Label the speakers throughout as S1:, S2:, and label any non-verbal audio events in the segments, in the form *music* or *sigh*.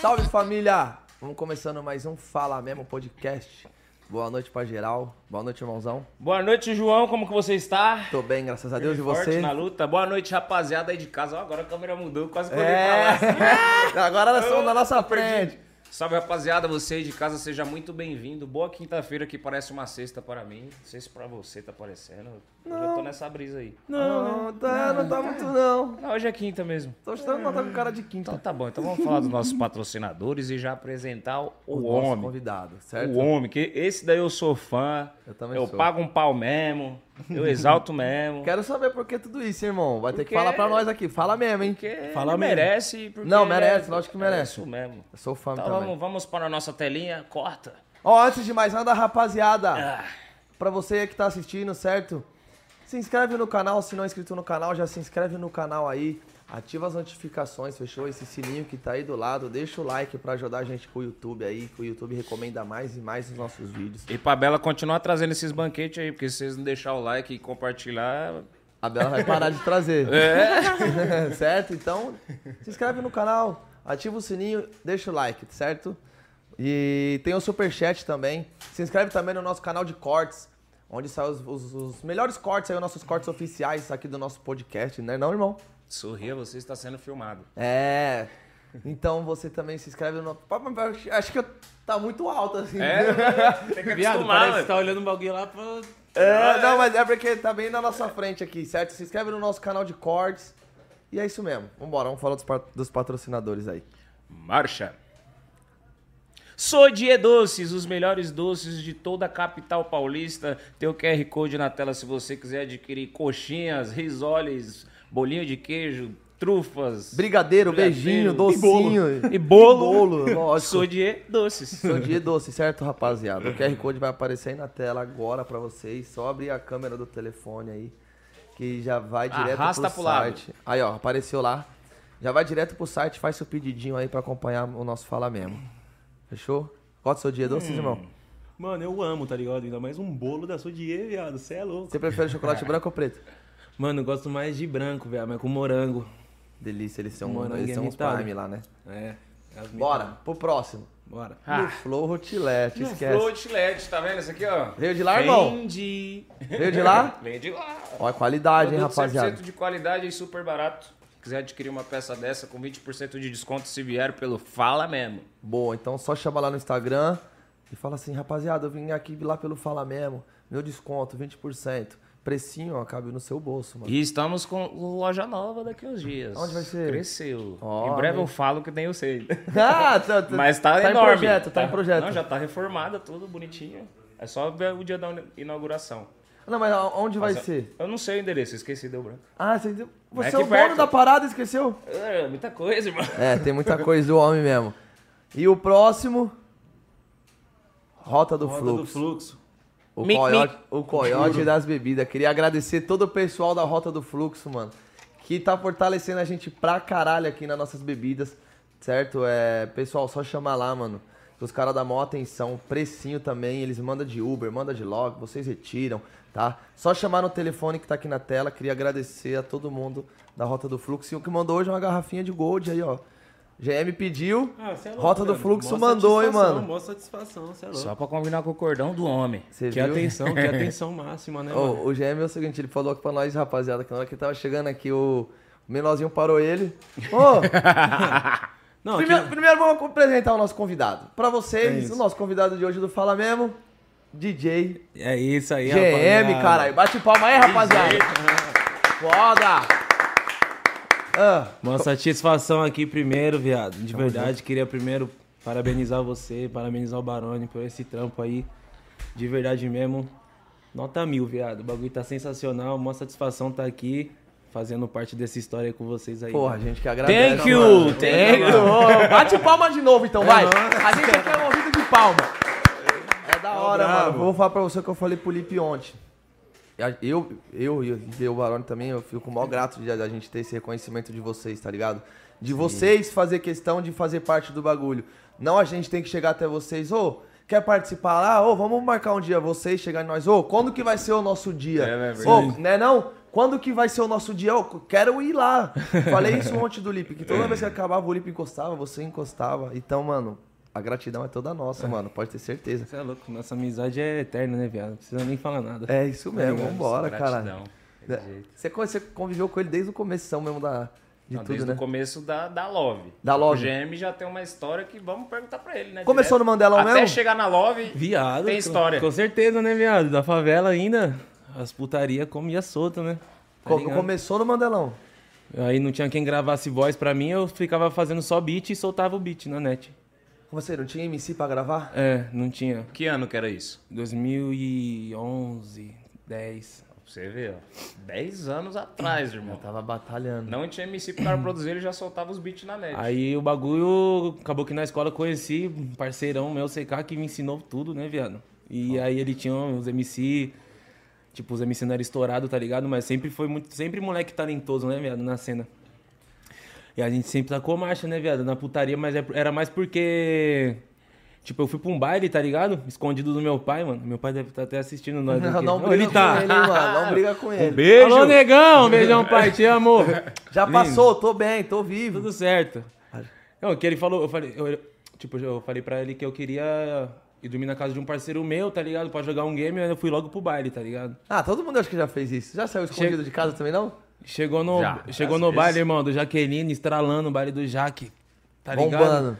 S1: Salve família! Vamos começando mais um Fala Mesmo podcast. Boa noite pra geral. Boa noite, irmãozão.
S2: Boa noite, João. Como que você está?
S1: Tô bem, graças a Deus. E
S2: Forte
S1: você?
S2: na luta. Boa noite, rapaziada aí de casa. Ó, agora a câmera mudou, quase que eu olhei pra lá.
S1: É. *laughs* Agora elas são na nossa frente.
S2: Salve, rapaziada. Você aí de casa, seja muito bem-vindo. Boa quinta-feira, que parece uma sexta para mim. Não sei se pra você tá parecendo. Eu já tô nessa brisa aí.
S1: Não, não tá, não tá muito não.
S2: Não, hoje é quinta mesmo.
S1: Tô achando que nós tá com cara de quinta.
S2: Então tá bom. Então vamos falar dos nossos patrocinadores e já apresentar o,
S1: O nosso
S2: homem.
S1: convidado,
S2: O
S1: certo?
S2: homem, que esse daí eu sou fã.
S1: Eu também
S2: eu
S1: sou.
S2: pago um pau mesmo. Eu exalto *laughs* mesmo.
S1: Quero saber por que tudo isso, irmão. Vai ter que
S2: Porque-
S1: falar pra nós aqui. Fala mesmo, hein?
S2: Porque
S3: Fala
S2: ele
S3: mesmo.
S2: merece. Porque
S1: Não,
S2: ele
S1: merece, lógico que merece.
S2: É isso mesmo.
S1: Eu sou
S3: Tá
S1: fã
S2: Então
S1: também.
S2: vamos, vamos para a nossa telinha, corta.
S1: Ó, antes de mais nada, rapaziada,
S2: Ah,
S1: pra você que tá assistindo, certo? Se inscreve no canal, se não é inscrito no canal, já se inscreve no canal aí, ativa as notificações, fechou? Esse sininho que tá aí do lado, deixa o like pra ajudar a gente com o YouTube aí, que o YouTube recomenda mais e mais os nossos vídeos.
S2: E pra Bela continuar trazendo esses banquetes aí, porque se vocês não deixar o like e compartilhar,
S1: A Bela vai parar de trazer. É. *laughs* certo? Então, se inscreve no canal, ativa o sininho, deixa o like, certo? E tem o superchat também. Se inscreve também no nosso canal de cortes, onde saem os, os- os melhores cortes, aí, os nossos cortes oficiais aqui do nosso podcast, né, não, irmão?
S2: sorria, você está sendo filmado.
S1: É. Então você também se inscreve no. Acho que eu- tá muito alto assim.
S2: É? tem que
S3: Viado, parece que tá olhando um bagulho lá pra...
S1: É, não, mas é porque tá bem na nossa frente aqui, certo? Se inscreve no nosso canal de cortes. E é isso mesmo. Vambora, vamos falar dos, pa- dos patrocinadores aí.
S2: Marcha. Sodie Doces, os melhores doces de toda a capital paulista. Tem o QR Code na tela se você quiser adquirir coxinhas, risoles, bolinho de queijo, trufas.
S1: Brigadeiro, beijinho,
S2: Brigadeiro.
S1: docinho.
S2: E bolo.
S1: Bolo, lógico.
S2: Sou de
S1: *laughs*
S2: doces.
S1: Seu dia é doce, certo, rapaziada? O QR Code vai aparecer aí na tela agora pra vocês. Só abrir a câmera do telefone aí, que já vai direto
S2: Arrasta
S1: pro,
S2: pro lado.
S1: site. Aí, ó, apareceu lá. Já vai direto pro site, faz seu pedidinho aí pra acompanhar o nosso Fala Mesmo. Fechou? Qual o seu dia doce, irmão?
S3: Mano, eu amo, tá ligado? Ainda mais um bolo da Sodier, viado. Você é louco.
S1: Você prefere chocolate branco ou preto?
S3: Mano, eu gosto mais de branco, viado, mas com morango.
S1: Delícia, eles são,
S3: Morango
S1: eles são uns
S3: irritado.
S1: prime lá, né?
S3: É. é as
S1: Bora, pro próximo.
S3: Bora.
S2: Ah.
S1: No Flow Rotilete,
S2: No
S1: esquece.
S2: Flow de LED, tá vendo isso aqui, ó?
S1: Veio de lá, irmão?
S2: Vende. *laughs*
S1: Veio de lá?
S2: Vende lá.
S1: Olha a qualidade, hein,
S2: Produto
S1: rapaziada.
S2: 100% de qualidade e super barato. Quiser adquirir uma peça dessa com 20% de desconto se vier pelo Fala Mesmo.
S1: Boa, então só chama lá no Instagram e fala assim, rapaziada, eu vim aqui lá pelo Fala Mesmo, meu desconto, 20%. Precinho, ó, cabe no seu bolso, mano.
S2: E estamos com loja nova daqui uns dias.
S1: Onde vai ser?
S2: Cresceu.
S1: Ó,
S2: em breve
S1: hein?
S2: eu falo que nem
S1: *laughs*
S2: eu sei.
S1: *laughs* Ah, tá, tá-
S2: *laughs* Mas tá,
S1: tá
S2: enorme.
S1: em projeto, tá, em projeto.
S2: Não,
S1: Não,
S2: já tá reformada, tudo bonitinho. É só ver o dia da inauguração.
S1: mas a- onde vai
S2: Mas eu-
S1: ser?
S2: Eu não sei o endereço, esqueci, deu branco.
S1: Ah, você, você
S2: aqui
S1: é o dono
S2: perto.
S1: da parada, esqueceu?
S2: É, muita coisa, irmão.
S1: *laughs* É, tem muita coisa do homem mesmo. E o próximo... Rota do
S3: Roda do
S1: Fluxo.
S3: fluxo.
S1: O,
S2: Mic,
S1: coiote,
S2: mic.
S1: o coiote das bebidas. Queria agradecer todo o pessoal da Rota do Fluxo, mano. Que tá fortalecendo a gente pra caralho aqui nas nossas bebidas, certo? É, pessoal, só chamar lá, mano. que Os caras dão maior atenção, precinho também. Eles mandam de Uber, mandam de log, vocês retiram, tá? Só chamar no telefone que tá aqui na tela. Queria agradecer a todo mundo da Rota do Fluxo. E o que mandou hoje é uma garrafinha de Gold aí, ó. GM pediu,
S3: Ah, cê é louco,
S1: Rota do
S3: viado.
S1: Fluxo
S3: Mó
S1: mandou, hein,
S3: satisfação,
S1: mano.
S3: Mó satisfação, você é louco.
S2: Só pra combinar com o cordão do homem. é-
S1: Cê
S3: Que
S1: viu?
S3: atenção, *laughs* que atenção máxima, né, mano?
S1: Ô, o GM é o seguinte, ele falou aqui pra nós, rapaziada, que na hora que tava chegando aqui, o, o menorzinho parou ele. Ô,
S3: Não,
S1: primeiro,
S3: aqui-
S1: primeiro vamos apresentar o nosso convidado. Pra
S3: É
S1: vocês,
S3: isso.
S1: o nosso convidado de hoje do Fala Mesmo, DJ
S3: É isso aí,
S1: GM,
S3: rapaziada.
S1: caralho. Bate palma aí, rapaziada. Foda! Ah,
S3: Uma satisfação aqui primeiro, viado. De verdade, queria primeiro parabenizar você, parabenizar o Barone por esse trampo aí. De verdade mesmo. Nota mil, viado. O bagulho tá sensacional. Uma satisfação tá aqui fazendo parte dessa história aí com vocês aí.
S1: porra, a gente que agradece.
S2: Thank you,
S1: mano.
S2: thank
S1: Thank
S2: you.
S1: you. Ô, Bate palma de novo, então, vai. *laughs*
S3: É
S1: A gente aqui é ouvido de palma. É da hora,
S3: brabo.
S1: mano. Vou falar pra você o que eu falei pro Lipe ontem. Eu, eu e o- e o Barone também, eu fico mal grato de a da gente ter esse reconhecimento de vocês, tá ligado? De vocês fazer questão de fazer parte do bagulho. Não a gente tem que chegar até vocês, ô, quer participar lá? Ô, vamos marcar um dia vocês chegar em nós. Ô, quando que vai ser o nosso dia?
S2: É, é verdade.
S1: Ô, né não? Quando que vai ser o nosso dia? Eu quero ir *laughs* lá. Falei isso ontem do Lipe, que toda vez que acabava o Lipe encostava, você encostava. Então, mano, a gratidão é toda nossa, mano. Pode ter certeza.
S3: Você é louco, nossa amizade é eterna, né, viado? Não precisa nem falar nada.
S1: É isso mesmo, vambora, cara. É.
S2: Gratidão. Desse jeito.
S1: Você, con- você conviveu com ele desde o começo mesmo da, de
S2: Não,
S1: tudo,
S2: desde
S1: né?
S2: o começo da, da Love.
S1: Da Love.
S2: O GM já tem uma história que vamos perguntar pra ele, né?
S1: Começou no Mandelão
S2: Até
S1: mesmo?
S2: chegar na Love.
S3: Viado.
S2: Tem
S3: com-
S2: história.
S3: Com certeza, né, viado? Da favela ainda, as putaria comia solto, né? Tá
S1: Co-
S3: ligado?
S1: começou no Mandelão.
S3: Aí não tinha quem gravasse voz pra mim, eu ficava fazendo só beat e soltava o beat na net.
S1: Como assim? Não tinha MC pra gravar?
S3: É, não tinha.
S2: Que ano que era isso?
S3: 2011, 10.
S2: Pra você ver, ó. 10 anos atrás, irmão.
S1: Tava batalhando.
S2: Não tinha MC pro cara produzir, ele já soltava os beats na net.
S3: Aí o bagulho acabou que na escola eu conheci um parceirão meu, CK, que me ensinou tudo, né, viado? E aí ele tinha os MC, tipo, os MC não era estourado, tá ligado? Mas sempre foi muito, sempre moleque talentoso, né, viado, na cena. E a gente sempre tacou marcha, né, viado, na putaria, mas é- era mais porque. Tipo, eu fui pra um baile, tá ligado? Escondido do meu pai, mano. Meu pai deve estar até assistindo nós.
S1: Não,
S3: aqui.
S1: não briga
S3: ele
S1: com
S3: tá.
S1: ele, mano. Não briga com ele.
S2: Beijo!
S3: Alô, negão! Beijão, pai,
S2: *laughs*
S3: te amo!
S1: Já
S3: Lindo.
S1: passou, tô bem, tô vivo.
S3: Tudo certo. Não, que ele falou, eu falei, eu- tipo, eu falei pra ele que eu queria ir dormir na casa de um parceiro meu, tá ligado? Pra jogar um game, aí eu fui logo pro baile, tá ligado?
S1: Ah, todo mundo acho que já fez isso. Já saiu escondido de casa também, não?
S3: Chegou no,
S2: Já,
S3: chegou
S2: às
S3: no
S2: vezes.
S3: baile, irmão, do Jaqueline, estralando o baile do Jaque, tá ligado?
S1: Bombando.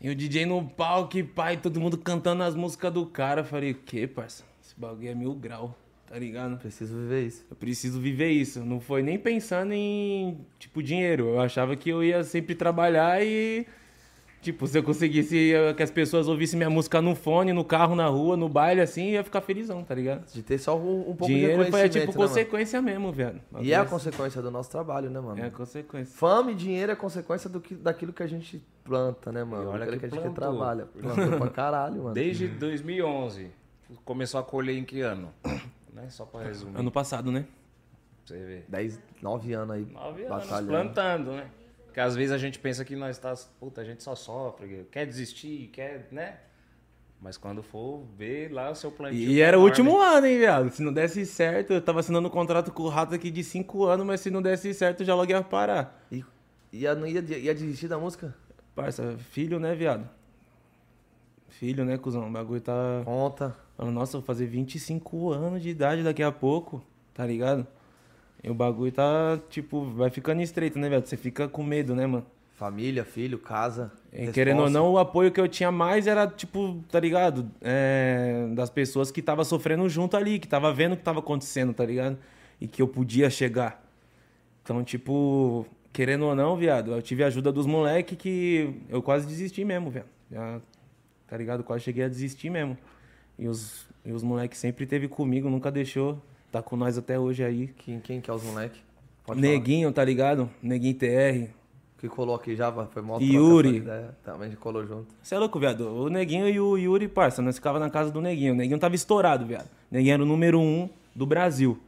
S3: E o DJ no palco, e pai, todo mundo cantando as músicas do cara. Eu falei, o que, parça? Esse bagulho é mil grau, tá ligado?
S1: Preciso viver isso.
S3: Eu preciso viver isso. Não foi nem pensando em, tipo, dinheiro. Eu achava que eu ia sempre trabalhar e, tipo, se eu conseguisse eh, que as pessoas ouvissem minha música no fone, no carro, na rua, no baile, assim, eu ia ficar felizão, tá ligado?
S1: De ter só um, um pouco
S3: dinheiro
S1: de
S3: foi, é,
S1: conhecimento,
S3: tipo,
S1: né, mano?
S3: consequência mesmo, velho.
S1: E é a consequência do nosso trabalho, né, mano?
S3: É a consequência.
S1: Fama e dinheiro é consequência do que, daquilo que a gente planta, né, mano?
S2: E olha
S1: daquilo
S2: que
S1: que, a gente
S2: plantou.
S3: *laughs*
S1: trabalha. Plantou pra caralho, mano.
S2: Desde 2011. Começou a colher em que ano? Né? Só pra resumir, pra
S3: Ano passado, né?
S2: você ver.
S1: 10, 9 anos aí.
S2: Nove anos
S1: batalhando.
S2: plantando, né? Porque às vezes a gente pensa que nós tá, puta, a gente só sofre, quer desistir, quer, né? Mas quando for ver lá o seu plantio.
S3: E
S2: tá
S3: era o
S2: enorme.
S3: último ano, hein, viado? Se não desse certo, eu tava assinando um contrato com o Rato aqui de 5 anos, mas se não desse certo, eu já logo ia parar.
S1: E, e a- não ia, ia desistir da música?
S3: Parça, filho, né, viado? Filho, né, cuzão? O bagulho tá...
S1: Conta.
S3: Falando, nossa, eu vou fazer 25 anos de idade daqui a pouco, tá ligado? E o bagulho tá, tipo, vai ficando estreito, né, velho? Você fica com medo, né, mano?
S1: Família, filho, casa.
S3: E querendo ou não, o apoio que eu tinha mais era, tipo, tá ligado? É, das pessoas que tava sofrendo junto ali, que tava vendo o que tava acontecendo, tá ligado? E que eu podia chegar. Então, tipo, querendo ou não, viado, eu tive a ajuda dos moleque que eu quase desisti mesmo, viado. Já, tá ligado? Quase cheguei a desistir mesmo. E os, e os moleques sempre teve comigo, nunca deixou. Tá com nós até hoje aí.
S1: Quem, quem que é os moleque? Pode falar.
S3: Neguinho, tá ligado? Neguinho TR.
S1: Que colou aqui já, foi mó trocação
S3: E
S1: de
S3: Yuri.
S1: ideia. Também colou junto.
S3: Você é louco, viado. O Neguinho e o Yuri, parça, nós ficava na casa do Neguinho. O Neguinho tava estourado, viado. O Neguinho era o número um do Brasil,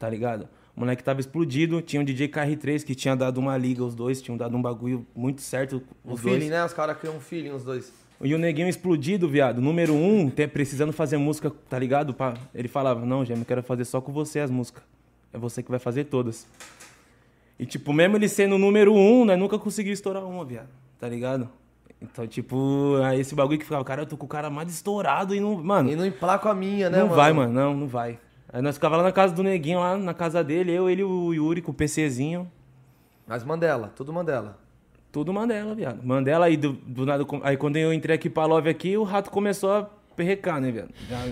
S3: tá ligado? O moleque tava explodido. Tinha um o DJ KR3 que tinha dado uma liga, os dois. Tinham dado um bagulho muito certo,
S1: Um
S3: os
S1: feeling,
S3: dois.
S1: né? Os caras criam um feeling, os dois.
S3: E o Neguinho explodido, viado. Número um, te- precisando fazer música, tá ligado? Pá, Ele falava, não, Gêmeo, eu quero fazer só com você as músicas. É você que vai fazer todas. E, tipo, mesmo ele sendo o número um, nós nunca conseguiu estourar uma, viado. Tá ligado? Então, tipo, aí esse bagulho que ficava, cara, eu tô com o cara mais estourado e não. Mano,
S1: E não emplaca a minha, né,
S3: não
S1: mano?
S3: vai, mano, não, não vai. Aí nós ficava lá na casa do Neguinho, lá na casa dele, eu, ele, o Yuri, com o PCzinho.
S1: Mas Mandela, tudo Mandela.
S3: Tudo Mandela, viado. Mandela aí do, do nada. com- Aí quando eu entrei aqui pra Love aqui, o rato começou a perrecar, né, viado? Já...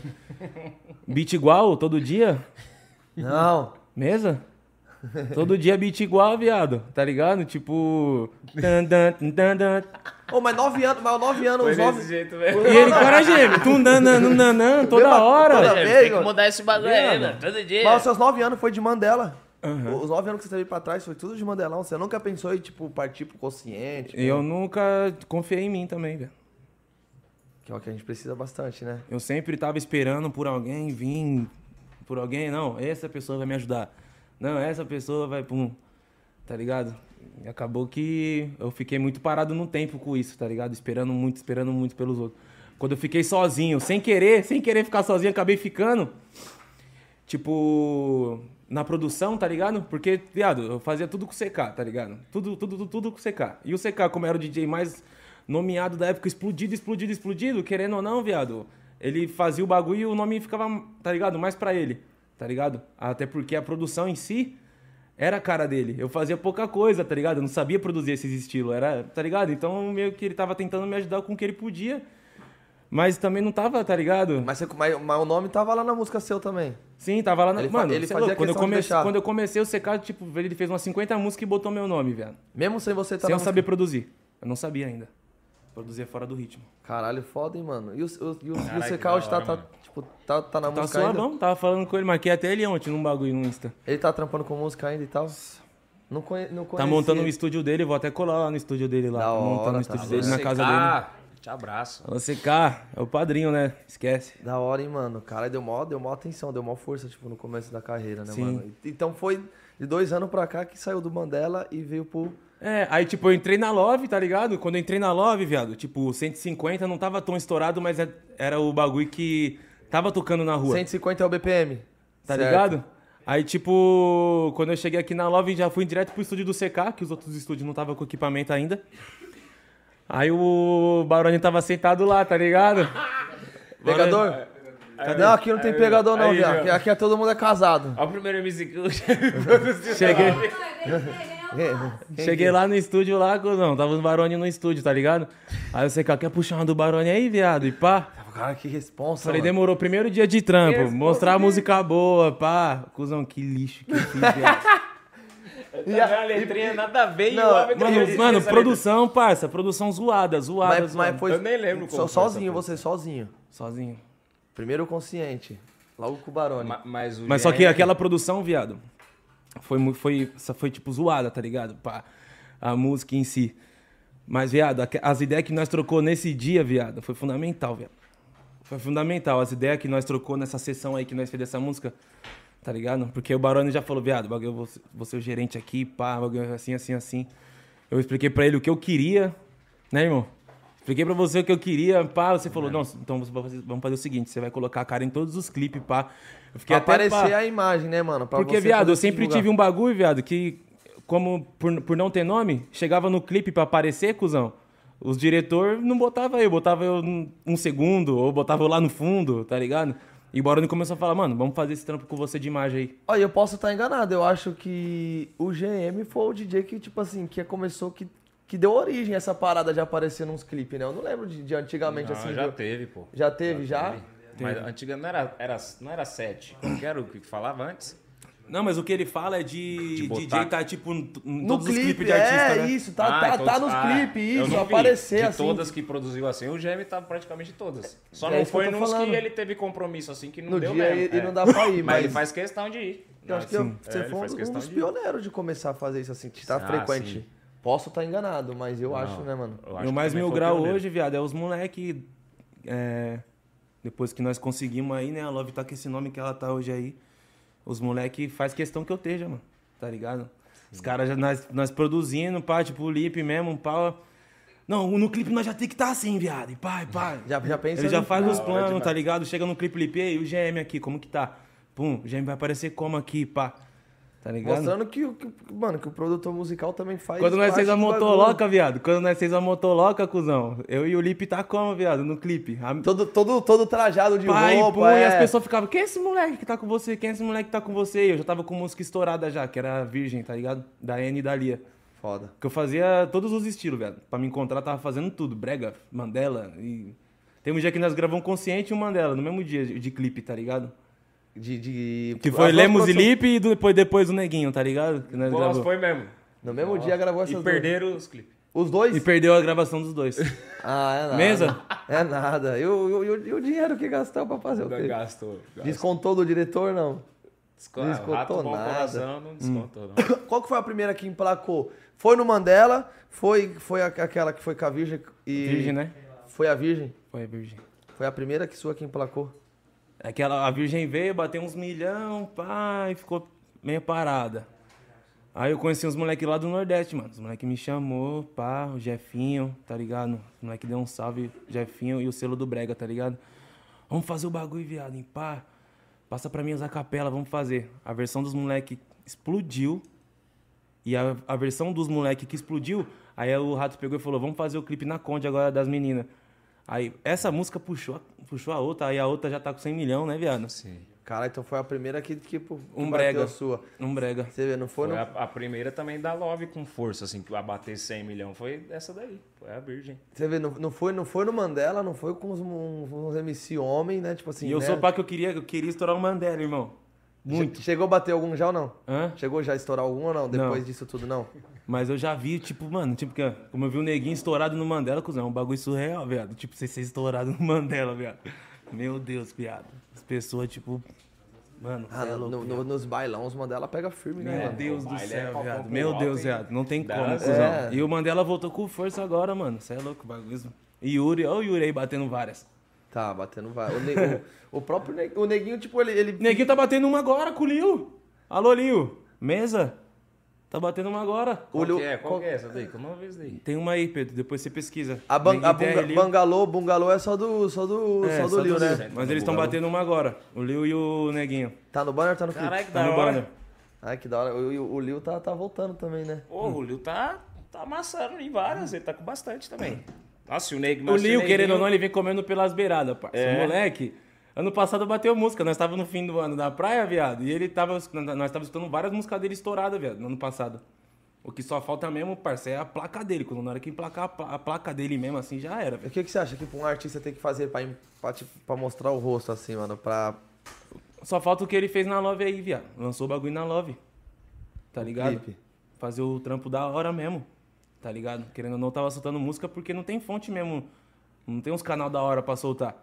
S3: beat igual todo dia?
S1: Não.
S3: Mesa? Todo dia beat igual, viado. Tá ligado? Tipo. tan, tan, tan, tan, tan.
S1: Ô, mas nove anos, mas nove anos,
S2: Foi
S1: os
S2: desse
S1: nove...
S2: jeito, velho.
S3: E ele, cara gêmeo, tum, nan, nan, nan, nan, nan, toda
S1: Mesma- toda
S3: hora.
S1: vez,
S2: Tem que
S1: mano.
S2: mudar esse bagulho aí, mano. Todo dia.
S1: Mas os seus nove anos foi de Mandela. Os nove anos que você teve pra trás foi tudo de Mandelão. Você nunca pensou em, tipo, partir pro consciente, né?
S3: E Eu nunca confiei em mim também, velho.
S1: que é o que a gente precisa bastante, né?
S3: Eu sempre tava esperando por alguém vir, por alguém, não, essa pessoa vai me ajudar. Não, essa pessoa vai, pum, tá ligado? E acabou que eu fiquei muito parado no tempo com isso, tá ligado? Esperando muito, esperando muito pelos outros. Quando eu fiquei sozinho, sem querer, sem querer ficar sozinho, acabei ficando. Tipo, na produção, tá ligado? Porque, viado, eu fazia tudo com o CK, tá ligado? Tudo, tudo, tudo, tudo com o CK. E o CK, como era o DJ mais nomeado da época, explodido, explodido, explodido, querendo ou não, viado, ele fazia o bagulho e o nome ficava, tá ligado? Mais pra ele, tá ligado? Até porque a produção em si era a cara dele. Eu fazia pouca coisa, tá ligado? Eu não sabia produzir esses estilos, era, tá ligado? Então, meio que ele tava tentando me ajudar com o que ele podia. Mas também não tava, tá ligado?
S1: Mas, você- mas- mas o nome tava lá na música seu também.
S3: Sim, tava lá na.
S1: Ele fa-
S3: Mano,
S1: ele
S3: cê é
S1: fazia
S3: louco, quando, eu
S1: questão de
S3: comecei-
S1: deixar.
S3: quando eu comecei o secado, tipo, ele fez umas 50 músicas e botou meu nome, velho.
S1: Mesmo sem você estar
S3: Sem eu
S1: Tá na
S3: saber produzir. Eu não sabia ainda. Produzir fora do ritmo.
S1: Caralho, foda, hein, mano. E o, o, e o, e o
S2: Caralho, que
S1: CK hoje
S2: da
S1: tá,
S2: hora,
S1: tá,
S2: mano.
S1: tipo, tá, tá na
S3: Tá
S1: música ainda?
S3: suavão, tava falando com ele, marquei até ele ontem num bagulho no Insta.
S1: Ele tá trampando com música ainda e tal? Não, conhe, não
S3: Tá
S1: conhecia.
S3: montando o estúdio dele, vou até colar lá no estúdio dele lá.
S1: Da
S3: Tá montando
S1: hora,
S3: o
S1: tá
S3: estúdio
S1: louco.
S3: dele na casa dele.
S2: Secar, tá, Te abraço.
S3: Alô, CK, é o padrinho, né? Esquece.
S1: Da hora, hein, mano. Cara, deu mó, deu mó atenção, deu mó força, tipo, no começo da carreira, né,
S3: Sim.
S1: mano? Então foi de dois anos pra cá que saiu do Mandela e veio pro...
S3: É, aí tipo, eu entrei na Love, tá ligado? Quando eu entrei na Love, viado, tipo, o 150 não tava tão estourado, mas é- era o bagulho que tava tocando na rua.
S1: 150 é o BPM.
S3: Tá
S1: certo?
S3: ligado? Aí, tipo, quando eu cheguei aqui na Love, já fui direto pro estúdio do CK, que os outros estúdios não estavam com equipamento ainda. Aí o Baroni tava sentado lá, tá ligado?
S1: Pegador?
S2: É,
S1: Não, aqui não tem pegador não,
S2: Aí,
S1: viado.
S2: viu?
S1: Aqui, aqui é todo mundo é casado.
S2: Olha o primeiro MC
S1: *laughs*
S2: que eu produzi.
S3: Cheguei.
S2: Tá
S1: É.
S3: Ah, Cheguei lá no estúdio lá, não, tava o Baroni no estúdio, tá ligado? Aí o CK, quer puxar uma do Baroni aí, viado? E pá.
S1: Cara, que responsa,
S3: Falei,
S1: mano.
S3: demorou. Primeiro dia de trampo,
S2: Esse
S3: mostrar a
S2: povo
S3: música boa, pá. Cusão, que lixo que eu
S1: *laughs*
S3: fiz, viado.
S2: E Tá a letrinha nada a ver. e
S1: Não,
S2: o homem que eu
S3: Mano,
S2: fiz
S3: mano,
S2: essa
S3: produção, parça, produção zoada, zoada,
S1: Mas,
S3: zoada.
S1: mas foi...
S2: Eu nem lembro
S1: so-
S2: como foi
S1: Sozinho,
S2: essa
S1: você sozinho.
S3: Sozinho.
S1: Primeiro o consciente. Logo com o Barone.
S2: letra. Ma- Mas, o
S3: Mas é só
S1: É.
S3: que
S2: GR
S3: aquela produção, viado, foi, mu- foi, só foi tipo zoada, tá ligado? Pá, a música em si. Mas, viado, aque- as ideias que nós trocou nesse dia, viado, foi fundamental, viado. Foi fundamental. As ideias que nós trocou nessa sessão aí que nós fez dessa música, tá ligado? Porque o Barone já falou, viado, bagulho, eu vou, ser- vou ser o gerente aqui, pá, bagulho assim, assim, assim. Eu expliquei pra ele o que eu queria, né, irmão? Expliquei pra você o que eu queria, pá. Você
S1: É.
S3: falou, não, então você vai fazer- vamos fazer o seguinte: você vai colocar a cara em todos os clipes, pá. Eu fiquei
S1: Pra
S3: até,
S1: aparecer
S3: pá,
S1: a imagem, né, mano? Pra
S3: porque,
S1: você
S3: viado,
S1: poder
S3: eu
S1: se
S3: sempre
S1: divulgar.
S3: tive um bagulho, viado, que, como por, por não ter nome, chegava no clipe pra aparecer, cuzão. Os diretor não botava eu, botava eu um- um segundo, ou botava eu lá no fundo, tá ligado? E o Baroni começou a falar, mano, vamos fazer esse trampo com você de imagem aí.
S1: Olha, eu posso estar enganado. Eu acho que o GM foi o DJ que, tipo assim, que começou, que, que deu origem a essa parada de aparecer nos clipes, né? Eu não lembro de, de antigamente
S2: Não,
S1: assim.
S2: Ah, já
S1: de-
S2: teve, pô.
S1: já teve, já?
S2: Mas antiga não era, era, não era sete. Não era o que falava antes.
S3: Não, mas o que ele fala é de,
S2: De botar-
S3: DJ tá, tipo, n- em
S1: No
S3: todos
S1: clipe,
S3: os clipes de
S1: é,
S3: artista, né?
S1: isso. Tá,
S2: Ah,
S1: tá,
S2: então-
S1: tá nos
S2: ah, eu
S1: clipes, isso.
S2: não vi.
S1: Aparecer
S2: de
S1: assim.
S2: todas que produziu assim, o GM tá praticamente todas. Só
S1: É
S2: não
S1: isso que eu
S2: foi
S1: tô
S2: nos
S1: falando.
S2: que ele teve compromisso assim que não
S1: No
S2: deu
S1: dia
S2: mesmo.
S1: e- e não dá pra ir,
S2: *laughs* mas...
S1: mas-
S2: ele faz questão de ir.
S1: Eu acho que eu- você
S2: É, ele
S1: foi um, dos-
S2: faz
S1: um
S2: questão
S1: dos
S2: de ir.
S1: pioneiros de começar a fazer isso assim, que tá
S2: Ah,
S1: frequente.
S2: sim.
S1: Posso estar enganado, mas eu acho, né, mano?
S2: Eu acho
S3: Meu
S2: que
S3: mais
S2: também
S3: mil
S2: foi
S3: grau
S2: pioneiro.
S3: hoje, viado, é os moleque. é, depois que nós conseguimos aí, né? A Love tá com esse nome que ela tá hoje aí. Os moleque faz questão que eu esteja, mano. Tá ligado? Os caras, já- nós, nós produzindo, pá, tipo, o Lipe mesmo, pá. Não, no clipe nós já tem que estar tá assim, viado. E pá, e pá.
S2: *laughs*
S1: Já, já pensa
S3: Ele já
S1: em-
S3: faz
S2: Da
S3: os
S2: hora
S3: planos,
S2: demais.
S3: tá ligado? Chega no clipe, Lipe, e o GM aqui, como que tá? Pum, o GM vai aparecer como aqui, pá. Tá ligado?
S1: Mostrando que, o- que o- mano, que o produtor musical também faz.
S3: Quando nós
S1: parte
S3: fez a
S1: do bagulho.
S3: motoloca, viado. Quando nós fez a motoloca, cuzão. Eu e o Lipe tá como, viado, no clipe. A...
S1: Todo, todo, todo trajado de
S3: Pai,
S1: roupa.
S3: pum, e
S1: é.
S3: as pessoas ficavam, quem é esse moleque que tá com você? Quem é esse moleque que tá com você? E eu já tava com música estourada já, que era virgem, tá ligado? Da N e da Lia.
S1: Foda.
S3: Que eu fazia todos os estilos, velho. Pra me encontrar, eu tava fazendo tudo. Brega, Mandela e... Tem um dia que nós gravamos Consciente e o Mandela, no mesmo dia de, de clipe, tá ligado?
S1: De, de-
S3: Que foi
S1: Tipo, as
S3: Lemos e
S1: duas produções-
S3: Lipe e depois, depois o Neguinho, tá ligado? Que nós
S2: Nossa,
S3: gravamos.
S2: foi mesmo.
S1: No mesmo dia gravou essas
S2: E
S1: duas.
S2: perderam os clipes.
S1: Os dois?
S3: E perdeu a gravação dos
S1: *laughs*
S3: dois.
S1: Ah, é nada.
S3: Mesa?
S1: É nada. E o- e o- e o- e o dinheiro que gastou pra fazer o quê?
S2: Gastou.
S1: Descontou do diretor, não?
S2: Desco...
S1: descontou
S2: Rato bom
S1: nada.
S2: coração não descontou, não.
S1: Qual que foi a primeira que emplacou? Foi no Mandela, foi, foi a- aquela que foi com a Virgem e...
S3: Virgem, né?
S1: Foi a Virgem?
S3: Foi, Virgem.
S1: Foi a primeira que sua que emplacou?
S3: Aquela, a virgem veio, bateu uns milhão, pá, e ficou meio parada. Aí eu conheci uns moleques lá do Nordeste, mano. Os moleques me chamou, pá, o Jefinho, tá ligado? Os moleques deu um salve, Jefinho e o selo do Brega, tá ligado? Vamos fazer o bagulho, viado, em pá. Passa pra mim as capela, vamos fazer. A versão dos moleque explodiu. E a, a versão dos moleque que explodiu, aí o Rato pegou e falou, vamos fazer o clipe na Conde agora das meninas. Aí essa música puxou, a- puxou a outra, aí a outra já tá com 100 milhão, né, viado?
S2: Sim.
S1: Cara, então foi a primeira que, tipo, que
S3: Um
S1: bateu
S3: brega.
S1: a sua.
S3: Um brega.
S1: Você vê, não foi,
S2: Foi
S1: não?
S2: a, a primeira também da Love com força, assim, que abater 100 milhões. Foi essa daí. Foi a Virgem.
S1: Você vê, não, não foi, não foi no Mandela, não foi com os, um- uns MC homem, né? Tipo assim,
S3: e eu
S1: né?
S3: sou o pá que eu queria, eu queria estourar o Mandela, irmão. Muito.
S1: Che- Chegou a bater algum já ou não?
S3: Hã?
S1: Chegou já a estourar algum ou não? Depois disso tudo, não?
S3: Mas eu já vi, tipo, mano, tipo, que- como eu vi o neguinho estourado no Mandela, cuzão, é um bagulho surreal, viado. Tipo, você ser estourado no Mandela, viado. Meu Deus, piado. As pessoas, tipo. Mano,
S1: Ah,
S3: cê é
S1: no-
S3: louco,
S1: no-
S3: viado.
S1: nos bailão, os Mandela pega firme, né,
S3: Meu
S1: mano?
S3: Deus do
S2: Baile é
S3: céu,
S2: pra
S3: viado.
S2: popular,
S3: Meu Deus,
S2: hein?
S3: viado. Não tem como,
S2: Dança.
S3: cuzão.
S1: É.
S3: E o Mandela voltou com força agora, mano. Você é louco, bagulho. E Yuri, olha o Yuri aí batendo várias.
S1: Tá, batendo vai. O, ne- o- o próprio ne- o neguinho, tipo, ele. ele-
S3: Neguinho tá batendo uma agora com o Liu. Alô, Liu. Mesa? Tá batendo uma agora.
S1: o
S2: Qual
S1: Lil-
S2: que é? Qual,
S1: qual-
S2: que é essa daí? Que eu não vi isso daí.
S3: Tem uma aí, Pedro. Depois você pesquisa.
S1: A, ban- a
S3: Neguinho
S1: bunga-
S3: Terra e Liu.
S1: bangalô, bungalô é só do. Só do.
S3: É,
S1: só do Lil, né?
S2: Zé.
S3: Mas eles estão batendo uma agora. O Liu e o Neguinho.
S1: Tá no banner ou tá no clipe?
S2: Caralho, que
S3: Tá
S2: da
S3: no
S2: hora.
S3: banner.
S1: Ai, que da hora. O, o, o Lil tá, tá voltando também, né?
S2: Ô, o Lil tá, tá amassando em várias. Ele tá com bastante também. Nossa, e o Negro...
S3: O Liu, querendo ou não, ele vem comendo pelas beiradas, parça.
S2: É.
S3: O moleque, ano passado bateu música. Nós tava no fim do ano da praia, viado. E ele tava. Nós tava escutando várias músicas dele estouradas, viado, no ano passado. O que só falta mesmo, parça, é a placa dele. Quando na hora que emplacar a pla- a placa dele mesmo, assim, já era,
S1: E O
S3: velho.
S1: que, que você acha que pra um artista tem que fazer pra, im- pra, tipo, pra mostrar o rosto, assim, mano? Pra.
S3: Só falta o que ele fez na Love aí, viado. Lançou o bagulho na Love. Tá ligado?
S1: clipe.
S3: Fazer o trampo da hora mesmo. Tá ligado? Querendo ou não, tava soltando música porque não tem fonte mesmo. Não tem uns canal da hora pra soltar.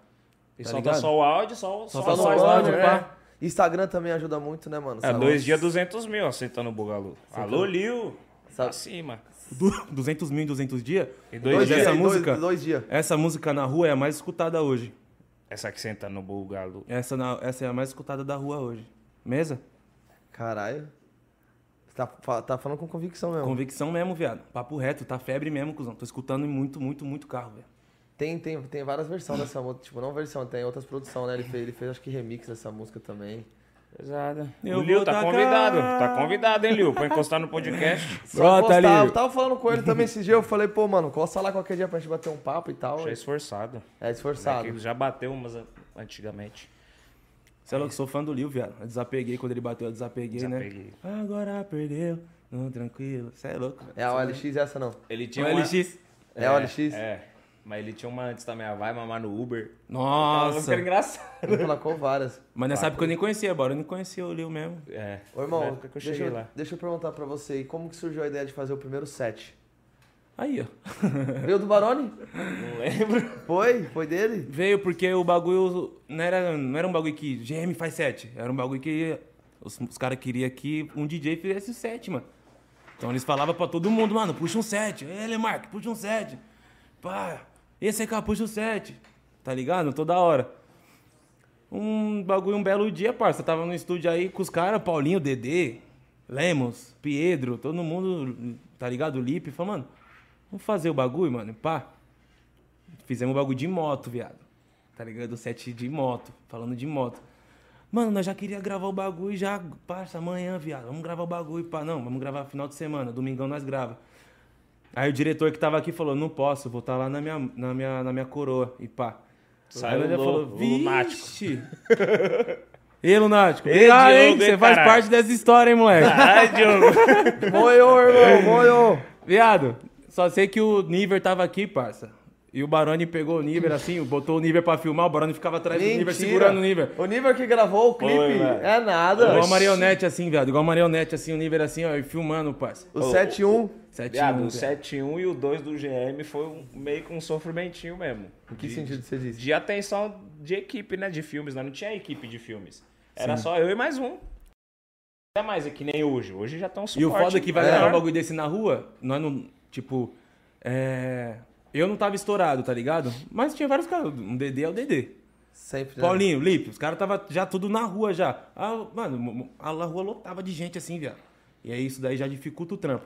S2: E
S3: tá
S2: solta
S3: ligado?
S2: só o áudio, só, só,
S3: Só tá
S1: no
S3: só
S2: o
S3: o
S1: banner,
S2: áudio,
S3: áudio,
S1: né?
S3: pá.
S1: Instagram também ajuda muito, né, mano?
S2: É,
S1: Sabe?
S2: dois dias, 200 mil aceitando o Bugalu. Alô, Liu.
S1: Sabe-
S2: Acima.
S3: Du- 200 mil em 200 dias.
S2: Em dois
S1: Dois
S2: dias.
S3: Mas
S1: dias,
S3: essa
S1: dois-
S3: música,
S1: Dois, dias.
S3: essa música na rua é a mais escutada hoje.
S2: Essa que senta no Bugalu.
S3: Essa, na- essa é a mais escutada da rua hoje. Mesa?
S1: Caralho. Você tá, fa- tá falando com convicção mesmo.
S3: Convicção mesmo, viado. Papo reto, tá febre mesmo, cuzão. Tô escutando em muito, muito, muito carro, velho.
S1: Tem, tem, tem várias versões dessa música. Tipo, não versão, tem outras produções, né? Ele fez, ele fez acho que remix dessa música também.
S2: Pesada.
S3: Eu
S2: o Liu
S3: vou
S2: tá
S3: tacar.
S2: convidado. Tá convidado, hein, Liu? Pra encostar no podcast.
S1: Só
S3: Brota,
S1: encostar.
S3: Lil.
S1: Eu tava falando com ele também esse dia, eu falei, pô, mano, costa lá qualquer dia pra gente bater um papo e tal.
S2: Já esforçado.
S1: É esforçado.
S2: É que já bateu umas an- antigamente.
S3: Você é louco, sou fã do Lil, viado. Eu desapeguei quando ele bateu, eu desapeguei,
S2: Desapeguei.
S3: né? Agora perdeu, não, tranquilo. Você é louco, velho.
S1: É a OLX essa não.
S2: Ele
S3: Um
S2: tinha uma...
S3: LX.
S1: É a OLX?
S2: É. Mas ele tinha uma antes da minha vai, mamar no Uber.
S3: Nossa.
S2: Era engraçado.
S1: *laughs* Ele colocou várias.
S3: Mas nessa época eu nem conhecia, bora. Eu nem conhecia o Lil mesmo.
S2: É.
S1: Ô,
S2: na
S1: irmão,
S2: época que eu
S1: deixa,
S2: cheguei
S1: eu-
S2: lá.
S1: deixa eu perguntar pra você aí, como que surgiu a ideia de fazer o primeiro set?
S3: Aí, ó.
S1: Veio do Barone?
S2: Não lembro.
S1: Foi? Foi dele?
S3: Veio porque o bagulho não era, não era um bagulho que GM faz set. Era um bagulho que os, os caras queriam que um DJ fizesse o set, mano. Então eles falavam pra todo mundo, mano, puxa um set. Ê, Lemark, puxa um set. Pá, esse aqui, ó, puxa um set. Tá ligado? Toda hora. Um bagulho, um belo dia, parça. Tava no estúdio aí com os caras, Paulinho, Dedê, Lemos, Pedro, todo mundo, tá ligado? Lipe, falando, mano, vamos fazer o bagulho, mano, e pá. Fizemos um bagulho de moto, viado. Tá ligado? O set de moto. Falando de moto. Mano, nós já queria gravar o bagulho já, parça, amanhã, viado. Vamos gravar o bagulho, pá. Não, vamos gravar final de semana. Domingão nós grava. Aí o diretor que tava aqui falou, não posso, vou estar lá na minha, na, minha, na minha coroa. E pá.
S2: Saiu
S3: Aí ele
S2: louco, lunático.
S3: vixe. Ei, Lunático.
S2: Ei,
S3: Ah, hein?
S2: Diogo, hein,
S3: Você faz
S2: caralho.
S3: parte dessa história, hein,
S2: *laughs*
S3: moleque.
S2: Ai, Diogo.
S3: *laughs*
S1: Moiô, irmão, moiô!
S3: Viado, só sei que o Niver tava aqui, parça. E o Baroni pegou o
S2: *laughs*
S3: Niver assim, botou o Niver pra filmar, o Baroni ficava atrás do
S1: Mentira.
S3: Niver, segurando o Niver.
S1: O Niver que gravou o clipe
S2: velho.
S1: é nada.
S3: Igual a marionete assim, viado. Igual a marionete assim, o Niver assim, ó, e filmando, parça.
S1: O 7-1.
S3: Sete
S2: Viado, o
S3: anos, viado.
S2: 7-1 e o 2 do GM foi um- meio que um sofrimentinho mesmo.
S1: Em que sentido você disse?
S2: de atenção de equipe, né? De filmes, né? Não tinha equipe de filmes. Era só eu e mais um. Até mais, é que nem hoje. Hoje já estão
S3: E o foda é que vai gravar um
S1: É.
S3: bagulho desse na rua, nós não. Tipo. É. Eu não tava estourado, tá ligado? Mas tinha vários caras. Um DD é o DD.
S1: Sempre. né?
S3: Paulinho, Lipe, os caras tava já tudo na rua já. Ah, mano, a rua lotava de gente assim, viado. E aí isso daí já dificulta o trampo.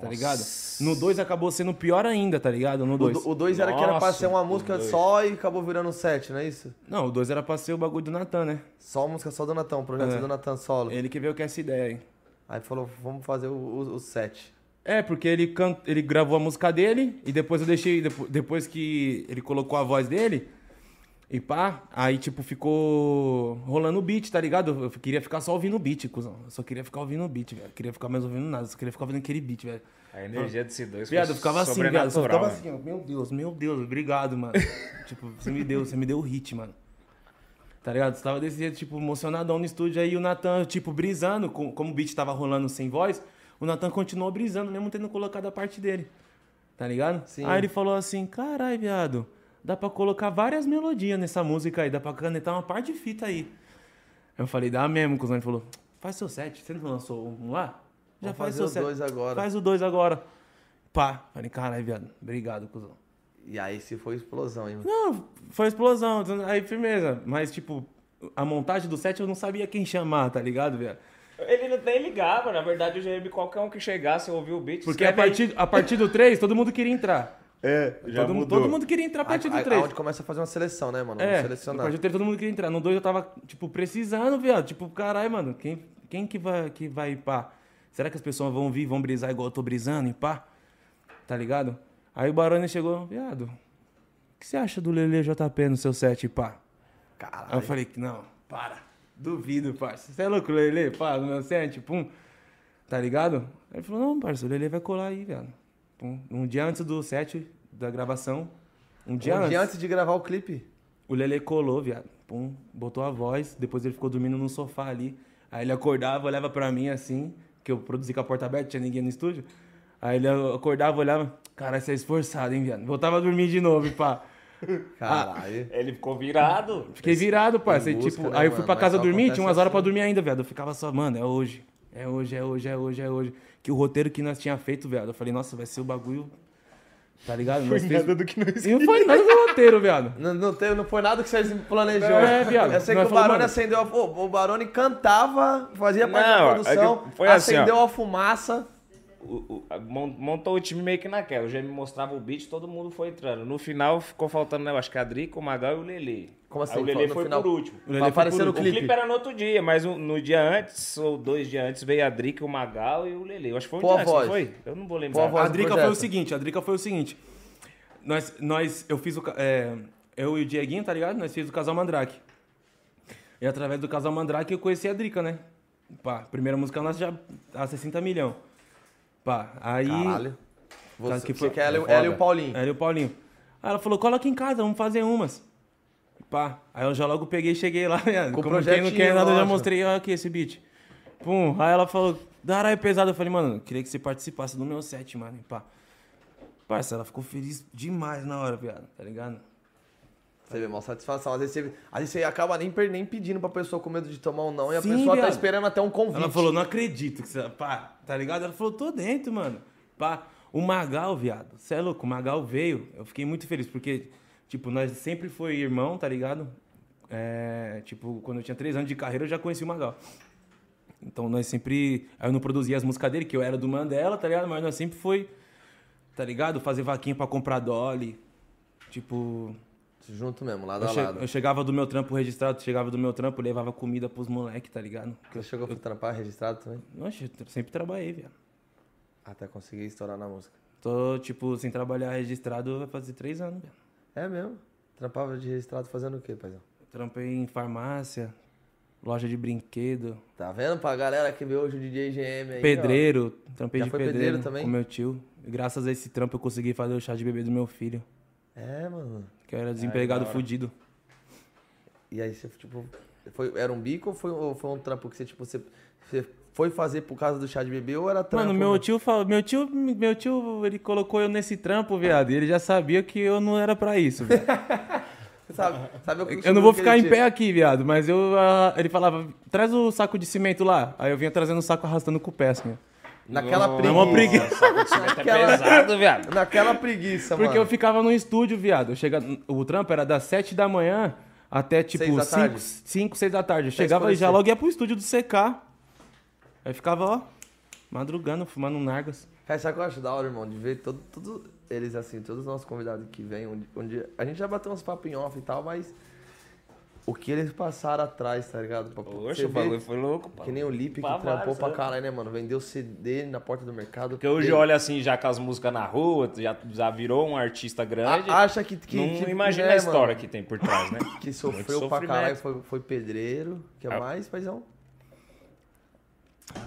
S3: Tá ligado? No 2 acabou sendo pior ainda, tá ligado? No
S1: O
S3: 2.
S1: do- O 2 era que era pra
S2: Nossa,
S1: ser uma
S2: o
S1: música
S2: dois.
S1: só e acabou virando um set, não é isso?
S3: Não, o 2 era pra ser o bagulho do Natan, né?
S1: Só uma música só do Natan, um projeto
S3: É.
S1: do Natan solo.
S3: Ele que veio com essa ideia, hein?
S1: Aí falou, vamos fazer o, o, o set.
S3: É, porque ele, can... ele gravou a música dele e depois eu deixei. depo- Depois que ele colocou a voz dele e pá, aí tipo ficou rolando o beat, tá ligado? Eu queria ficar só ouvindo o beat, cuzão. Eu só queria ficar ouvindo o beat, velho. Eu queria ficar mais ouvindo nada, eu só queria ficar ouvindo aquele beat, velho.
S2: A energia desse dois
S3: Viado, eu ficava assim, viado. Eu só ficava
S2: sobrenatural,
S3: assim, ó. Meu Deus, meu Deus, obrigado, mano. tipo, você me deu, você me deu o hit, mano. Tá ligado? Você tava desse jeito, tipo, emocionadão no estúdio. Aí o Natan, tipo, brisando, com- como o beat tava rolando sem voz, o Natan continuou brisando, mesmo tendo colocado a parte dele. Tá ligado?
S1: Sim.
S3: Aí ele falou assim: carai, viado, dá pra colocar várias melodias nessa música aí, dá pra canetar uma parte de fita aí. Eu falei, dá mesmo, cuzão. Ele falou, faz seu set. Você não lançou um lá? Já
S1: Vamos
S3: faz
S1: fazer
S3: seu
S1: os
S3: set.
S1: dois agora.
S3: Faz o dois agora. Pá. Falei, caralho, viado. Obrigado, cuzão.
S1: E aí se foi explosão, hein, mano?
S3: Não, foi explosão. Aí, firmeza. Mas, tipo, a montagem do set eu não sabia quem chamar, tá ligado, viado?
S2: Ele não- nem ligava, na verdade, o GM, qualquer um que chegasse, ouvir o beat.
S3: Porque a
S2: escreve aí.
S3: partir, a partir do 3, todo mundo queria entrar.
S2: É, já
S3: todo, mu-
S2: mudou.
S3: todo mundo queria entrar a partir
S1: Aí-
S3: do
S1: aí-
S3: 3.
S1: Aonde começa a fazer uma seleção, né, mano?
S3: É,
S1: Vamos
S3: no
S1: selecionar.
S3: quarto todo mundo queria entrar. No 2 eu tava, tipo, precisando, viado. Tipo, caralho, mano, quem, quem que vai que vai pá? Será que as pessoas vão vir, vão brisar igual eu tô brisando e pá? Tá ligado? Aí o Barone chegou, viado, o que você acha do Lele JP no seu set, pá? Aí eu
S1: Caralho.
S3: falei que não, para. Duvido, parça. Você é louco, Lele, pá, no meu set, pum. Tá ligado? Aí ele falou, não, parça, o Lele vai colar aí, viado. Pum. Um dia antes do set, da gravação. Um dia
S1: Um
S3: antes.
S1: dia antes de gravar o clipe.
S3: O Lele colou, viado. Pum, botou a voz, depois ele ficou dormindo no sofá ali. Aí ele acordava, olhava pra mim assim, que eu produzi com a porta aberta, tinha ninguém no estúdio. Aí ele acordava, olhava, cara, você é esforçado, hein, viado. Voltava a dormir de novo, e pá. Ah.
S1: Caralho.
S2: Ele ficou virado.
S3: Fiquei virado, parceiro.
S1: busca,
S3: Tipo,
S1: né,
S3: aí eu fui
S1: mano?
S3: pra
S1: Mas
S3: casa
S1: só
S3: dormir, tinha umas
S1: acontece
S3: horas pra
S1: assim.
S3: dormir ainda, viado. Eu ficava só, mano, é hoje. É hoje, é hoje, é hoje, é hoje. Que o roteiro que nós tinha feito, viado. Eu falei, nossa, vai ser o bagulho. Tá ligado? Nós fez-
S2: do que nós
S3: E não foi nada do roteiro, viado.
S1: Não, não, teve, não foi nada que vocês planejou.
S3: É, viado.
S1: Eu sei que
S3: Nós
S1: o
S3: falamos,
S1: Barone
S3: mano.
S1: acendeu a... O o Barone cantava, fazia parte
S2: Não,
S1: da
S2: é
S1: produção,
S2: que foi assim,
S1: acendeu a fumaça.
S2: O- o- a- mon- montou o time meio que naquela. O GM mostrava o beat, todo mundo foi entrando. No final ficou faltando, né, eu acho que a Drica, o Magal e o Lele.
S1: Como assim?
S2: Aí o Lele
S1: No
S2: foi
S1: final-
S2: por último.
S3: O Lelê
S1: Pra
S3: foi
S1: aparecer
S3: por
S1: no
S2: O clipe.
S1: clipe.
S2: era no outro dia, mas um- no dia antes, ou dois dias antes, veio a Drica, o Magal e o Lele. Eu acho que foi um
S1: Pô,
S2: dia
S1: a
S2: antes, não
S1: voz.
S2: foi? Eu não vou
S1: Pô, a
S2: lembrar.
S1: voz.
S3: É, A
S1: do
S3: Drica
S1: projeto.
S3: foi o seguinte, a Drica foi o seguinte. Nós, nós eu fiz o. ca- é, eu e o Dieguinho, tá ligado? Nós fizemos o casal Mandrake. E através do casal Mandrake eu conheci a Drica, né? Pá, primeira música nossa já tá a 60 milhão. Pá, aí.
S1: Caralho.
S3: Cara,
S1: Você,
S3: que
S1: que
S3: foi- É
S1: foi, ela, e o-
S2: foda.
S1: ela e o Paulinho.
S3: Era o Paulinho. Aí ela falou, cola aqui em casa, vamos fazer umas. Pá, aí eu já logo peguei e cheguei lá, *laughs* né?
S1: Com o
S3: Como quem não
S1: projetinho,
S3: quer nada, eu já
S1: lógico.
S3: mostrei, olha aqui esse beat. Pum, aí ela falou, darai pesado. Eu falei, mano, queria que você participasse do meu set, mano. E pá. Parça, ela ficou feliz demais na hora, viado, tá ligado?
S1: Você vê, mó satisfação. Às vezes você, às vezes você acaba nem, per- nem pedindo pra pessoa com medo de tomar um não. E a
S3: Sim,
S1: pessoa tá
S3: viado.
S1: esperando até um convite.
S3: Ela falou, não acredito que você. Pá, tá ligado? Ela falou, tô dentro, mano. Pá, o Magal, viado. Você é louco, o Magal veio. Eu fiquei muito feliz, porque, tipo, nós sempre foi irmão, tá ligado? É, tipo, quando eu tinha três anos de carreira, eu já conheci o Magal. Então nós sempre. Aí eu não produzia as músicas dele, que eu era do Mandela, tá ligado? Mas nós sempre foi, tá ligado? Fazer vaquinha pra comprar Dolly. Tipo,
S1: Junto mesmo, lado
S3: eu,
S1: a
S3: che-
S1: lado.
S3: eu chegava do meu trampo registrado, chegava do meu trampo, levava comida pros moleques, tá ligado?
S1: Você chegou pra trampar registrado também?
S3: Nossa, eu tra- sempre trabalhei, viado.
S1: Até conseguir estourar na música.
S3: Tô, tipo, sem trabalhar registrado vai fazer três anos, velho.
S1: É mesmo? Trampava de registrado fazendo o quê, paizão?
S3: Trampei em farmácia, loja de brinquedo,
S1: Tá vendo pra galera que vê hoje o DJ GM aí? ó?
S3: pedreiro. Trampei
S1: Já
S3: de
S1: foi
S3: pedreiro,
S1: pedreiro também?
S3: com meu tio. E graças a esse trampo eu consegui fazer o chá de bebê do meu filho,
S1: É, mano.
S3: que eu era desempregado fudido.
S1: E aí você, tipo, foi, era um bico ou foi, ou foi um trampo que você, tipo, você, você foi fazer por causa do chá de bebê ou era trampo?
S3: Mano, meu tio falou, meu tio, meu tio, ele colocou eu nesse trampo, viado. E ele já sabia que eu não era pra isso, viado.
S1: Você Sabe, sabe o que
S3: Eu não vou
S1: que
S3: ficar
S1: *laughs* ele
S3: em
S1: tinha?
S3: pé aqui, viado, mas eu. ah, ele falava, traz o saco de cimento lá. Aí eu vinha trazendo o saco arrastando com o pé, assim. ó. É
S1: Naquela
S2: Nossa,
S1: preguiça.
S3: uma preguiça.
S2: saco de cimento é
S1: Aquela-
S2: pesado, viado.
S1: Naquela preguiça,
S3: Porque
S1: mano.
S3: eu ficava no estúdio, viado. Eu chega... O trampo era das 7 da manhã até tipo
S1: Seis da
S3: 5,
S1: tarde.
S3: 5 6 da tarde. Eu chegava e já
S1: escurecer.
S3: logo ia pro estúdio do CK. Aí ficava, ó, Madrugando, fumando um Nargas.
S1: Cara, sabe o que eu acho da hora, irmão? De ver todo- todos eles, assim, todos os nossos convidados que vêm, onde, onde a gente já bateu uns papos em off e tal, mas o que eles passaram atrás, tá ligado? Pra- você
S2: Poxa, o
S1: vê
S2: bagulho foi louco, pô.
S1: Que nem o Lipe que
S2: Pra
S1: trampou
S2: vários,
S1: pra
S2: né?
S1: caralho, né, mano? Vendeu CD na porta do mercado.
S2: Porque hoje
S1: Deu-
S2: olha assim, já com as músicas na rua, tu já, já virou um artista grande.
S1: A- acha que. que
S2: não
S1: que-
S2: imagina
S1: né,
S2: a história
S1: mano?
S2: que tem por trás, né?
S1: *coughs* Que
S2: Muito
S1: sofreu pra
S2: sofrimento.
S1: caralho, foi, foi pedreiro. que é
S2: Ah.
S1: mais, um, paizão?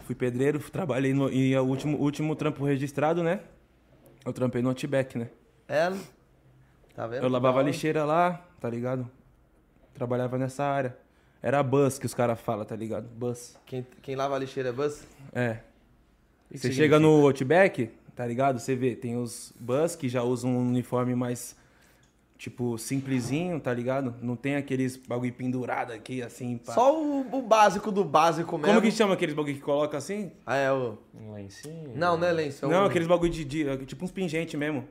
S3: Fui pedreiro, *laughs* fui- trabalhei no. E o último, último trampo registrado, né? Eu trampei no Outback, né?
S1: É. Tá vendo?
S3: Eu lavava
S1: Da hora.
S3: lixeira lá, tá ligado? Trabalhava nessa área. Era bus que os caras falam, tá ligado? Bus.
S1: Quem, quem lava a lixeira é bus?
S3: É.
S2: que
S3: Você
S2: significa?
S3: chega no Outback, tá ligado? Você vê, tem os bus que já usam um uniforme mais, tipo, simplesinho, tá ligado? Não tem aqueles bagulho pendurado aqui, assim, pá.
S1: Só o, o básico do básico mesmo.
S3: Como que chama aqueles bagulho que coloca assim?
S1: Ah, é o.
S2: Um lencinho.
S1: Não, não é lenço. é
S3: Não,
S1: um-
S3: aqueles bagulho de, de- tipo uns pingente mesmo.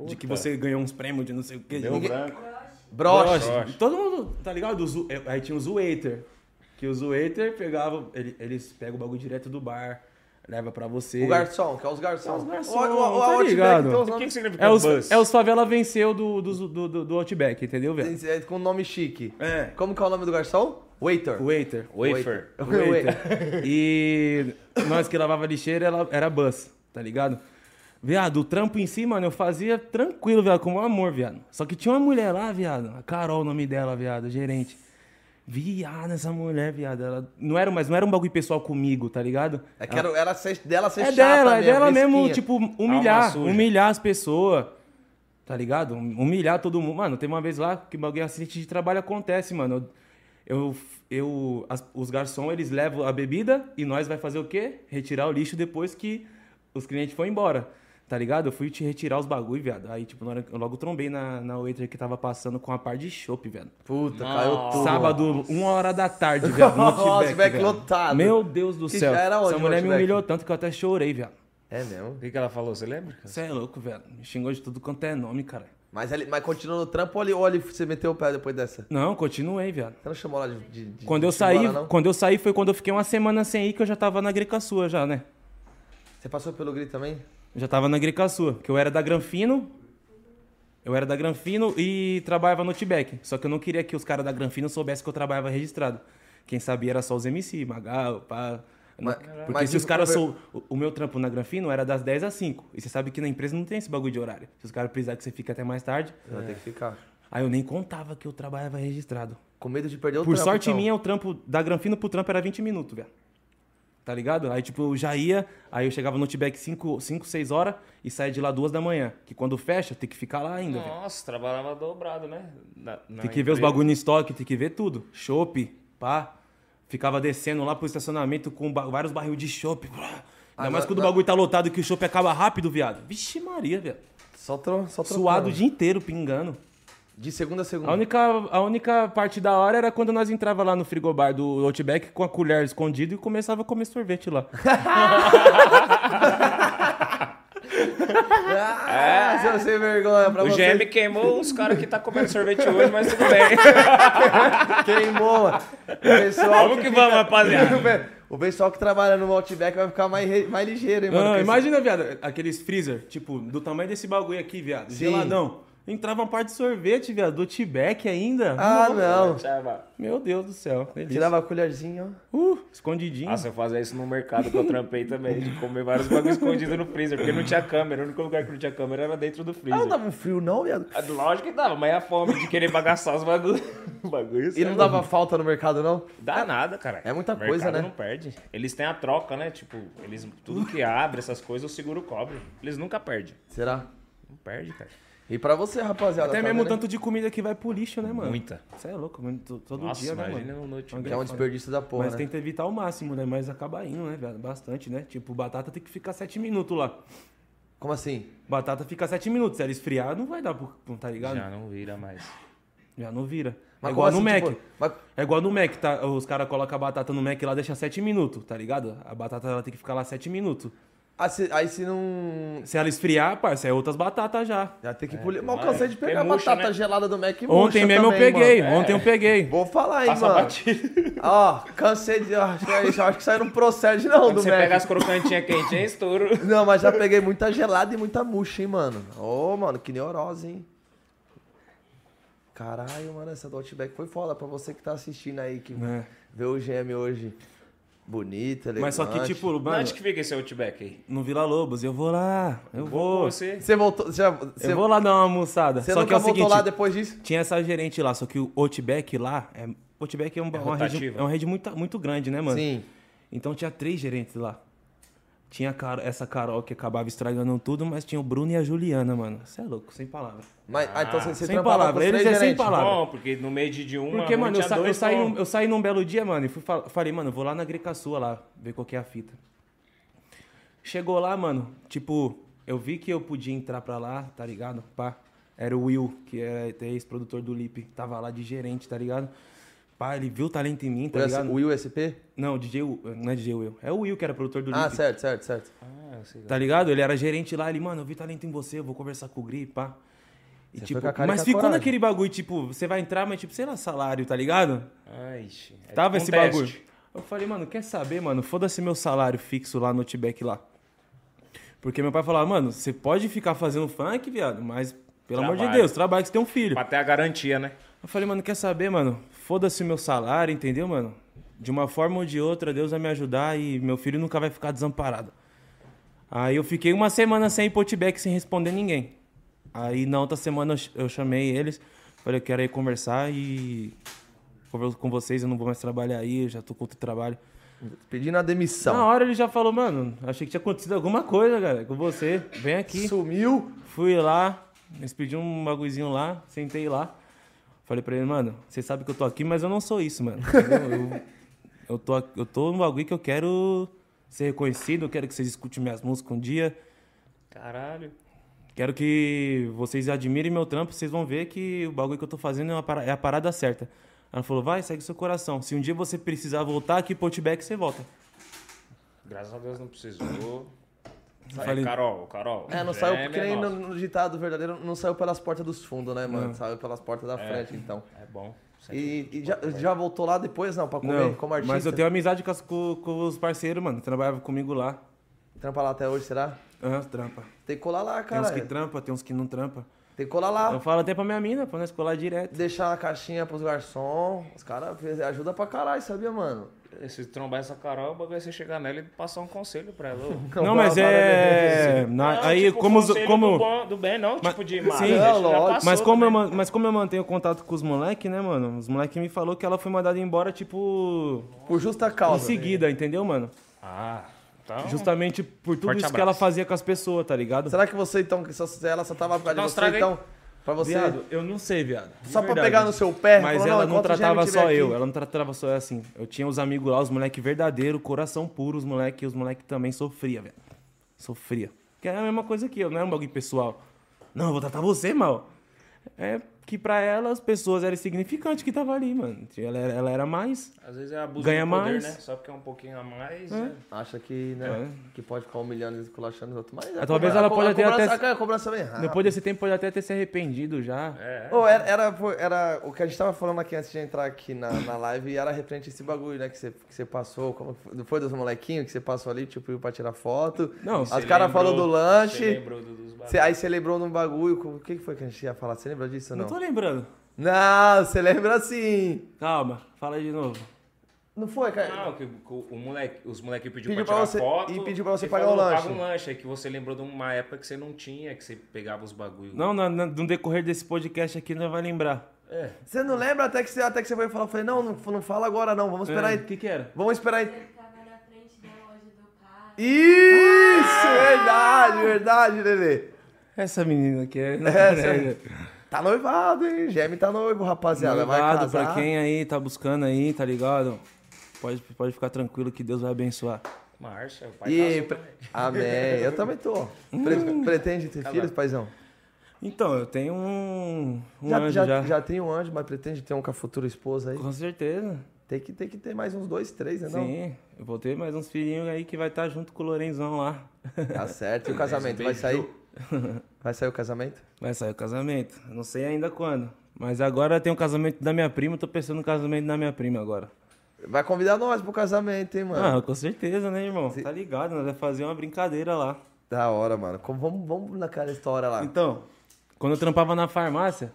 S3: De que
S2: Puta.
S3: você ganhou uns prêmios de não sei o que.
S2: Deu um branco.
S1: Broche.
S2: Broche.
S3: Todo mundo, tá ligado? Os- aí tinha os waiter. Que os waiter pegavam, ele- eles pegam o bagulho direto do bar, leva pra você.
S1: O garçom, que é os garçons.
S3: Os garçom,
S1: O- o- o-
S3: tá
S1: o Outback
S3: ligado.
S1: tem uns
S2: O que,
S1: nomes-
S2: que significa
S3: É os,
S2: bus?
S3: é os favela venceu do, do, do, do- do Outback, entendeu, velho?
S1: tem- é com nome chique.
S3: É.
S1: Como que é o nome do garçom? Waiter.
S3: Waiter.
S2: Wafer.
S3: Waiter. *laughs* e nós que lavava lixeira ela- era bus, tá ligado? Viado, o trampo em si, mano, eu fazia tranquilo, viado, com amor, viado. Só que tinha uma mulher lá, viado, a Carol, o nome dela, viado, gerente. Viado, essa mulher, viado, ela não era, mas não era um bagulho pessoal comigo, tá ligado?
S1: É que era, era ser- dela ser
S3: É
S1: chata
S3: dela, é
S1: mesmo,
S3: dela mesmo,
S1: mesquinha.
S3: tipo, humilhar,
S2: suja.
S3: humilhar as pessoas. Tá ligado? Humilhar todo mundo. Mano, tem uma vez lá que bagulho acidente de trabalho acontece, mano. Eu eu as- os garçons, eles levam a bebida e nós vai fazer o quê? Retirar o lixo depois que os clientes foram embora. Tá ligado? Eu fui te retirar os bagulho, viado. Aí, tipo, na hora, eu logo trombei na, na waiter que tava passando com a par de chopp, viado.
S1: Puta,
S2: Nossa.
S1: caiu tudo.
S3: Sábado, uma hora da tarde,
S1: *laughs*
S3: viado. no
S1: Nossa, *laughs*
S3: Outback,
S1: Outback
S3: viado.
S1: lotado.
S3: Meu Deus do
S1: Que
S3: céu.
S1: já era onde,
S3: Essa mulher me
S1: Outback?
S3: humilhou tanto que eu até chorei, viado.
S1: É mesmo.
S2: O que, que ela falou, você lembra?
S3: Você é louco, velho. Me xingou de tudo quanto é nome, cara.
S1: Mas, ele, mas continua no trampo ou ele, ou ele- você meteu o pé depois dessa?
S3: Não, continuei, viado.
S1: Você não chamou ela de. de- de-
S3: Quando
S1: de
S3: eu saí,
S1: chibana, não?
S3: quando eu saí foi quando eu fiquei uma semana sem ir que eu já tava na Greca Sua já, né?
S1: Você passou pelo grito também?
S3: Eu já tava na Greca Sua, que eu era da Granfino. Eu era da Granfino e trabalhava no Tibete. Só que eu não queria que os caras da Granfino soubessem que eu trabalhava registrado. Quem sabia era só os MC, Magal, pá. Eu não-
S1: Mas-
S3: Porque
S1: mas
S3: se os
S1: de-
S3: caras sou o- O meu trampo na Granfino era das 10 às 5. E você sabe que na empresa não tem esse bagulho de horário. Se os caras precisarem que você fique até mais tarde.
S1: Você Vai ter que ficar.
S3: Aí eu nem contava que eu trabalhava registrado.
S1: Com medo de perder o
S3: Por
S1: trampo.
S3: sorte
S1: então.
S3: minha, o trampo da Granfino pro trampo era 20 minutos, velho. Tá ligado? Aí, tipo, eu já ia, aí eu chegava no Outback 5, 6 horas e saía de lá 2 da manhã. Que quando fecha, tem que ficar lá ainda, velho.
S2: Nossa, trabalhava dobrado, né? Na- na
S3: Tem que ver os
S2: empresa.
S3: bagulho em estoque, tem que ver tudo. Chopp, pá. Ficava descendo lá pro estacionamento com ba- vários barril de chopp. brá. Ainda
S1: Ah,
S3: mais
S1: na-
S3: quando
S1: na-
S3: o bagulho tá lotado que o chopp acaba rápido, viado. Vixe Maria, velho.
S1: Só, tro, só trocando.
S3: Suado o dia inteiro, pingando.
S1: De segunda a segunda.
S3: A única, a única parte da hora era quando nós entrava lá no frigobar do Outback com a colher escondida e começava a comer sorvete lá.
S1: Ah, seu sem vergonha pra
S2: O
S1: você.
S2: GM queimou uns caras que tá comendo sorvete hoje, mas tudo bem.
S1: Queimou. mano. O pessoal
S2: vamos que vamos, rapaziada.
S1: O pessoal que trabalha no Outback vai ficar mais, re- mais ligeiro, hein, *laughs* mano?
S3: Ah,
S1: Porque
S3: imagina, viado, aqueles freezer, tipo, do tamanho desse bagulho aqui, viado. Geladão. Entrava uma parte de sorvete, viado, do Outback ainda.
S1: Ah, não.
S2: Tchau.
S3: Meu Deus do céu. delícia.
S1: Tirava a colherzinha, ó.
S3: Uh, escondidinho.
S2: Nossa, Ah, eu fazia isso no mercado que eu trampei também, de comer vários bagulhos escondidos no freezer, porque não tinha câmera. O único lugar que não tinha câmera era dentro do
S1: Ah, não
S2: freezer.
S1: dava um frio, não, viado?
S2: Ah, Lógico que dava, mas é a fome de querer bagaçar os bagulhos. bagulhos
S1: E não
S3: é
S1: dava falta no mercado, não?
S2: Dá nada, cara.
S1: é muita
S2: O mercado
S1: coisa, né?
S2: não perde. Eles têm a troca, né? Tipo, eles tudo que abre, essas coisas, o seguro cobre. Eles nunca perdem.
S1: Será?
S2: Não perde, cara.
S1: E pra você, rapaziada.
S3: Até
S1: tá
S3: mesmo o
S1: vendo, hein?
S3: tanto de comida que vai pro lixo, né, mano?
S2: Muita.
S3: Você é louco, mano. to- Todo
S2: Nossa,
S3: dia, né, mano?
S2: imagina no noite.
S1: Que é um desperdício da porra,
S3: Mas
S1: né?
S3: tenta evitar ao máximo, né? Mas acaba indo, né, viado? Bastante, né? Tipo, batata tem que ficar 7 minutos lá.
S1: Como assim?
S3: Batata fica 7 minutos. Se ela esfriar, não vai dar, pro- pro- tá ligado? Já,
S2: Já não vira mais.
S3: não vira.
S1: Mas
S3: é igual
S1: como
S3: no
S1: assim,
S3: Mac.
S1: tipo, mas-
S3: É igual no Mac, tá? Os caras colocam a batata no Mac lá, deixa 7 minutos, tá ligado? A batata ela tem que ficar lá 7 minutos.
S1: Aí ah, se, aí se não.
S3: Se ela esfriar, parça, é outras batatas já.
S1: Já tem que polir. Mas eu cansei de pegar a
S2: murcha,
S1: batata
S2: né?
S1: gelada do Mac
S3: Ontem
S1: murcha
S3: mesmo
S1: também,
S3: eu peguei,
S1: mano. É.
S3: ontem eu peguei.
S1: Vou falar, hein,
S2: Passa
S1: mano.
S2: batido.
S1: Ó, cansei de. Eu acho, que- eu acho que isso aí não procede, não,
S2: Quando
S1: do
S2: você
S1: Mac.
S2: pega as crocantinhas quentes, é estouro.
S1: Não, mas já peguei muita gelada e muita murcha, hein, mano. Ô, mano, que neurose, hein? Caralho, mano, essa do Outback foi foda pra você que tá assistindo aí, que
S3: É.
S1: vê o GM hoje bonita, elegante.
S3: Mas só que, tipo, mano,
S2: Onde que fica esse Outback aí?
S3: no Vila Lobos, eu vou lá, eu vou.
S2: Com Você...
S1: Você voltou. Você, já- você,
S3: Eu vou lá dar uma almoçada.
S1: você
S3: só
S1: nunca
S3: que é o
S1: voltou
S3: seguinte,
S1: lá depois disso?
S3: tinha essa gerente lá, só que o Outback lá, é, Outback é, um, é, uma, rede,
S2: rotativa.
S3: é uma rede muito, muito grande, né, mano?
S1: Sim.
S3: Então tinha três gerentes lá. Tinha a Carol- essa Carol que acabava estragando tudo, mas tinha o Bruno e a Juliana, mano. Você é louco, sem palavra.
S1: Mas, ah, então você, você
S3: sem
S1: trampava
S3: palavra,
S1: com os
S3: eles
S1: três
S3: é sem
S1: gerentes?
S3: palavra.
S2: Bom, porque no meio de de uma,
S3: Porque, mano, eu,
S2: tinha
S3: sa- eu
S2: dois,
S3: saí
S2: bom.
S3: num, eu saí num belo dia, mano, e fui, fal- falei, mano, vou lá na Greca Sua lá, ver qual que é a fita. Chegou lá, mano, tipo, eu vi que eu podia entrar pra lá, tá ligado? Pá, era o Will, que era até ex-produtor do Lip, tava lá de gerente, tá ligado? Pá, ele viu o talento em mim, tá
S1: assim, O S-
S3: ligado?
S1: O USP?
S3: Não, DJ, Will- não é DJ Will, é o Will que era produtor do
S1: Ah,
S3: Lip,
S1: certo, certo, certo.
S2: Ah, eu sei.
S3: tá ligado? Ele era gerente lá, ele, mano, eu vi talento em você, eu vou conversar com o Gri, pá. E,
S1: Você
S3: tipo,
S1: foi com a cara e com
S3: mas
S1: a
S3: ficou
S1: coragem.
S3: naquele bagulho, tipo, você vai entrar, mas tipo, sei lá, salário, tá ligado?
S2: Ai, ixi. É
S3: Tava
S2: tipo
S3: esse
S2: um teste.
S3: bagulho. Eu falei, mano, quer saber, mano? Foda-se meu salário fixo lá no Outback lá. Porque meu pai falava, mano, você pode ficar fazendo funk, viado, mas pelo amor de
S2: Trabalho.
S3: Deus, trabalha que você tem um filho.
S2: Pra ter a garantia, né?
S3: Eu falei, mano, quer saber, mano? Foda-se meu salário, entendeu, mano? De uma forma ou de outra, Deus vai me ajudar e meu filho nunca vai ficar desamparado. Aí eu fiquei uma semana sem ir pro Outback, sem responder ninguém. Aí na outra semana eu ch- eu chamei eles, falei, eu quero ir conversar e converso com vocês, eu não vou mais trabalhar aí, eu já tô com outro trabalho.
S1: Pedindo a demissão.
S3: Na hora ele já falou, mano, achei que tinha acontecido alguma coisa, cara, com você, vem aqui.
S1: Sumiu.
S3: Fui lá, eles pediram um bagulhozinho lá, sentei lá. Falei pra ele, mano, você sabe que eu tô aqui, mas eu não sou isso, mano. entendeu? eu, eu, tô, aqui- eu tô num bagulho que eu quero ser reconhecido, eu quero que vocês escutem minhas músicas um dia.
S2: Caralho.
S3: Quero que vocês admirem meu trampo, vocês vão ver que o bagulho que eu tô fazendo é, uma para- é a parada certa. Ela falou, vai, segue seu coração. Se um dia você precisar voltar aqui pro Outback, você volta.
S2: Graças a Deus não precisou. Aí,
S3: Falei-
S2: Carol, Carol.
S1: É, não saiu,
S2: é
S1: porque nem
S2: nossa.
S1: no, no ditado verdadeiro, não saiu pelas portas dos fundos, né, mano? Saiu pelas portas da frente, então.
S2: É bom. Sempre
S1: E, e já, já voltou lá depois, não, pra comer
S3: Não,
S1: como artista?
S3: mas eu tenho amizade com, as- com- com os parceiros, mano, que trabalhavam comigo lá.
S1: Trampa lá até hoje, será?
S3: Ah, trampa.
S1: Tem que colar lá,
S3: Tem
S1: cara.
S3: uns que trampa, tem uns que não trampa.
S1: Tem que colar lá.
S3: Eu falo até pra minha mina, pra nós colar direto.
S1: Deixar a caixinha pros garçons. Os caras fez- ajuda pra caralho, sabia, mano?
S2: Se trombar essa Carol, o bagulho é você chegar nela e passar um conselho pra
S3: *laughs*
S2: ela. ô.
S3: Não, mas é. na-
S2: Não,
S3: aí,
S2: tipo,
S3: como. os-
S2: conselho
S3: como
S2: Do, bom- do bem, não, tipo de mal.
S3: sim,
S1: é lógico.
S3: mas, como eu, man- mas como eu mantenho contato com os moleques, né, mano? Os moleques me falou que ela foi mandada embora, tipo.
S1: Por justa
S3: Em
S1: causa.
S3: seguida, entendeu, mano?
S2: Ah, então.
S3: Justamente por tudo
S2: Forte
S3: isso que
S2: abraço.
S3: ela fazia com as pessoas, tá ligado?
S1: Será que você, então, que só, ela só tava pra de
S2: Dá uns
S1: você,
S2: traga aí.
S1: então? Pra você.
S3: Viado, eu não sei, viado. De
S1: Só pra
S3: verdade.
S1: pegar no seu pé,
S3: Mas
S1: falou,
S3: ela
S1: não,
S3: não
S1: enquanto o
S3: tratava
S1: Jeremy
S3: só
S1: tiver
S3: eu,
S1: aqui.
S3: ela não tratava só eu assim. Eu tinha os amigos lá, os moleque verdadeiro, coração puro, os moleque, os moleque também sofria, velho. Sofria. Que era a mesma coisa que eu, não era um bagulho pessoal. Não, eu vou tratar você mal. É que pra ela as pessoas eram insignificantes que tava ali, mano. Ela era, ela era mais.
S2: Às vezes é abuso
S3: Ganha
S2: de poder,
S3: mais. Hum?
S2: né? Só porque é um pouquinho a mais. né?
S1: Acha que, né? Que pode ficar humilhando e esculachando os outros. Mas a
S3: É. Talvez
S1: cobrança-
S3: ela
S1: a co-
S3: pode
S1: a
S3: até-
S1: cobrança-
S3: até-
S1: A cobrança vem rápido.
S3: Depois desse tempo pode até ter se arrependido já.
S2: É.
S1: Ô, era, era, pô, era o que a gente tava falando aqui antes de entrar aqui na, na live, era referente a esse bagulho, né? Que você, que você passou, como que foi, não foi dos molequinhos que você passou ali, tipo, pra tirar foto.
S3: Não,
S1: As caras falou do
S2: Você
S1: lanche,
S2: lembrou do- dos
S1: você-
S2: bagulhos.
S1: aí você lembrou de um bagulho, como- o que que foi que a gente ia falar? Você lembra disso ou não?
S3: Não tô lembrando.
S1: Não, você lembra sim.
S3: Calma, fala de novo.
S1: Não foi, cara?
S2: Não, que o- o moleque, os moleque pediu,
S1: Pediu
S2: pra tirar
S1: pra você-
S2: foto.
S1: e pediu pra você
S2: ele
S1: pagar o
S2: falou,
S1: lanche.
S2: Paga um lanche, é que você lembrou de uma época que você não tinha, que você pegava os bagulhos.
S3: Não, na- na- no decorrer desse podcast aqui não vai lembrar.
S2: É.
S1: Você não lembra até que você, até que você foi falar, eu falei, não, não, não fala agora não, vamos esperar
S3: É,
S1: aí.
S3: que que era?
S1: Vamos esperar aí.
S4: ficava na frente da loja do cara.
S1: Isso, verdade, verdade, Lelê.
S3: Essa menina aqui é.
S1: Essa- Tá noivado, hein? Gêmeo tá noivo, rapaziada. vai
S3: Noivado
S1: casar.
S3: pra quem aí tá buscando aí, tá ligado? Pode, pode ficar tranquilo que Deus vai abençoar.
S2: Marcha, o pai
S1: E...
S2: casou também.
S1: Amém. Eu também tô.
S3: Hum.
S1: Pre- Pretende ter filhos, paizão?
S3: Então, eu tenho um, um
S1: já,
S3: anjo
S1: já,
S3: já.
S1: já tem um anjo, mas pretende ter um com a futura esposa aí?
S3: Com certeza.
S1: Tem que, tem que ter mais uns dois, três, né? Não?
S3: Sim, eu vou ter mais uns filhinhos aí que vai estar junto com o Lorenzão *laughs* lá.
S1: Tá certo.
S2: *laughs*
S1: E o casamento? Vai sair? Vai sair o casamento?
S3: Vai sair o casamento. Eu Não sei ainda quando. Mas agora tem o casamento da minha prima, eu tô pensando no casamento da minha prima agora.
S1: Vai convidar nós pro casamento, hein, mano?
S3: Ah, com certeza, né, irmão? Tá ligado, nós vamos fazer uma brincadeira lá.
S1: Da hora, mano. Como, vamos, vamos naquela história lá.
S3: Então, quando eu trampava na farmácia,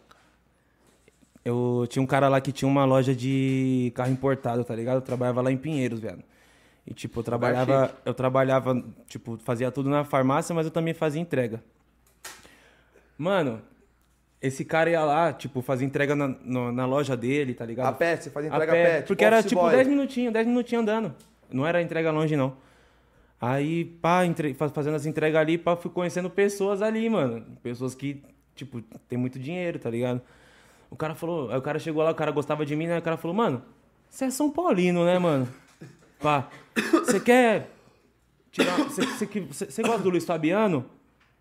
S3: eu tinha um cara lá que tinha uma loja de carro importado, tá ligado? Eu trabalhava lá em Pinheiros, velho. E tipo, eu trabalhava, eu trabalhava, tipo, fazia tudo na farmácia, mas eu também fazia entrega. Mano, esse cara ia lá, tipo, fazia entrega na, no- na loja dele, tá ligado?
S1: A pé, você faz
S3: A
S1: entrega a
S3: pé,
S1: pé.
S3: Porque era
S1: office
S3: tipo
S1: boy.
S3: 10 minutinhos, 10 minutinhos andando. Não era entrega longe, não. Aí, pá, entre- fa- fazendo as entregas ali, pá, fui conhecendo pessoas ali, mano. Pessoas que, tipo, tem muito dinheiro, tá ligado? O cara falou, aí o cara chegou lá, o cara gostava de mim, né? O cara falou, mano, você é São Paulino, né, mano? Pá, você quer tirar. Você você que- você- você gosta do Luiz Fabiano?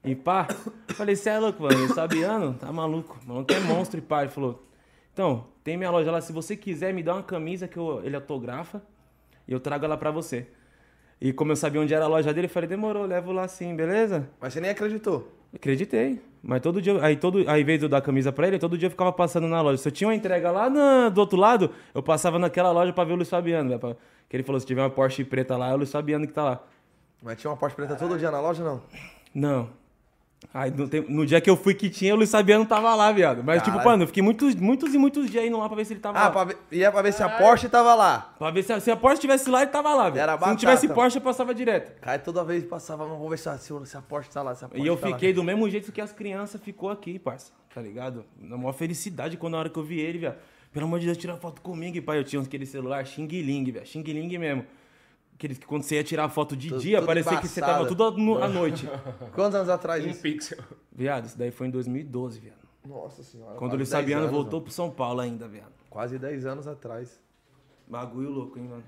S3: E pá, falei, você é louco, mano. Luiz Fabiano, tá maluco. O maluco é monstro e pá. Ele falou, então, tem minha loja lá, se você quiser, me dá uma camisa que eu- ele autografa e eu trago ela pra você. E como eu sabia onde era a loja dele, eu falei, demorou, eu levo lá sim, beleza?
S1: Mas você nem acreditou.
S3: Acreditei. Mas todo dia, aí todo, aí, ao invés de eu dar a camisa pra ele, todo dia eu ficava passando na loja. Se eu tinha uma entrega lá na- do outro lado, eu passava naquela loja pra ver o Luiz Fabiano, velho. pra- Que ele falou, se tiver uma Porsche preta lá, é o Luiz Fabiano que tá lá.
S1: Mas tinha uma porta preta todo dia na loja, não?
S3: Não. Aí no, tem- no dia que eu fui que tinha, o Luiz Fabiano tava lá, viado. Mas, tipo,
S1: Caralho.
S3: mano, eu fiquei muitos, muitos e muitos dias indo lá pra ver se ele tava
S1: Ah,
S3: lá.
S1: pra ver, ia pra ver se a Porsche tava lá.
S3: Pra ver se, se a Porsche tivesse lá, ele tava lá, velho.
S1: Era
S3: Se não
S1: batata.
S3: tivesse Porsche, eu passava direto.
S1: Cara, toda vez passava, "Mas vamos ver se a, se o- se a Porsche tá lá. se a Porsche
S3: E eu
S1: tá lá."
S3: fiquei do mesmo jeito que as crianças ficou aqui, parça. Tá ligado? Na maior felicidade quando na hora que eu vi ele, velho. Pelo amor de Deus, tira foto comigo, e, pai. Eu tinha aquele celular Xing Ling, velho. Xing Ling mesmo. Aqueles que quando você ia tirar foto de
S1: Tudo-
S3: dia,
S1: tudo
S3: parecia que você tava
S1: embaçado.
S3: tudo no-
S1: *laughs*
S3: à noite.
S1: Quantos anos atrás
S2: Um
S1: isso?
S2: pixel.
S3: viado, isso daí foi em 2012, viado.
S1: Nossa senhora.
S3: Quando
S1: quase
S3: o Luiz
S1: 10
S3: Fabiano
S1: anos,
S3: voltou pro São Paulo ainda, viado.
S1: mano. Quase 10 anos atrás.
S3: Bagulho louco, hein, mano.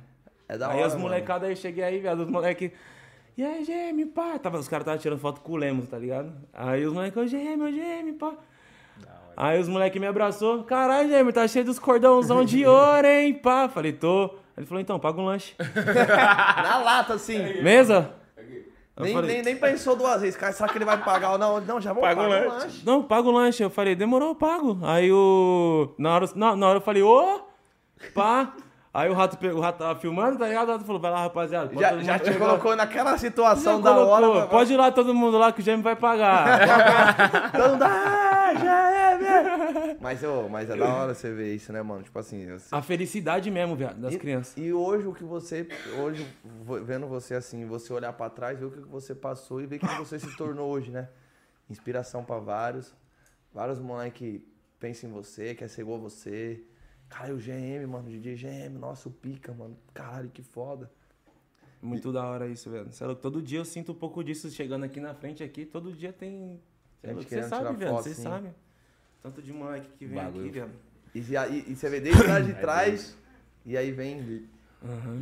S1: É da
S3: aí
S1: hora.
S3: as
S1: mano.
S3: molecadas aí, cheguei aí, viado, os moleque. E aí, GM, pá. Tava, os caras estavam tirando foto com o Lemos, tá ligado? Aí os moleques, ô GM, ô GM, pá. Aí os moleque me abraçou. Caralho, GM, tá cheio dos cordãozão de ouro, hein, pá. Falei, tô. Ele falou, então, paga um lanche.
S1: *laughs* Na lata, assim.
S3: Mesa? É Eu
S1: Nem,
S3: falei,
S1: nem, nem pensou duas vezes. Cara, será que ele vai pagar ou não? Não, já vou
S2: Paga um
S1: pagar o
S2: lanche.
S1: lanche.
S3: Não, paga o lanche. Eu falei, demorou, eu pago. Aí o. Na hora, na, na hora eu falei, ô! Pá! Aí o rato, pegou- o rato tava filmando, tá ligado? O rato falou, vai lá, rapaziada. pode
S1: Já,
S3: todo
S1: já
S3: mundo
S1: te
S3: chegar."
S1: colocou naquela
S3: Já
S1: situação um da
S3: colocou,
S1: hora. mano.
S3: Pode ir lá todo mundo lá que o Jaime
S1: *laughs*
S3: vai pagar.
S1: Todo mundo, "Ah, já é,
S3: *laughs*
S1: velho. Mas, ô, mas é da hora você ver isso, né, mano? Tipo assim, eu-
S3: a felicidade mesmo, viado, das
S1: E-
S3: crianças.
S1: E hoje o que você. Hoje, vo- vendo você assim, você olhar pra trás, ver o que você passou e ver o que você se tornou hoje, né? Inspiração pra vários. Vários moleque pensam em você, quer ser igual a você. Cara, e o GM, mano, DJ GM, nossa, o pica, mano. Caralho, que foda.
S3: Muito da hora isso, velho. Sei lá, todo dia eu sinto um pouco disso chegando aqui na frente aqui, todo dia tem. sei
S1: Gente
S3: lá, Você
S1: querendo
S3: sabe,
S1: tirar
S3: velho,
S1: foto,
S3: você
S1: sim.
S3: sabe. Tanto de moleque que vem
S2: Bagulho.
S3: aqui, velho.
S1: E, se- e, e você vê desde
S3: *coughs* É
S1: lá de
S2: Ai,
S1: trás. E aí vem Li-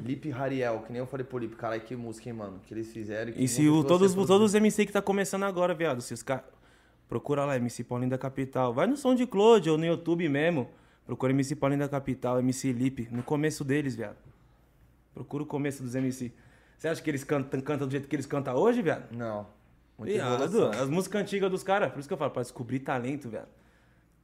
S1: Lipe Rariel, que nem eu falei pro Lipe, caralho, que música, hein, mano, que eles fizeram. que
S3: E se
S1: música
S3: o,
S1: você
S3: todos,
S1: produziu.
S3: todos os MC que tá começando agora, viado, se os caras. Procura lá, MC Paulinho da Capital. Vai no som de Cloud ou no YouTube mesmo. Procura MC Paulinho da Capital, MC Lipe. No começo deles, viado. Procura o começo dos MC. Você acha que eles cantam, cantam do jeito que eles cantam hoje, viado?
S1: Não. Muita
S3: Viado,
S1: evolução.
S3: as músicas antigas dos caras. Por isso que eu falo, pra descobrir talento, velho.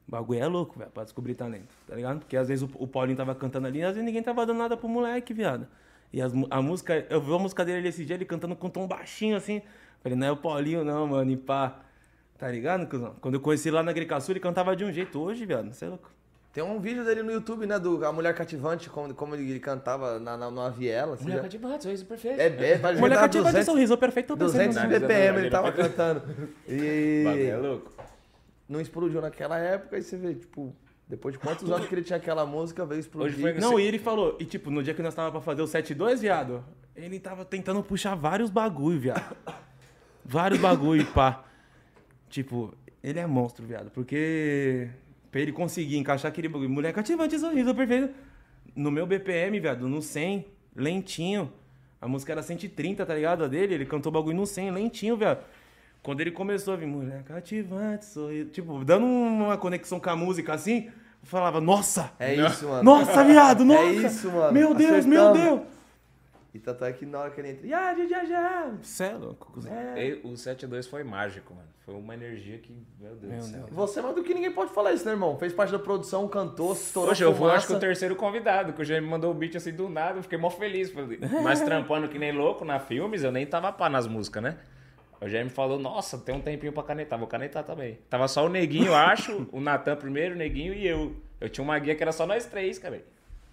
S3: O bagulho é louco, velho, pra descobrir talento, tá ligado? Porque às vezes o, o Paulinho tava cantando ali, às vezes ninguém tava dando nada pro moleque, viado. E as mu- a música, eu vi a música dele esse dia, ele cantando com um tom baixinho assim. Falei, não é o Paulinho não, mano, e pá. Tá ligado, cuzão? Quando eu conheci lá na Agricaçu, ele cantava de um jeito. Hoje, viado, você é louco.
S1: Tem um vídeo dele no YouTube, né? Do A Mulher Cativante, como, como ele cantava na, na, numa viela. Assim,
S2: Mulher
S1: já-
S2: cativante, sorriso perfeito.
S1: É, é, parece que ele
S3: Mulher
S1: tava
S3: cativa de
S1: 200,
S3: sorriso, perfeito, eu pensei
S1: 200
S3: no-
S2: Não,
S1: BPM ele
S2: não,
S1: tava
S2: não.
S1: cantando.
S2: O bagulho é
S1: E
S2: louco.
S1: não explodiu naquela época, e você vê, tipo, depois de quantos anos que ele tinha aquela música, veio explodir.
S2: Hoje foi
S3: Não, e ele falou, e tipo, no dia que nós tava pra fazer o 7-2, viado, ele tava tentando puxar vários bagulho, viado. vários bagulho, pá. Tipo, ele é monstro, viado, porque pra ele conseguir encaixar aquele bagulho, mulher cativante, sorriso é perfeito. No meu BPM, viado, no 100, lentinho. A música era 130, tá ligado? A dele, ele cantou bagulho no 100, lentinho, viado. Quando ele começou a vir, mulher cativante, sorriso. Tipo, dando uma conexão com a música assim, falava, nossa!
S1: É isso, mano.
S3: Nossa, viado, nossa!
S1: É isso, mano.
S3: Meu Deus, meu Deus!
S1: Acertamos. E tanto é que na hora que ele entra. "Ya, ya, ya, ya",
S3: Você é louco, cuzão.
S2: E O 7-2 foi mágico, mano. Foi uma energia que, meu Deus do céu.
S1: Você é mais do que ninguém pode falar isso, né, irmão? Fez parte da produção, cantou, estourou.
S2: Poxa, eu fui, eu acho que o
S1: fumaça.
S2: terceiro convidado, que o Jaime mandou o beat assim do nada, eu fiquei mó feliz. Falei, Mas trampando que nem louco na filmes, eu nem tava pá nas músicas, né? O Jaime falou, nossa, tem um tempinho pra canetar, vou canetar também. Tava só o Neguinho, eu acho, o Natan primeiro, o Neguinho e eu. Eu tinha uma guia que era só nós três, cara.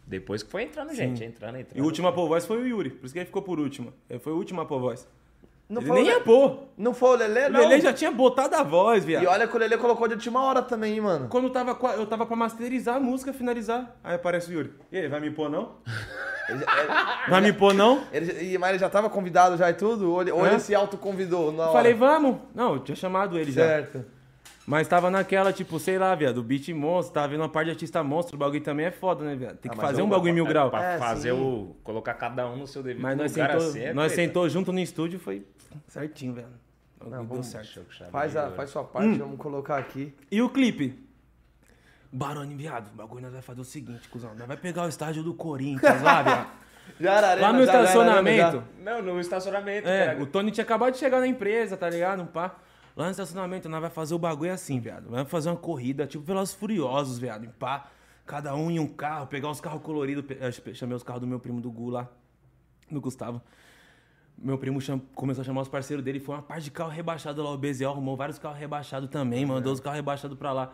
S2: Depois que foi entrando, gente, entrando, entrando.
S3: E o último a pôr voz foi o Yuri, por isso que ele ficou por último. Ele foi o último a pôr voz.
S1: Não
S3: ele
S1: foi o
S3: nem é
S1: Le-
S2: é
S3: ia pôr.
S1: Não foi o Lelê,
S3: O
S1: não.
S3: Lele já tinha botado a voz, viado.
S1: E olha que o Lelê colocou de última hora também, hein, mano.
S3: Quando eu tava, qua- eu tava pra masterizar a música, finalizar, aí aparece o Yuri. E aí, vai me pôr não?
S1: Ele já- ele-
S3: Vai me pôr não?
S1: ele- e- mas ele já tava convidado já e tudo? Ou ele, ou
S3: Hã?
S1: ele se autoconvidou na hora?
S3: Falei, vamos. Não, eu tinha chamado ele já.
S1: Certo.
S3: Mas tava naquela, tipo, sei lá, viado, o beat monstro, tava vendo uma parte de artista monstro, o bagulho também é foda, né, viado? Tem
S1: Ah,
S3: que
S1: mas
S3: fazer
S1: eu-
S3: um bagulho em mil grau.
S2: Pra
S1: É,
S2: fazer
S1: sim.
S2: o... Colocar cada um no seu devido
S3: Mas nós
S2: lugar
S3: sentou,
S2: assim, é
S3: nós
S2: treta.
S3: sentou junto no estúdio, foi certinho, velho. O bagulho deu certo.
S2: Deixa eu chamar
S1: Faz,
S2: ele
S1: a,
S2: agora.
S1: faz sua
S3: Hum.
S1: parte, vamos colocar aqui.
S3: E o clipe? Barone, viado, o bagulho nós vai fazer o seguinte, cuzão, nós vai pegar o estádio do Corinthians lá, *laughs* viado.
S1: Já era arena,
S3: Lá no
S1: já era arena, já.
S3: estacionamento.
S2: Não, no estacionamento,
S3: É,
S2: cara.
S3: o Tony tinha acabado de chegar na empresa, tá ligado? Um pá. Lá no estacionamento, nós vai fazer o bagulho assim, viado. Nós vai fazer uma corrida, tipo Velozes Furiosos, viado. Em pá. Cada um em um carro, pegar os carros coloridos. pe- eu ch- Chamei os carros do meu primo do Gu lá, do Gustavo. Meu primo cham- começou a chamar os parceiros dele. Foi uma parte de carro rebaixado lá. O BZL arrumou vários carros rebaixados também, mandou os carros rebaixados pra lá.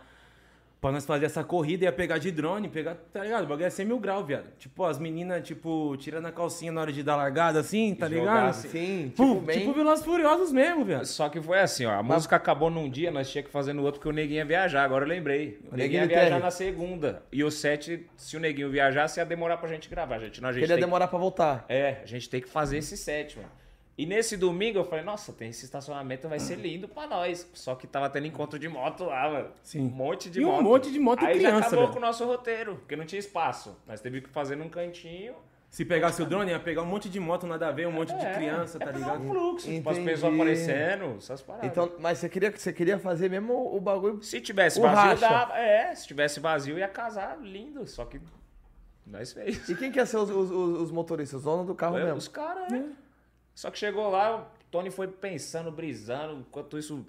S3: Pra nós fazer essa corrida, ia pegar de drone, pegar, tá ligado? O bagulho é 100 mil graus, viado. Tipo, as meninas, tipo, tirando a calcinha na hora de dar largada, assim, tá
S2: Jogar
S3: ligado?
S2: assim.
S1: Sim, tipo,
S3: Tipo,
S1: bem...
S3: tipo Velozes Furiosos mesmo, viado.
S2: Só que foi assim, ó. A música acabou num dia, nós tinha que fazer no outro, porque o neguinho ia viajar. Agora eu lembrei. O neguinho ia
S1: Neguinho
S2: viajar
S1: Terry.
S2: na segunda. E o set, se o neguinho viajasse, ia demorar pra gente gravar. Gente, não, a gente
S1: ele ia
S2: tem que-
S1: demorar pra voltar.
S2: É, a gente tem que fazer esse set, mano. E nesse domingo eu falei, nossa, tem esse estacionamento, vai ser lindo pra nós. Só que tava tendo encontro de moto lá, mano.
S3: Sim.
S2: Um monte de
S3: E um
S2: moto.
S3: monte de moto e
S2: Aí já
S3: criança,
S2: acabou
S3: velho.
S2: com o nosso roteiro, porque não tinha espaço. Nós teve que fazer num cantinho.
S3: Se pegasse o drone, ia pegar um monte de moto nada a ver, um monte de
S2: É,
S3: criança, tá
S2: é pra dar Um
S3: ligado?
S2: fluxo, tipo, as
S1: Entendi.
S2: pessoas aparecendo, essas
S3: É.
S2: paradas.
S1: Então, mas você queria, você queria fazer mesmo o- o bagulho
S2: Se tivesse
S1: O
S2: vazio,
S1: racha.
S2: dava. É, se tivesse vazio, ia casar lindo. Só que nós fez.
S1: E quem que ia ser os, os, os- os motoristas? Os donos do carro
S2: É,
S1: mesmo.
S2: Os caras, é.
S3: Né?
S2: Só que chegou lá, o Tony foi pensando, brisando. Enquanto isso,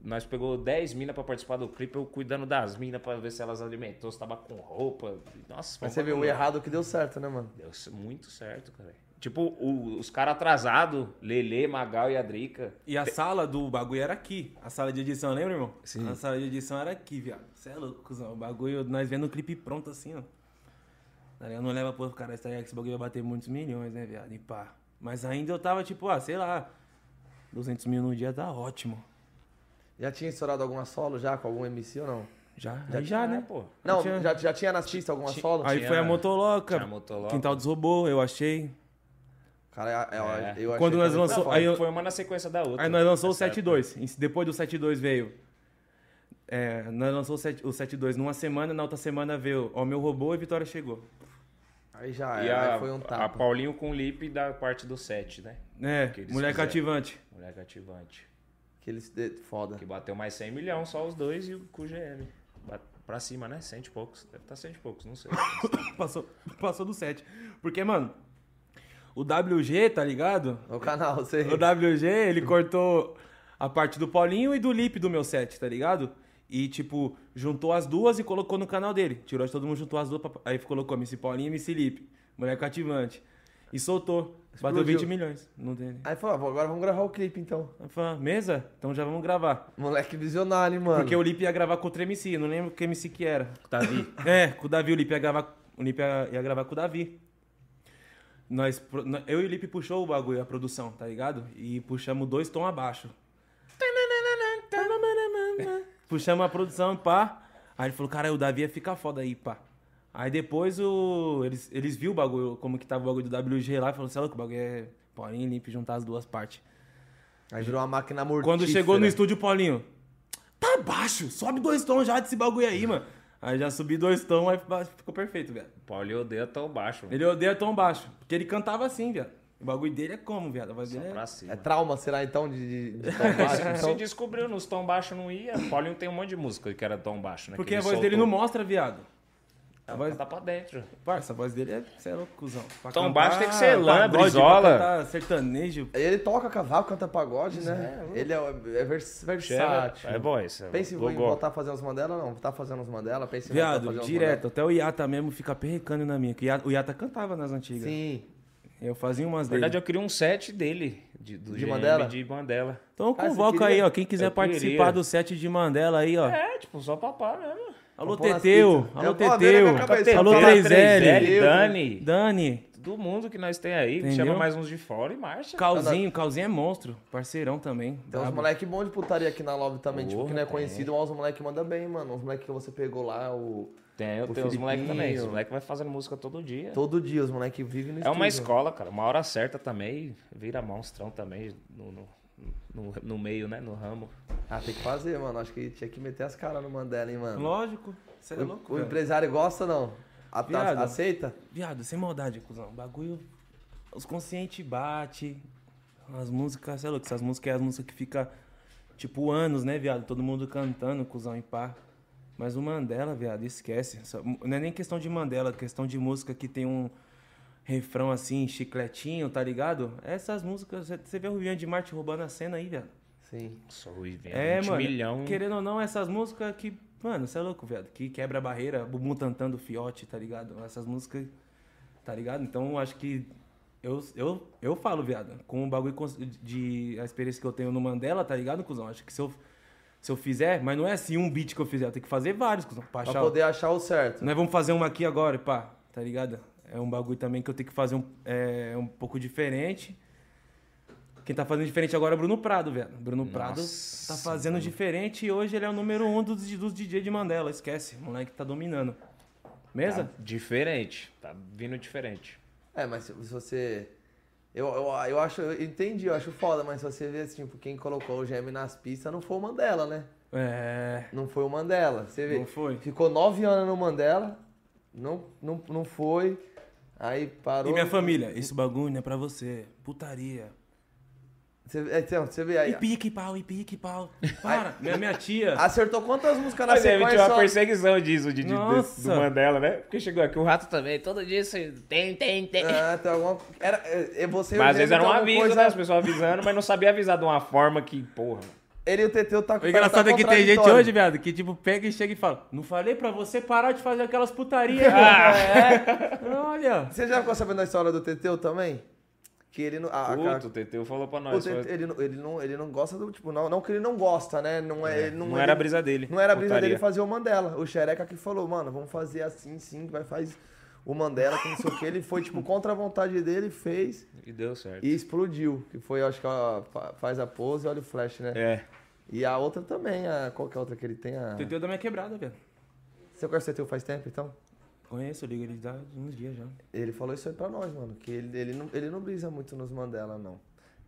S2: nós pegou 10 minas pra participar do clipe, eu cuidando das minas pra ver se elas alimentou, se tava com roupa. Nossa, foi
S1: Mas
S2: um
S1: você viu o
S2: bagulho.
S1: errado que deu certo, né, mano?
S2: Deu c- muito certo, cara. Tipo, o- os caras atrasados, Lele, Magal e a Drica.
S3: E a sala do bagulho era aqui. A sala de edição, lembra, irmão?
S2: Sim.
S3: A sala de edição era aqui, viado. Você é louco, cuzão. O bagulho, nós vendo o clipe pronto assim, ó. Tá ligado? Não leva pro cara, tá ligado? Que esse bagulho vai bater muitos milhões, né, viado? E pá. Mas ainda eu tava tipo, ah, sei lá, 200 mil no dia tá ótimo.
S1: Já tinha estourado alguma solo já com algum MC ou não?
S3: Já, já, já né?
S2: tá, É, Pô,
S1: Não,
S3: tinha-
S1: já, já tinha nas pistas alguma solo?
S3: Aí
S2: Tinha-
S3: foi a Motoloca,
S2: tinha a Motoloca.
S3: Quintal dos Robôs, eu achei.
S1: Cara, eu,
S2: É.
S1: eu achei
S3: Quando
S1: que
S3: nós
S1: era
S3: lançou,
S1: foda.
S3: aí, eu-
S2: foi uma na sequência da outra. Tá
S3: aí nós lançou o
S2: Essa
S3: 7-2. E Depois do 7-2 veio. É, nós lançou o 7 o 7-2 numa semana, na outra semana veio Ó Meu Robô e Vitória Chegou.
S1: Aí já
S2: E
S1: era,
S2: a,
S1: aí foi um
S2: a
S1: tapa.
S2: Paulinho com o Lipe da parte do 7, né?
S3: É,
S2: Que eles
S3: Mulher
S2: fizeram.
S3: Cativante. *coughs*
S2: Mulher cativante.
S1: Que eles... de- Foda.
S2: Que bateu mais 100 milhões, só os dois e o com o GM. Ba- Pra cima, né? Cento e poucos. Deve estar cento e poucos, não sei.
S3: Passou, passou do 7. Porque, mano, o WG, tá ligado?
S1: O canal, você...
S3: O WG, ele cortou a parte do Paulinho e do Lip do meu set, tá ligado? E, tipo, juntou as duas e colocou no canal dele. Tirou de todo mundo, juntou as duas. pra- Aí colocou MC Paulinho e MC Lip. Mulher cativante. E soltou. Bateu
S1: Explodiu.
S3: 20 milhões no dele.
S1: Aí falou, ah, bom, agora vamos gravar o clipe, então.
S3: Aí falou, mesa? Então já vamos gravar.
S1: Moleque visionário, hein, mano.
S3: Porque o Lip ia gravar com outro MC, não lembro que MC que era.
S2: Davi.
S3: *coughs* É, com o Davi, o Lipe ia gravar, o Lipe ia, ia gravar com o Davi. Nós, pro- nó- eu e o Lipe puxou o bagulho, a produção, tá ligado? E puxamos dois tons abaixo. *laughs* Puxamos a produção, pá. Aí ele falou, cara, o Davi ia ficar foda aí, pá. Aí depois o, eles, eles viram o bagulho, como que tava o bagulho do WG lá, e falaram, sei lá, que o bagulho é Paulinho e Lipe juntar as duas partes.
S1: Aí virou uma máquina mortífera.
S3: Quando chegou no estúdio, Paulinho, tá baixo, sobe dois tons já desse bagulho aí, mano. Aí já subi dois tons, aí fa- ficou perfeito, velho.
S2: O Paulinho odeia tão baixo. Ele
S3: Ele odeia tom baixo, porque ele cantava assim, velho. O bagulho dele é como, viado? A voz dele
S2: pra
S3: é...
S1: É
S2: cima.
S1: trauma, será, então, de... de, de tombar,
S2: Se- Se
S1: então?
S2: descobriu nos tom baixo não ia. O Paulinho tem um monte de música que era tom baixo, né?
S3: Porque
S2: que
S3: a
S2: ele
S3: voz dele não
S2: soltou.
S3: mostra, viado.
S2: Tá,
S3: voz-
S2: tá pra dentro.
S3: Parça, a voz dele é. Você é louco, cuzão. Pra
S2: Tom
S3: cantar
S2: Baixo tem que ser lã,
S3: pagode,
S2: brizola.
S3: pra cantar sertanejo.
S1: Ele toca cavaco, canta pagode, né? ele é, é vers- versátil.
S2: É bom isso.
S1: Pensa em
S2: Gogó.
S1: voltar a fazer uns Mandela, não. Tá fazendo uns Mandela, pensa em voltar a fazer
S3: Viado,
S1: uns
S3: direto. Até o Iata mesmo fica perrecando na minha. Que o Iata- o Iata cantava nas antigas.
S1: Mandela. Sim.
S3: Eu fazia umas
S2: Na verdade,
S3: dele.
S2: eu queria um set dele. De, do
S1: De
S2: GM,
S1: Mandela?
S2: De Mandela.
S3: Então
S1: Ah, você
S3: convoca aí,
S1: queria?
S3: ó. Quem quiser
S2: Eu
S3: participar
S2: queria.
S3: do set de Mandela aí, ó.
S2: É, tipo, só papá mesmo.
S3: Alô,
S1: Vamos pôr nas
S3: Teteu.
S1: pizzas.
S3: Alô,
S1: Eu tava vendo
S3: Teteu.
S1: na minha cabeça.
S3: Alô,
S1: Fala,
S3: 3L.
S1: 3L.
S2: Dani.
S3: Dani.
S2: Todo mundo que nós tem aí.
S3: Entendeu?
S2: Chama mais uns de fora e marcha.
S3: Calzinho. Calzinho é monstro. Parceirão também.
S1: Tem uns
S3: brabo.
S1: moleque bom de putaria aqui na Love também, tipo,
S2: Porra,
S1: que não é
S2: tem.
S1: conhecido, mas os moleque manda bem, mano. Os moleque que você pegou lá, o...
S2: Tem, eu
S1: O
S2: tenho os moleques também. Os
S1: Filipinho.
S2: moleques vai fazendo música todo dia.
S1: todo dia, os moleque vivem no
S2: É uma
S1: estúdio.
S2: escola, cara. Uma hora certa também. Vira monstrão também. No, no, no, no meio, né? No ramo.
S1: Ah, tem que fazer, mano. Acho que tinha que meter as caras no Mandela, hein, mano.
S3: Lógico. Você é
S1: O-
S3: louco,
S1: o
S3: velho.
S1: empresário gosta, não? A- a-
S3: Viado.
S1: aceita?
S3: Viado, sem maldade, cuzão. Bagulho. Os conscientes bate. As músicas, sei lá, que essas músicas é as músicas que fica tipo anos, né, viado? Todo mundo cantando, cuzão e pá. Mas o Mandela, viado, esquece. Só- Não é nem questão de Mandela, é questão de música que tem um refrão assim, chicletinho, tá ligado? Essas músicas, você- você vê o Rian de Marte roubando a cena aí, viado.
S1: Sim.
S2: Sou e vendo
S3: É,
S2: 20
S3: mano.
S2: milhão. tá
S3: Querendo ou não, essas músicas que. Mano, você é louco, viado. Que quebra a barreira, Bumbum Tantando Fiote, tá ligado? Essas músicas. Tá ligado? Então eu acho que. Eu, eu, eu falo, viado. Com o bagulho cons- de. A experiência que eu tenho no Mandela, tá ligado, cuzão? Acho que se eu. Se eu fizer, mas não é assim um beat que eu fizer, eu tenho que fazer vários, cuzão. Pra
S1: Pra
S3: achar.
S1: poder achar o certo.
S3: Nós vamos fazer uma aqui agora, pá, tá ligado? É um bagulho também que eu tenho que fazer um, é, um pouco diferente. Quem tá fazendo diferente agora é o Bruno Prado, velho. Bruno Prado tá fazendo diferente e hoje ele é o número um dos, dos DJ de Mandela. Esquece, o moleque tá dominando. Beleza?
S2: Tá diferente. Tá vindo diferente.
S1: É, mas se se você... Eu, eu, eu acho... Eu entendi, eu acho foda, mas se você vê, assim, tipo, quem colocou o Gemi nas pistas não foi o Mandela, né?
S3: É.
S1: Não foi o Mandela. Você vê.
S3: Não foi.
S1: Ficou nove anos no Mandela. Não, não, não foi. Aí parou.
S3: E minha família, esse bagulho não é pra você. Putaria.
S1: Você, é, então, você vê
S3: E
S1: aí.
S3: pique pau, e pique pau. Para, minha, minha
S1: *laughs*
S3: tia.
S1: Acertou quantas músicas na
S3: é,
S2: Mas aí tinha
S1: sequência?
S2: uma
S1: só?
S2: perseguição disso, de, de- de- do
S3: Nossa.
S2: Mandela, né? Porque chegou aqui o rato também. Todo dia você tem, tem, tem.
S1: Ah, tem alguma... Era, é, é, você e o
S2: Mas às
S1: Gemi
S2: vezes era
S1: tem
S2: um
S1: alguma
S2: aviso,
S1: coisa-
S2: né? As pessoas avisando, mas não sabia avisar de uma forma que, porra.
S1: Ele e o Teteu tá
S3: O engraçado é que tem gente
S1: contraditório.
S3: hoje, viado, que tipo pega e chega e fala: Não falei pra você parar de fazer aquelas putarias. Ah. *laughs* é. Olha.
S1: Você já ficou sabendo a história do Teteu também? Que ele não. a- a-
S2: Puto, o Teteu falou pra
S1: o
S2: nós.
S1: Teteu,
S2: foi-
S1: ele, não- ele, não, ele não gosta do. Tipo, não, não que ele não gosta, né? Não, é, ele não,
S2: não,
S1: ele-
S2: era a brisa dele.
S1: Não era a brisa
S2: putaria.
S1: dele fazer o Mandela. O Xereca que falou, mano, vamos fazer assim, sim, vai faz o Mandela, que não sei o que. Ele foi,
S2: *laughs*
S1: tipo, contra a vontade dele, fez
S2: E deu certo.
S1: e explodiu. Que foi, acho que a, fa- faz a pose e olha o flash, né?
S2: É.
S1: E a outra também, a, qual que é a outra que ele tem? A...
S3: Teteu da minha quebrada, velho.
S1: Você conhece o Teteu faz tempo, então?
S3: Conheço, eu ligo ele dá uns dias já.
S1: Ele falou isso aí pra nós, mano, que ele, ele, não, ele não brisa muito nos Mandela, não.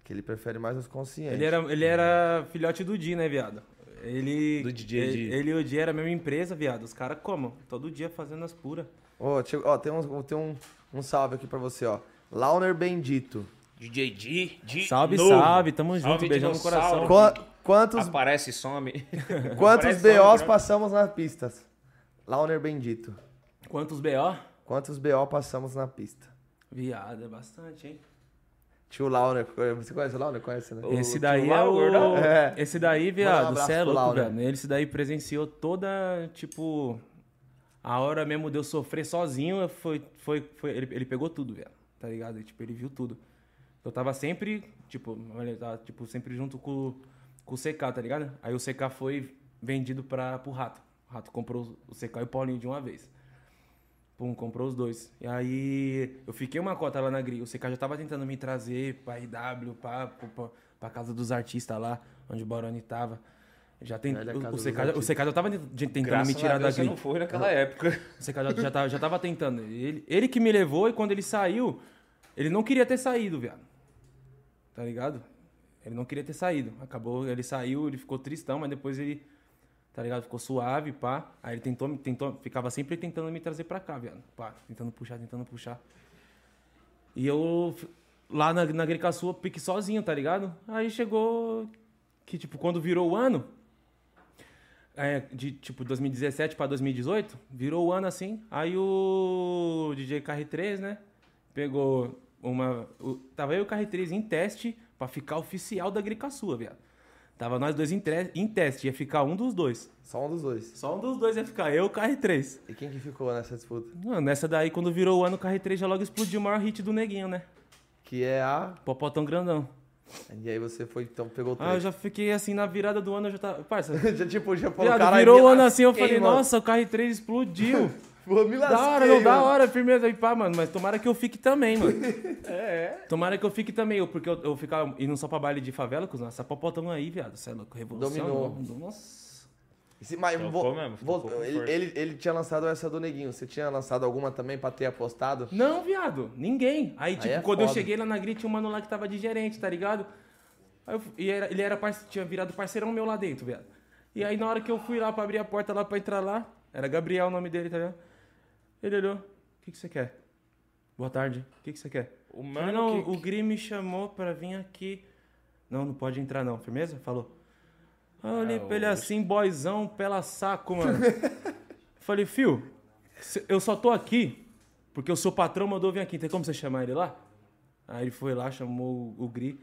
S1: Que ele prefere mais os conscientes.
S3: Ele era, ele era filhote do Di, né, viado? Ele.
S2: Do DJ
S3: ele,
S2: Di.
S3: ele e o Di era a mesma empresa, viado. Os caras como? Todo dia fazendo as puras.
S1: Ô, tio- ó, tem, uns, tem um, um salve aqui pra você, ó. Launer Bendito.
S2: DJ D, D.
S3: Salve,
S2: novo.
S3: salve. Tamo
S2: Salve,
S3: junto, beijão no
S2: dinossauro.
S3: coração.
S1: Qua- quantos
S2: Aparece e some.
S1: Quantos
S2: Parece só
S1: BOs
S2: um
S3: né?
S2: programa.
S1: passamos na pista? Launer Bendito.
S3: Quantos BO?
S1: Quantos BO passamos na pista?
S3: Viado, é bastante, hein?
S1: Tio Launer, você conhece o Launer? Conhece, né?
S2: O
S3: Esse
S2: tio
S3: daí é
S2: lá, o
S3: o...
S2: gordão?
S1: É.
S3: Esse
S1: Mandar
S3: daí,
S1: um
S3: viado,
S1: abraço
S3: cê é
S1: pro
S3: louco,
S1: Laura.
S3: velho. Esse daí presenciou toda, tipo... A hora mesmo de eu sofrer sozinho, foi, foi, foi, ele, ele pegou tudo, velho. Tá ligado? E, Tipo, ele viu tudo. Eu tava sempre, tipo, olha, eu tava, tipo, sempre junto com, com o CK, tá ligado? Aí o CK foi vendido pra, pro Rato. O Rato comprou o CK e o Paulinho de uma vez. Pum, comprou os dois. E aí eu fiquei uma cota lá na Gri. O CK já tava tentando me trazer pra IW, pra, pra, pra casa dos artistas lá, onde o Baroni tava. Já tem,
S1: Velha
S3: o,
S1: é casa
S3: o,
S1: dos
S3: CK, já- o CK já tava tent- tentando
S2: Graças
S3: me tirar
S2: a
S3: da
S2: Deus, você
S3: Gri.
S2: não foi naquela época.
S3: Você já, já, tava, já tava tentando. Ele, ele que me levou e quando ele saiu, ele não queria ter saído, viado. Tá ligado? Ele não queria ter saído. Acabou, ele saiu, ele ficou tristão, mas depois ele, tá ligado? Ficou suave, pá. Aí ele tentou, me- tentou, ficava sempre tentando me trazer pra cá, viado. Pá, tentando puxar, tentando puxar. E eu f- lá na, na Greca Sua, pique sozinho, tá ligado? Aí chegou que, tipo, quando virou o ano, é, de tipo 2017 pra 2018, virou o ano assim. Aí o DJ KR3, né? Pegou uma. o- tava eu e o KR3 em teste pra ficar oficial da Grica Sua, viado. Tava nós dois em, tre- em teste, ia ficar um dos dois.
S1: Só um dos dois.
S3: Só um dos dois ia ficar, eu e o KR3.
S1: E quem que ficou nessa disputa?
S3: Mano, nessa daí, quando virou o ano, o KR3 já logo explodiu o maior hit do neguinho, né?
S1: Que é a.
S3: Popotão grandão.
S1: E aí você foi, então pegou o
S3: Ah, eu
S1: trecho.
S3: já fiquei assim, na virada do ano eu já tava. Parça,
S1: *laughs* já... tipo, já falou,
S3: viado,
S1: caralho.
S3: virou
S1: me
S3: o ano assim, eu
S1: lasquei,
S3: falei,
S1: mano.
S3: nossa, o KR3
S1: *laughs*
S3: explodiu.
S1: Pô, me lasquei,
S3: da hora, não, da
S1: mano.
S3: hora, firmeza. E pá, mano, mas tomara que eu fique também, mano. é. Tomara que eu fique também, eu- porque eu, eu ficava indo só pra baile de favela, cuzão. Essa popotão aí, viado, você é louco, revolução.
S1: Dominou.
S3: Nossa.
S1: Esse- Mas
S2: Tocou
S1: vo-
S2: mesmo,
S1: vo-
S2: tocou com
S1: ele,
S2: força.
S1: ele, ele tinha lançado essa do Neguinho. Você tinha lançado alguma também pra ter apostado?
S3: Não, viado, ninguém. Aí, tipo,
S1: é
S3: quando eu
S1: foda.
S3: cheguei lá na grid, tinha um mano lá que tava de gerente, tá ligado? Aí eu fu- e era- ele era parce- tinha virado parceirão meu lá dentro, viado. E aí, na hora que eu fui lá pra abrir a porta lá pra entrar lá, era Gabriel o nome dele, tá ligado? Ele olhou, o que que você quer? Boa tarde, o que que você quer?
S2: O
S3: Eu
S2: mano
S3: falei, não,
S2: que-
S3: o Gri me chamou pra vir aqui. Não, não pode entrar não, firmeza? Falou. Aí eu olhei
S2: Ah,
S3: pra ele
S2: o-
S3: assim, boizão, pela saco,
S2: *laughs*
S3: mano. Falei, fio, se- eu só tô aqui porque o seu patrão mandou vir aqui. Tem como você chamar ele lá? Aí ele foi lá, chamou o, o Gri.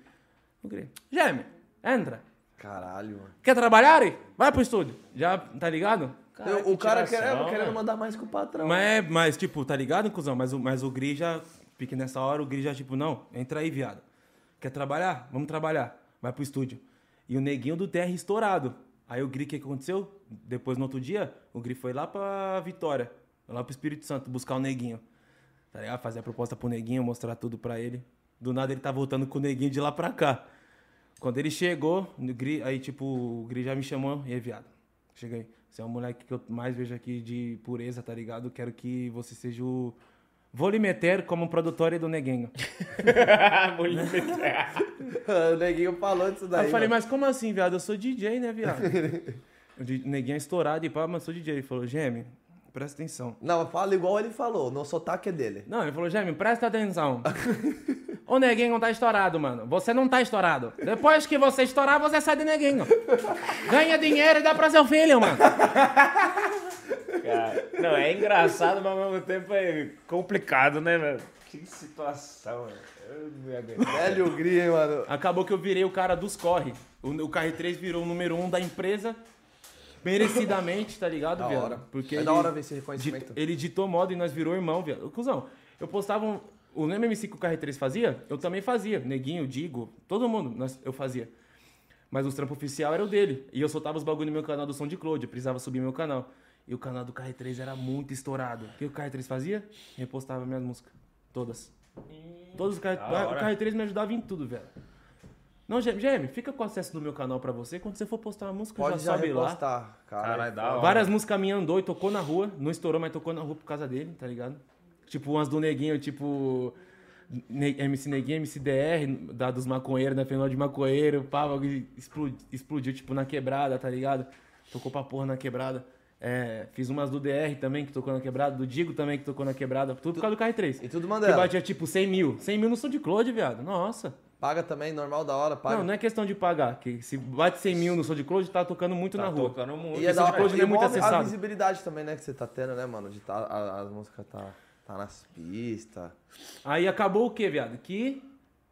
S3: O Gri, Jeremy, entra.
S1: Caralho, mano.
S3: Quer trabalhar? aí? Vai pro estúdio. Já, tá ligado?
S2: Caralho,
S1: o
S2: que
S1: cara
S2: tiração,
S1: querendo,
S2: né?
S1: querendo mandar mais que o patrão. *laughs*
S3: Mas, é- mas, tipo, tá ligado, cuzão? Mas, o- mas o Gri já. Pique nessa hora, o Gri já, tipo, não, entra aí, viado. Quer trabalhar? Vamos trabalhar. Vai pro estúdio. E o neguinho do TR estourado. Aí o Gri, o que que aconteceu? Depois, no outro dia, o Gri foi lá pra Vitória, lá pro Espírito Santo, buscar o neguinho. Tá ligado? Fazer a proposta pro neguinho, mostrar tudo pra ele. Do nada ele tá voltando com o neguinho de lá pra cá. Quando ele chegou, no Gri, aí tipo, o Gri já me chamou, e aí, viado, chega aí. Você é um moleque que eu mais vejo aqui de pureza, tá ligado? Quero que você seja o. Vou lhe meter como produtor do Neguinho.
S1: o Neguinho falou disso daí.
S3: Aí eu falei,
S1: mano.
S3: mas como assim, viado? Eu sou DJ, né, viado? o di- Neguinho é estourado e pá, mas sou DJ. Ele falou, Gêmeo, presta atenção.
S1: Não, fala igual ele falou. No sotaque é dele.
S3: Não, ele falou, Gêmeo, presta atenção. *laughs* O neguinho não tá estourado, mano. Você não tá estourado. Depois que você estourar, você sai do neguinho. Ganha dinheiro e dá pra seu filho, mano.
S2: Cara, não, é engraçado, mas ao mesmo tempo é complicado, né, velho? É, Que situação, velho. Eu não ia aguentar.
S1: Velho Gri, hein, mano.
S3: Acabou que eu virei o cara dos corre. O, o KR3 virou o número um da empresa. Merecidamente, tá ligado,
S1: Da
S3: viado?
S1: hora.
S3: Porque
S1: é
S3: ele,
S1: da hora ver esse
S3: dit-
S1: reconhecimento.
S3: ele ditou moda e nós virou irmão, viado. Cusão, eu postava um. O mesmo MC que o KR3 fazia, eu também fazia. Neguinho, Digo, todo mundo, nós- eu fazia. Mas os trampos oficial era o dele. E eu soltava os bagulho no meu canal do SoundCloud, eu precisava subir meu canal. E o canal do KR3 era muito estourado. O que o KR3 fazia? Repostava minhas músicas. Todas. Todos os KR...
S2: da hora.
S3: O KR3 me ajudava em tudo, velho. Não, Gêmeo, Gêmeo, fica com o acesso do meu canal pra você. Quando você for postar uma música,
S1: Pode
S3: já
S1: já
S3: sobe lá.
S1: repostar.
S2: Caralho,
S1: Caralho.
S2: da hora.
S3: Várias músicas minhas andou e tocou na rua. Não estourou, mas tocou na rua por causa dele, tá ligado? Tipo, umas do Neguinho, tipo... Ne- MC Neguinho, MC DR, da, dos maconheiros, né? Fenômeno de maconheiro, pá, bagulho explodiu, explodiu, tipo, na quebrada, tá ligado? Tocou pra porra na quebrada. É, fiz umas do DR também, que tocou na quebrada. Do Digo também, que tocou na quebrada. Tudo por causa do KR3.
S1: E tudo
S3: Que
S1: Mandela.
S3: batia, tipo, 100 mil. 100 mil no SoundCloud, viado. Nossa.
S1: Paga também, normal, da hora, paga.
S3: Não, não é questão de pagar. Que se bate 100 mil no SoundCloud, tá tocando muito
S2: Tá
S3: na rua.
S2: tocando muito.
S1: E é da hora,
S3: coisa
S1: e
S3: não é muito
S1: move a
S3: acessado.
S1: visibilidade também, né, que você tá tendo, né, mano? De tá, a- as músicas tá, tá nas pistas.
S3: Aí acabou o quê, viado? Que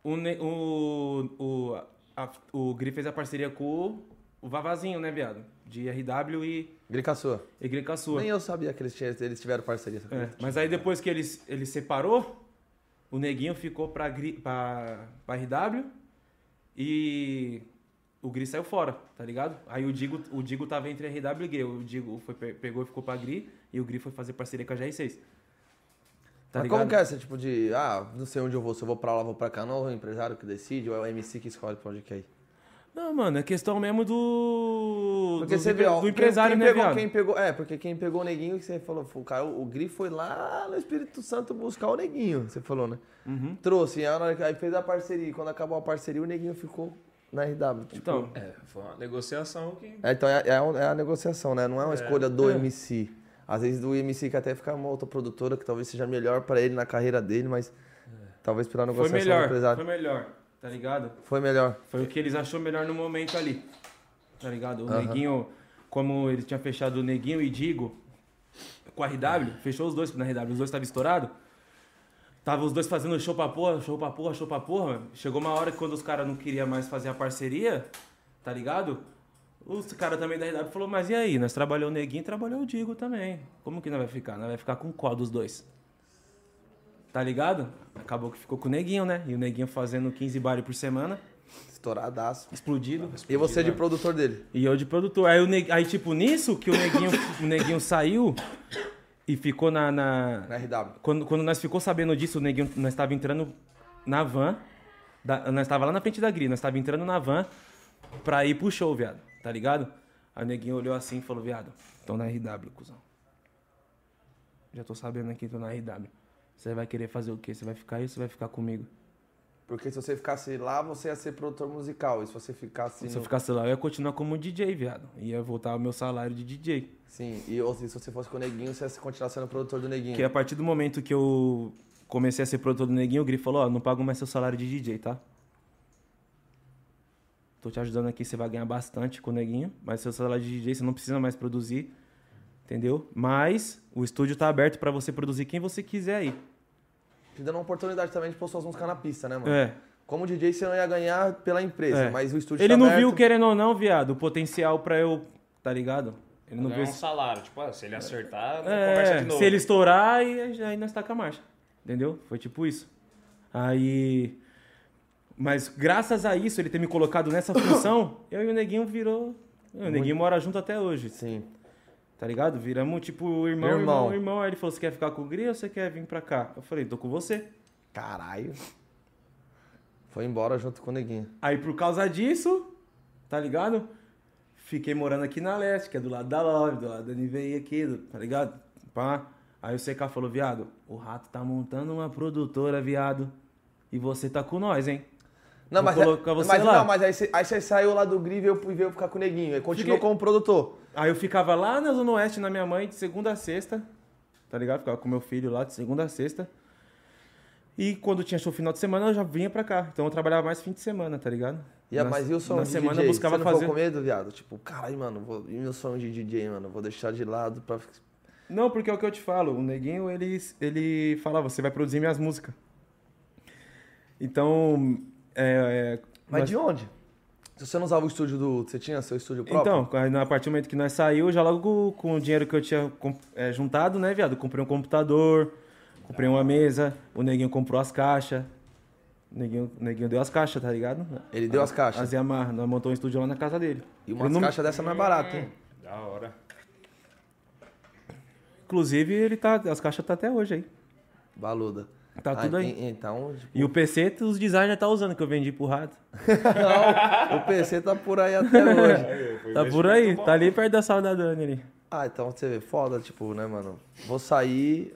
S3: o, ne- o, o, a- o Gri fez a parceria com o Vavazinho, né, viado? De RW e
S1: Grica sua.
S3: Igreca Sua.
S1: Nem eu sabia que eles, tinham- eles tiveram parceria. você
S3: É,
S1: acredita?
S3: mas aí depois que ele, ele separou, o neguinho ficou pra, Gri, pra, pra RW e o Gri saiu fora, tá ligado? Aí o Digo, o Digo tava entre RW e Gri. O Digo foi, pe- pegou e ficou pra Gri e o Gri foi fazer parceria com a GR6. Tá
S1: mas
S3: ligado?
S1: como que é essa, tipo, de, ah, não sei onde eu vou, se eu vou pra lá, vou pra cá, não é o empresário que decide, ou é o MC que escolhe pra onde quer ir?
S3: Não, mano, é questão mesmo do.
S1: Porque
S3: do,
S1: você
S3: do-
S1: vê, ó,
S3: do
S1: quem-
S3: empresário,
S1: quem,
S3: né,
S1: pegou,
S3: viado?
S1: quem pegou, é, porque quem pegou o neguinho, que você falou, o, cara, o Gri foi lá no Espírito Santo buscar o neguinho, você falou, né?
S3: Uhum.
S1: Trouxe, aí, na hora que- aí fez a parceria, e quando acabou a parceria, o neguinho ficou na RW. Tipo,
S3: Então,
S2: É, foi uma negociação que.
S1: É, então é, é um- é a negociação, né? Não é uma escolha do MC. Às vezes do MC que até fica uma outra produtora que talvez seja melhor pra ele na carreira dele, mas talvez pela
S3: É. foi
S1: negociação do
S3: melhor. Foi
S1: é um empresário.
S3: melhor, tá ligado?
S1: Foi melhor.
S3: Foi o que eles achou melhor no momento ali. Tá ligado? O neguinho como ele tinha fechado o Neguinho e Digo com a RW, fechou os dois na RW, os dois estavam estourados. Tava os dois fazendo show pra porra, show pra porra, show pra porra. Chegou uma hora que quando os caras não queriam mais fazer a parceria, tá ligado? Os caras também da RW falou, mas e aí? Nós trabalhamos o Neguinho e trabalhamos o Digo também. Como que nós vai ficar? Nós vai ficar com qual dos dois? Tá ligado? Acabou que ficou com o Neguinho, né? E o Neguinho fazendo 15 bares por semana,
S1: Estouradaço.
S3: explodido.
S1: E você é de produtor dele?
S3: E eu de produtor. Aí, o Neg- aí tipo, nisso que o Neguinho, o Neguinho saiu e ficou na- na,
S1: Na RW.
S3: quando, quando nós ficou sabendo disso, o neguinho, nós estava entrando na van. da- nós estava lá na frente da gri, nós estava entrando na van pra ir pro show, viado. Tá ligado? Aí o neguinho olhou assim e falou, viado, tô na RW, cuzão. Já tô sabendo aqui, tô na RW. Você vai querer fazer o quê? Você vai ficar aí ou você vai ficar comigo?
S1: Porque se você ficasse lá, você ia ser produtor musical. E se você ficasse.
S3: Se eu
S1: no-
S3: ficasse lá, eu ia continuar como DJ, viado. Ia voltar ao meu salário de DJ.
S1: Sim, e ou se se você fosse com o Neguinho, você ia se- continuar sendo produtor do Neguinho.
S3: Porque a partir do momento que eu comecei a ser produtor do Neguinho, o Gri falou, ó, não pago mais seu salário de DJ, tá? Tô te ajudando aqui, você vai ganhar bastante com o Neguinho, mas seu salário de DJ você não precisa mais produzir, entendeu? Mas o estúdio tá aberto pra você produzir quem você quiser aí.
S1: Te dando uma oportunidade também de pôr suas músicas na pista, né, mano?
S3: É.
S1: Como DJ, você não ia ganhar pela empresa,
S3: É.
S1: mas o estúdio
S3: Ele
S1: tá
S3: não
S1: aberto.
S3: viu, querendo ou não, viado, o potencial pra eu, tá ligado? Ele não
S2: Não
S3: viu
S2: é um
S3: esse...
S2: salário. Tipo, ah, se ele acertar,
S3: É,
S2: conversa de novo.
S3: Se ele estourar, aí, aí nós taca a marcha. Entendeu? Foi tipo isso. Aí. Mas graças a isso, ele ter me
S2: *coughs*
S3: colocado nessa função, eu e o Neguinho virou. O Neguinho mora junto até hoje,
S1: Sim.
S3: tá ligado? Viramos tipo irmão,
S1: Irmão.
S3: irmão, irmão. Aí ele falou: Você quer ficar com o Gri ou você quer vir pra cá? Eu falei: Tô com você.
S1: Caralho. Foi embora junto com o Neguinho.
S3: Aí por causa disso, tá ligado? Fiquei morando aqui na Leste, que é do lado da Love, do lado da NVI aqui, do- tá ligado? Pá. Aí o CK falou, viado, o Rato tá montando uma produtora, viado. E você tá com nós, hein?
S1: Não,
S3: Vou
S1: mas, é-
S3: colocar você
S1: mas
S3: lá.
S1: não, mas aí você, aí você saiu lá do Grive e eu fui- veio ficar com o Neguinho. E continuou
S3: Fiquei-
S1: como produtor.
S3: Aí eu ficava lá na Zona Oeste, na minha mãe, de segunda a sexta, tá ligado? Ficava com meu filho lá de segunda a sexta. E quando tinha show final de semana, eu já vinha pra cá. Então eu trabalhava mais fim de semana, tá ligado?
S1: E a
S3: Na-
S1: mas e o som
S3: Na
S1: de
S3: semana
S1: DJ?
S3: eu buscava
S1: você não
S3: fazer.
S1: ficou com medo, viado? Tipo, caralho, mano, vou... e meu som de DJ, mano? Vou deixar de lado pra...
S3: Não, porque é o que eu te falo. O Neguinho, ele, ele falava, você vai produzir minhas músicas. Então, é... é,
S1: Mas
S3: nós-
S1: de onde? Se você não usava o estúdio do... Você tinha seu estúdio próprio?
S3: Então, a partir do momento que nós saiu, eu já logo com o dinheiro que eu tinha com- é, juntado, né, viado? Comprei um computador, comprei uma mesa, o Neguinho comprou as caixas. O Neguinho, o Neguinho deu as caixas, tá ligado?
S1: Ele deu as caixas.
S3: As Yamaha, nós montamos um estúdio lá na casa dele.
S1: E umas
S3: Ele não-
S1: caixas dessa não é barato, hein?
S2: Da hora.
S3: Inclusive, ele tá, as caixas tá até hoje aí.
S1: Baluda.
S3: Tá tudo aí.
S1: en- Então, tipo,
S3: E o PC, os designers tá usando, que eu vendi pro rato.
S1: o PC tá por aí até
S3: *laughs*
S1: hoje.
S3: Tá por aí, tá ali perto da sala da Dani ali.
S1: Ah, então você vê, foda, tipo, né, mano? Vou sair,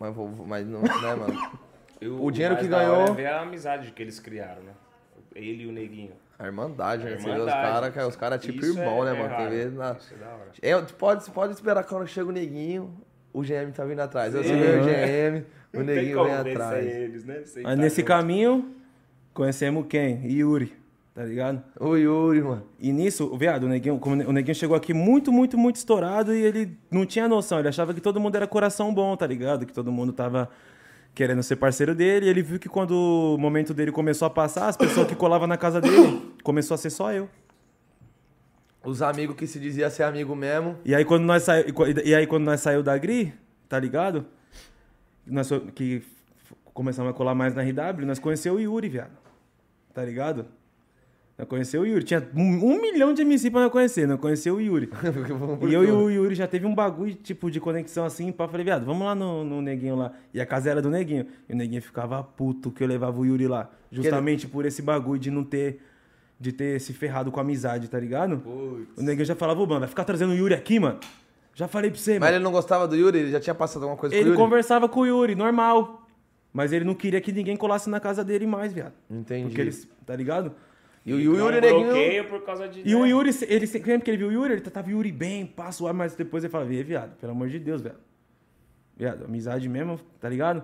S1: mas vou, vou- mas não, né, mano?
S2: E
S1: O dinheiro
S2: mais
S1: que
S2: da hora
S1: ganhou-
S2: É ver a amizade que eles criaram, né? Ele e o Neguinho.
S1: A irmandade, né? Você vê os
S2: Irmandade.
S1: caras, os caras tipo
S2: Isso
S1: irmão,
S2: é-
S1: né,
S2: é
S1: mano?
S2: raro.
S1: Você vê na-
S2: Isso é da hora.
S1: É, pode, pode esperar quando chega o neguinho, o GM tá vindo atrás. Aí Você vê o
S2: *laughs*
S1: GM, o
S2: Não tem
S1: neguinho
S2: como
S1: vem
S2: vencer
S1: atrás.
S2: eles, né? Sem
S3: Aí
S2: tá
S3: Ah, nesse
S2: junto.
S3: caminho, conhecemos quem? Yuri, tá ligado?
S1: O Yuri, mano.
S3: E nisso, o viado, o Neguinho, como o Neguinho chegou aqui muito, muito, muito estourado e ele não tinha noção. Ele achava que todo mundo era coração bom, tá ligado? Que todo mundo tava querendo ser parceiro dele. E ele viu que quando o momento dele começou a passar, as pessoas que colavam na casa dele começou a ser só eu.
S1: Os amigos que se dizia ser amigo mesmo.
S3: E aí quando nós saiu e aí quando nós saiu da Gri, tá ligado? Nós fo- que f- começamos a colar mais na RW, nós conheceu o Yuri, viado. Tá ligado? Nós conheceu o Yuri, tinha um, um milhão de MC pra nós conhecer, nós conheceu
S1: *laughs*
S3: o Yuri.
S1: porque vão por
S3: E eu e
S1: tudo.
S3: o Yuri já teve um bagulho, tipo, de conexão assim, pá, falei, viado, vamos lá no, no Neguinho lá. E a casa era do Neguinho. E o Neguinho ficava puto que eu levava o Yuri lá. Justamente por esse bagulho de não ter, de ter se ferrado com a amizade, tá ligado? O Neguinho já falava, ô, mano, vai ficar trazendo o Yuri aqui, mano? Já falei pra você,
S1: Mas
S3: mano.
S1: ele não gostava do Yuri? Ele já tinha passado alguma coisa
S3: Ele
S1: Tá com o Yuri?
S3: conversava com o Yuri, normal. Mas ele não queria que ninguém colasse na casa dele mais, viado.
S1: Entendi.
S3: Porque eles, tá ligado?
S1: E o Yuri,
S2: Não,
S1: e o neguinho...
S2: um bloqueio por causa de.
S3: E o Yuri, ele sempre que ele viu o Yuri, ele tava Yuri bem, passo ar, mas depois ele fala, vê, viado, pelo amor de Deus, velho. Viado, amizade mesmo, tá ligado?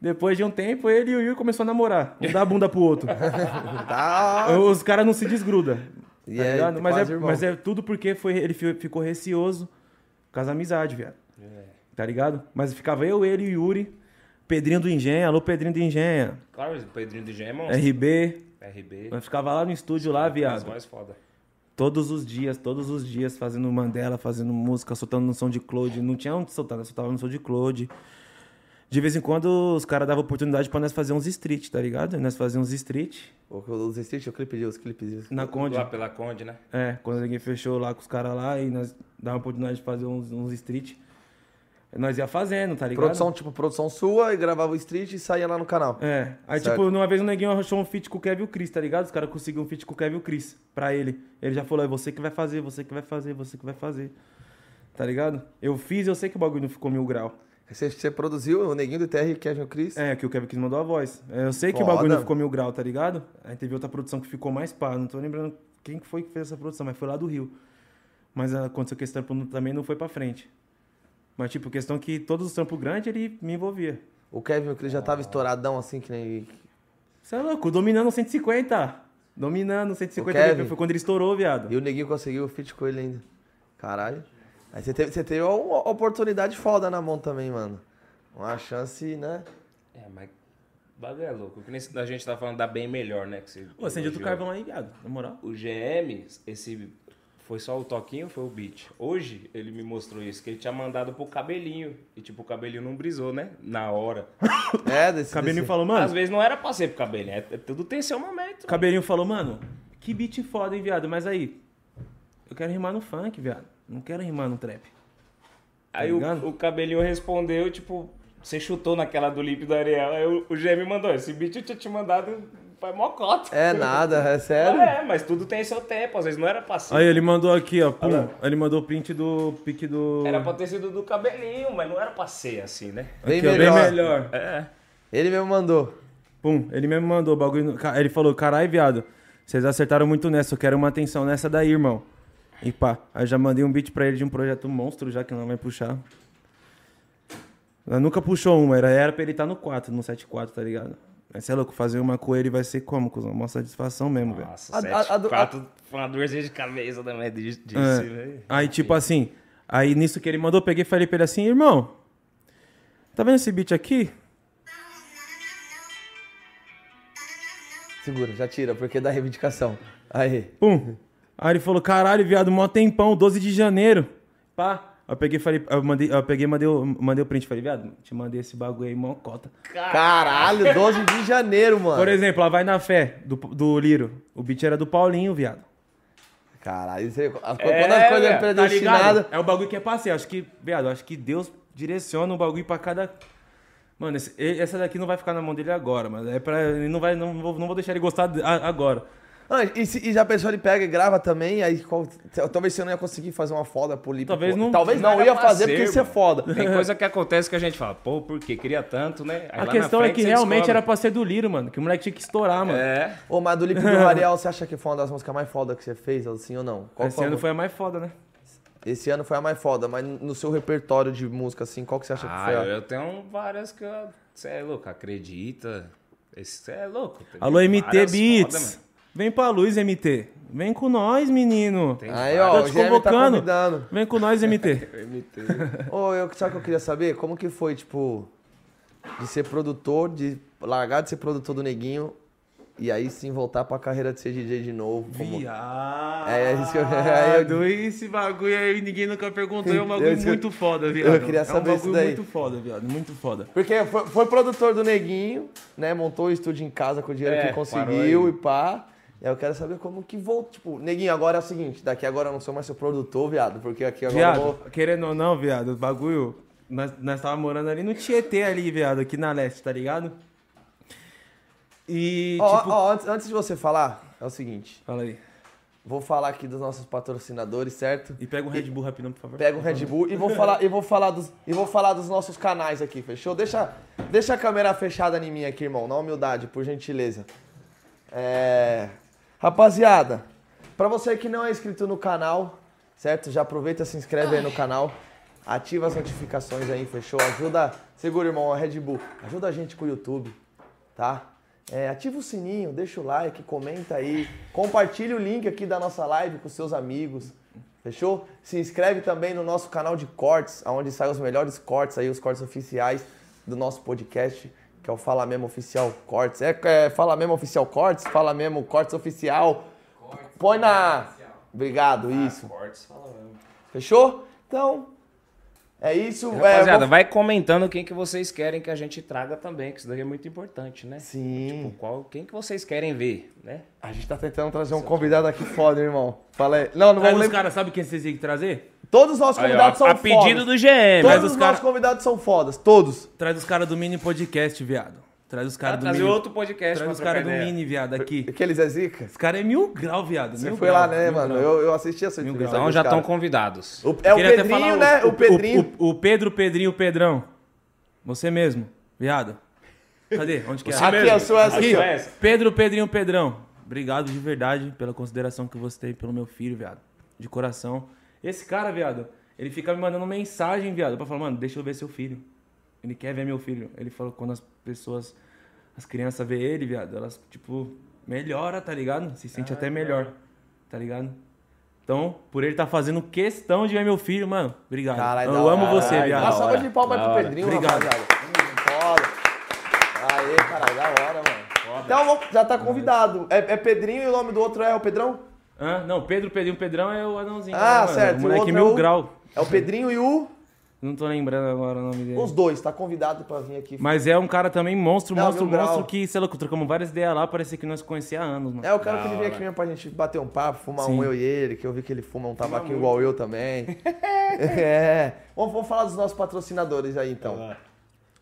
S3: Depois de um tempo, ele *laughs* e o Yuri começou a namorar. Um dá a bunda pro outro.
S1: Tá...
S3: Os caras não se desgrudam.
S1: E
S3: Tá
S1: é
S3: ligado? Mas,
S1: quase
S3: é,
S1: irmão.
S3: mas é tudo porque foi, ele fi- ficou receoso com as amizades, viado.
S1: É.
S3: Tá ligado? Mas ficava eu, ele e o Yuri. Pedrinho do Engenha, alô Pedrinho do Engenha.
S2: Claro, o Pedrinho de Gema, é um
S3: RB.
S2: RB.
S3: Nós ficava lá no estúdio lá,
S2: As
S3: É viado.
S2: um mais foda.
S3: Todos os dias, todos os dias, fazendo Mandela, fazendo música, soltando no som de Claude. Não tinha onde soltar, nós soltava no som de Claude. De vez em quando os caras davam oportunidade pra nós fazer uns street, tá ligado? Nós fazíamos street
S1: O, os street, o clipe de- os clipes.
S3: na Conde.
S2: Lá pela Conde, né?
S3: É, quando ninguém fechou lá com os caras lá e nós dava a oportunidade de fazer uns, uns street. Nós ia fazendo, tá ligado?
S1: Produção, tipo, produção sua e gravava o street e saía lá no canal.
S3: É. Aí,
S1: Certo.
S3: tipo, uma vez o neguinho achou um feat com o Kevin e o Chris, tá ligado? Os caras conseguiram um feat com o Kevin e o Chris pra ele. Ele já falou: é você que vai fazer, você que vai fazer, você que vai fazer. Tá ligado? Eu fiz, eu sei que o bagulho não ficou mil grau.
S1: Você, você produziu o Neguinho do TR e Kevin Chris?
S3: É, que o Kevin Chris mandou a voz. É, Eu sei que o
S1: Foda.
S3: bagulho não ficou mil grau, tá ligado? Aí teve outra produção que ficou mais pá. Não tô lembrando quem que foi que fez essa produção, mas foi lá do Rio. Mas ah, aconteceu que esse trampo não- também não foi pra frente. Mas, tipo, questão que todos os trampos grandes ele me envolvia.
S1: O Kevin Chris já tava estouradão assim, que nem.
S3: Você é louco, dominando 150. Dominando 150
S1: O Kevin.
S3: foi quando ele estourou, viado.
S1: E o Neguinho conseguiu o feat com ele ainda. Caralho. Aí você teve, você teve uma oportunidade foda na mão também, mano. Uma chance, né?
S2: É, mas o bagulho é louco. Que nem a gente tá falando da bem melhor, né? Que você
S3: Pô, acende outro
S2: elogiou.
S3: carvão aí, viado. Na moral.
S2: O GM, esse foi só o toquinho, foi o beat. Hoje ele me mostrou isso, que ele tinha mandado pro cabelinho. E tipo, o cabelinho não brisou, né? Na hora.
S1: É, desse.
S3: Cabelinho
S1: desse...
S3: falou, mano. Tá
S2: Às vezes não era pra ser pro cabelinho, é, é- tudo tem seu momento.
S3: Cabelinho falou, mano, que beat foda, hein, viado. Mas aí, eu quero rimar no funk, viado. Não quero rimar no trap.
S2: Aí o,
S3: ligado?
S2: o cabelinho respondeu, tipo, você chutou naquela do Lip do Ariel. Aí o, o GM mandou, esse beat eu tinha te mandado faz mocota. *laughs*
S1: É nada, é sério.
S2: É, mas tudo tem seu tempo, às vezes não era pra ser.
S3: Aí ele mandou aqui, ó, pum. Ele mandou o print do pique do.
S2: Era pra ter sido do cabelinho, mas não era pra ser assim, né?
S1: Bem
S3: Aqui, ó,
S1: melhor.
S3: Bem melhor.
S2: É.
S1: Ele mesmo mandou.
S3: Pum, ele mesmo mandou o bagulho. no- Ca- Ele falou: carai, viado, vocês acertaram muito nessa, eu quero uma atenção nessa daí, irmão. E pá, aí já mandei um beat pra ele de um projeto monstro, já que não vai puxar. Ela nunca puxou uma, era, era pra ele estar no 4, no 7-4, tá ligado? Mas você é louco, fazer uma com ele vai ser como, cuzão? Uma satisfação mesmo, velho.
S2: Nossa,
S1: A-
S2: sete,
S1: a- a do-
S2: quatro, foi uma dorzinha de cabeça também de- disso,
S3: É.
S2: velho.
S3: Aí, tipo assim, aí nisso que ele mandou, eu peguei e falei pra ele assim, irmão, tá vendo esse beat aqui?
S1: Segura, já tira, porque dá reivindicação. Aí.
S3: Pum. Aí ele falou, caralho, viado, mó tempão, 12 de janeiro. Pá. Aí Eu peguei e falei, eu mandei, eu peguei e mandei, o- mandei o print. Falei, viado, te mandei esse bagulho aí, mó cota.
S1: Caralho, 12 de janeiro, mano.
S3: Por exemplo, lá vai na fé do, do Liro. O beat era do Paulinho, viado.
S1: Caralho, isso aí, as-
S2: É,
S1: quando as coisas
S2: velho,
S1: é
S2: tá
S1: predestinadas.
S3: É o bagulho que é passeio. Acho que, viado, acho que Deus direciona o bagulho pra cada. Mano, esse- e- essa daqui não vai ficar na mão dele agora, mas é pra. Ele não vai. Não vou, não vou deixar ele gostar de- a- agora.
S1: Ah, e, se- e já pensou, ele pega e grava também, aí qual- talvez você não ia conseguir fazer uma foda pro Lipe.
S3: Talvez
S1: pô.
S3: não-
S1: Talvez não,
S2: Não era
S1: ia
S2: pra
S1: fazer
S2: ser,
S1: porque isso é
S2: mano.
S1: foda.
S2: Tem coisa que acontece que a gente fala, pô, por quê? Queria tanto, né? Aí lá
S3: a
S2: na
S3: questão é
S2: frente
S3: que
S2: você
S3: realmente
S2: descobre.
S3: era pra ser do Liro, mano. Que o moleque tinha que estourar, mano.
S2: É.
S1: Ô, mas do Lipe do
S3: *laughs*
S1: Ariel, você acha que foi uma das músicas mais foda que você fez, assim, ou não? Qual
S3: Esse ano
S1: a-
S3: foi a mais foda, né?
S1: Esse ano foi a mais foda, mas no seu repertório de música, assim, qual que você acha que
S2: Ah,
S1: foi?
S2: eu,
S1: a-
S2: eu tenho várias que eu... Você é louco, acredita. Você é louco. Tem
S3: Alô, MT
S2: várias foda,
S3: Beats.
S2: mano.
S3: Vem pra luz, MT. Vem com nós, menino.
S2: Tem
S1: Aí,
S2: várias.
S1: ó,
S3: Tô
S1: o
S3: te
S1: Gêmeo tá
S3: convocando. *laughs*
S1: convidando.
S3: Vem com nós, MT.
S1: *laughs*
S2: MT.
S1: Ô, eu, sabe o que eu queria saber? Como que foi, tipo, de ser produtor, de largar de ser produtor do Neguinho e aí sim voltar pra carreira de ser DJ de novo? como-
S3: Viado.
S1: É, isso que eu- é, eu-
S3: Esse bagulho aí ninguém nunca perguntou. É um
S1: Eu-
S3: bagulho
S1: isso que eu-
S3: muito foda, viado.
S1: eu queria saber
S3: É um
S1: isso
S3: bagulho
S1: daí.
S3: muito foda, viado. Muito foda.
S1: Porque foi, foi produtor do Neguinho, né? Montou o estúdio em casa com o dinheiro
S2: É,
S1: que
S2: parou
S1: conseguiu
S2: aí.
S1: e pá. E aí eu quero saber como que voltou. Tipo, Neguinho, agora é o seguinte, daqui agora eu não sou mais seu produtor, viado, porque aqui agora eu vou...
S3: Viado, querendo ou não, viado, o bagulho. Nós, nós tava morando ali no Tietê, ali, viado, aqui na leste, tá ligado? E,
S1: Ó,
S3: tipo.
S1: ó, antes, antes de você falar, é o seguinte.
S3: Fala aí.
S1: Vou falar aqui dos nossos patrocinadores, certo?
S3: E pega um Red Bull rapidão, por favor.
S1: Pega o Red Bull e vou falar, e vou falar dos, e vou falar dos nossos canais aqui, fechou? Deixa, deixa a câmera fechada em mim aqui, irmão, na humildade, por gentileza. É, rapaziada, pra você que não é inscrito no canal, certo? Já aproveita, se inscreve aí no canal, ativa as notificações aí, fechou? Ajuda, segura, irmão, a Red Bull, ajuda a gente com o YouTube, tá? É, ativa o sininho, deixa o like, comenta aí, compartilha o link aqui da nossa live com seus amigos. Fechou? Se inscreve também no nosso canal de cortes, onde saem os melhores cortes aí, os cortes oficiais do nosso podcast, que é o Fala Mesmo Oficial Cortes. É, é Fala Mesmo Oficial Cortes, Fala Mesmo Cortes Oficial. Põe na. Obrigado, isso.
S2: Ah, Cortes, fala mesmo.
S1: Fechou? Então, é isso. é,
S2: Rapaziada,
S1: vamos-
S2: vai comentando quem que vocês querem que a gente traga também, que isso daí é muito importante, né?
S1: Sim.
S2: Tipo, qual, quem que vocês querem ver, né?
S1: A gente tá tentando trazer um
S2: é
S1: convidado aqui foda, irmão. Fala aí. Não, não
S3: Mas
S1: vamos
S3: os
S1: lembrar.
S3: caras sabem quem vocês têm que trazer?
S1: Todos os nossos
S2: Aí, ó,
S1: convidados são
S2: a
S1: fodas.
S2: pedido do GM.
S1: Todos
S2: mas
S1: os nossos
S2: os caras...
S1: convidados são fodas. Todos.
S3: Traz os caras do mini podcast, viado. Traz os
S2: Vai
S3: caras do
S2: trazer
S3: mini.
S2: outro podcast
S3: Traz
S2: pra
S3: os caras do
S2: trocar ideia.
S3: mini, viado, aqui.
S1: Aqueles é zica.
S3: Os caras é mil grau, viado.
S1: Você
S3: mil
S1: foi
S3: grau,
S1: lá, né,
S3: mil
S1: mano?
S3: grau.
S1: Eu, eu assisti a sua entrevista.
S2: Então
S1: com os
S2: já estão
S1: caras.
S2: convidados.
S1: O- é o
S3: Queria até falar
S1: Pedrinho, né? O, Pedrinho.
S3: O, o Pedro, Pedrinho, Pedrão. Você mesmo, viado. Cadê? Onde que é?
S1: aqui, eu sou essa aqui, ó.
S3: Pedro, Pedrinho, Pedrão. Obrigado de verdade pela consideração que você tem pelo meu filho, viado. De coração. Esse cara, viado, ele fica me mandando mensagem, viado, pra falar, mano, deixa eu ver seu filho. Ele quer ver meu filho. Ele falou que quando as pessoas, as crianças vê ele, viado, elas, tipo, melhora, tá ligado? Se sente até melhor, tá ligado? Então, por ele tá fazendo questão de ver meu filho, mano, obrigado.
S1: Caralho, da
S3: eu amo
S1: hora.
S3: você,
S1: Caralho,
S3: viado.
S1: Uma
S2: da
S1: salva
S2: hora.
S1: de palmas
S2: Da
S1: pro
S2: hora.
S1: Pedrinho,
S3: Obrigado.
S1: rapaziada. Hum, Foda. Aê, caralho, da hora, mano. Então vamos- já tá convidado. É, é Pedrinho e o nome do outro é o Pedrão?
S3: Hã? Não, Pedro, Pedrinho, Pedrão é o anãozinho.
S1: Ah,
S3: né, mano?
S1: certo.
S3: O
S1: O
S3: moleque
S1: outro é
S3: mil
S1: o-
S3: grau.
S1: É o Pedrinho e o.
S3: Não tô lembrando agora o nome dele.
S1: Os dois, tá convidado pra vir aqui.
S3: Mas é um cara também monstro,
S1: Não,
S3: monstro,
S1: Mil Grau.
S3: monstro que, sei lá, trocamos várias ideias lá, parecia que nós conhecia há anos, mano.
S1: É, eu quero que ele venha aqui mesmo pra gente bater um papo, fumar um
S3: Sim.
S1: eu e ele, que eu vi que ele fuma um tabaquinho igual eu
S3: *laughs*
S1: também. é. Vamos, vamos falar dos nossos patrocinadores aí então.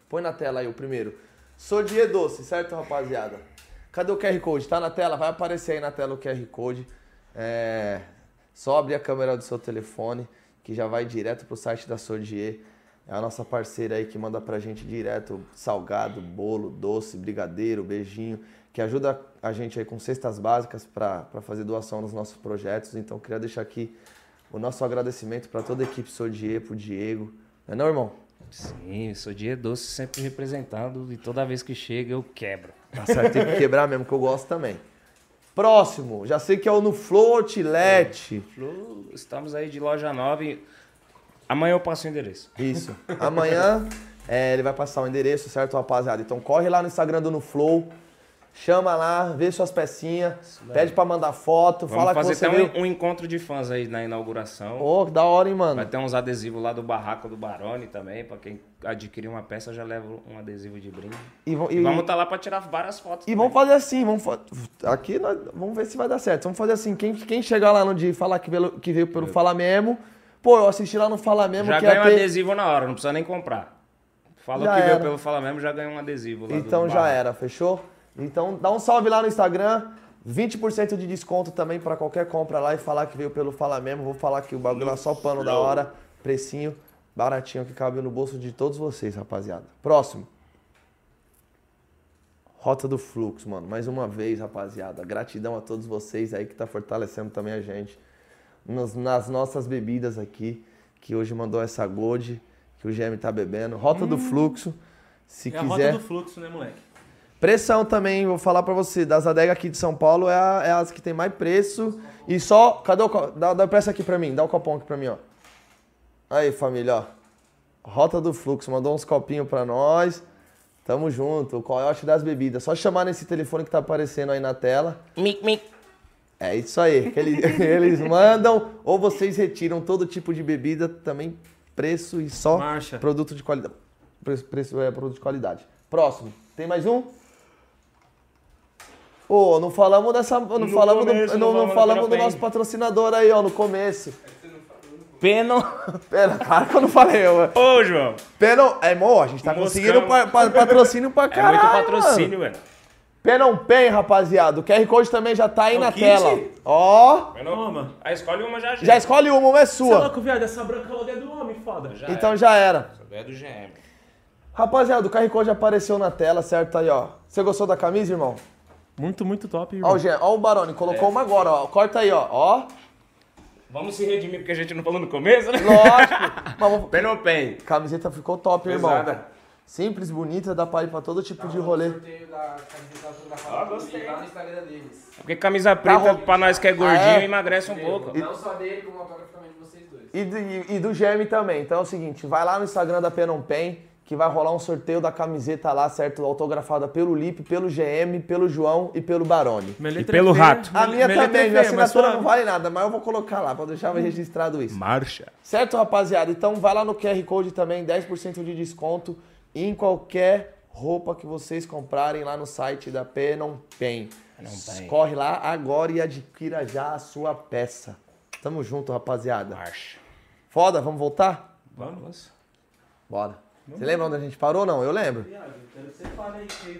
S1: Põe na tela aí o primeiro. Sodier Doce, certo, rapaziada? Cadê o QR Code? Tá na tela? Vai aparecer aí na tela o QR Code. É. Só abrir a câmera do seu telefone, que já vai direto pro site da Sodier. É a nossa parceira aí que manda pra gente direto salgado, bolo, doce, brigadeiro, beijinho, que ajuda a gente aí com cestas básicas pra pra fazer doação nos nossos projetos. Então, queria deixar aqui o nosso agradecimento pra toda a equipe Sodier, pro Diego. Não é não, irmão?
S2: Sim, sou dia doce, sempre representado e toda vez que chega eu quebro.
S1: Tá certo, tem que quebrar mesmo, que eu gosto também. Próximo, já sei que é o no Flow Outlet.
S2: Flu, Estamos aí de loja 9. Amanhã eu passo o endereço.
S1: Isso. Amanhã é, ele vai passar o endereço, certo, rapaziada? Então corre lá no Instagram do NuFlow, chama lá, vê suas pecinhas, pede pra mandar foto,
S2: Vamos
S1: fala que
S2: fazer
S1: você
S2: até
S1: veio.
S2: um, um encontro de fãs aí na inauguração.
S1: Ô, que da hora, hein,
S2: Vai
S1: mano?
S2: ter uns adesivos lá do Barraco do Barone também. Pra quem adquirir uma peça, já leva um adesivo de brinde.
S1: E, vão-
S2: E,
S1: e-
S2: vamos estar lá pra tirar várias fotos.
S1: e
S2: também.
S1: vamos fazer assim, vamos fa- aqui nós- vamos ver se vai dar certo. Vamos fazer assim, quem, quem chegar lá no dia e falar que veio, que veio pelo Fala Memo, pô, eu assisti lá no Fala Memo
S2: Já
S1: que ia
S2: ganha um
S1: ter-
S2: adesivo na hora, não precisa nem comprar. Falou
S1: Já
S2: que
S1: era.
S2: veio pelo Fala Mesmo, já ganhou um adesivo lá do
S1: Então já
S2: Barraco.
S1: era, fechou? Então dá um salve lá no Instagram. 20% de desconto também pra qualquer compra lá e falar que veio pelo Fala Mesmo. Vou falar que o bagulho é só pano da hora, precinho, baratinho que cabe no bolso de todos vocês, rapaziada. Próximo. Rota do Fluxo, mano. Mais uma vez, rapaziada. Gratidão a todos vocês aí que tá fortalecendo também a gente nos- nas nossas bebidas aqui, que hoje mandou essa Gold, que o GM tá bebendo. Rota do Fluxo. Se
S3: Hum. É a
S1: quiser.
S3: rota do fluxo, né, moleque?
S1: Pressão também, vou falar pra você. Das adegas aqui de São Paulo é, a- é as que tem mais preço. E só. Cadê o copo? Dá, dá pressa aqui pra mim, dá o copão aqui pra mim, ó. Aí, família, ó. Rota do Fluxo, mandou uns copinhos pra nós. Tamo junto, é? o coiote das bebidas. Só chamar nesse telefone que tá aparecendo aí na tela.
S2: Mic, mic.
S1: É isso aí. que Eles, *laughs* eles mandam ou vocês retiram todo tipo de bebida, também preço e só
S3: Marcha.
S1: produto de qualidade. Preço, preço- é, produto de qualidade. Próximo. Tem mais um? Ô, não falamos dessa. Não, falamos,
S2: começo,
S1: do,
S2: não
S1: não, não
S2: falamos do
S1: falamos do
S2: Propem.
S1: nosso patrocinador aí, ó, no começo.
S2: É Peno.
S1: *laughs* Pera, claro que eu não falei. Eu,
S2: Ô, João.
S1: Penon. É, mo, a gente tá
S2: Moscão.
S1: conseguindo pa- pa- patrocínio pra
S2: É muito
S1: caralho.
S2: patrocínio, velho.
S1: Penon Pen, rapaziada. O QR Code também já
S2: É
S1: tá aí na
S3: kit?
S1: tela. Ó.
S2: Peno.
S3: Toma.
S2: Aí escolhe uma já, gente.
S1: Já escolhe uma, uma é
S3: Você é
S1: sua.
S3: louco, viado? Essa branca logo é do homem, foda.
S2: Já
S1: Então já era.
S2: era. É do GM.
S1: Rapaziada, o QR Code apareceu na tela, certo? Aí, ó. Você gostou da camisa, irmão?
S3: Muito, muito
S1: Ó,
S3: top,
S1: o,
S3: irmão. É.
S1: Jean, ó o Barone, colocou uma agora, ó. Corta aí, ó. Ó.
S2: Vamos se redimir
S3: *laughs*
S2: porque a gente não falou no começo, né?
S1: Lógico. Mas vamos-
S2: Penopen.
S1: Camiseta ficou top, irmão.
S2: Pesada.
S1: Simples, bonita, dá pra ir pra todo
S3: Tá
S1: tipo de rolê.
S5: sorteio da camiseta da Fala Comigo lá no Instagram deles.
S2: Porque camisa preta, pra nós que é gordinho,
S1: Tá Ah, é?
S2: emagrece um pouco.
S5: Não só dele, como autógrafo também de vocês dois.
S1: E do, e- e do GM também. Então é o seguinte, vai lá no Instagram da Penon Pen, que vai rolar um sorteio da camiseta lá, certo? Autografada pelo Lipe, pelo GM, pelo João e pelo Barone.
S3: Minha letra
S2: pelo
S3: é feia,
S2: rato.
S1: A minha
S3: letra é
S1: também,
S3: feia,
S1: minha
S3: mas
S1: assinatura
S3: suave.
S1: não vale nada, mas eu vou colocar lá, pra deixar registrado isso.
S2: Marcha.
S1: Certo, rapaziada? Então vai lá no QR Code também, 10% de desconto em qualquer roupa que vocês comprarem lá no site da Penon Pen.
S2: Pen.
S1: Corre lá agora e adquira já a sua peça. Tamo junto, rapaziada.
S2: Marcha.
S1: Foda, vamos voltar?
S2: Vamos.
S1: Bora. Você lembra onde a gente parou? Não, eu lembro.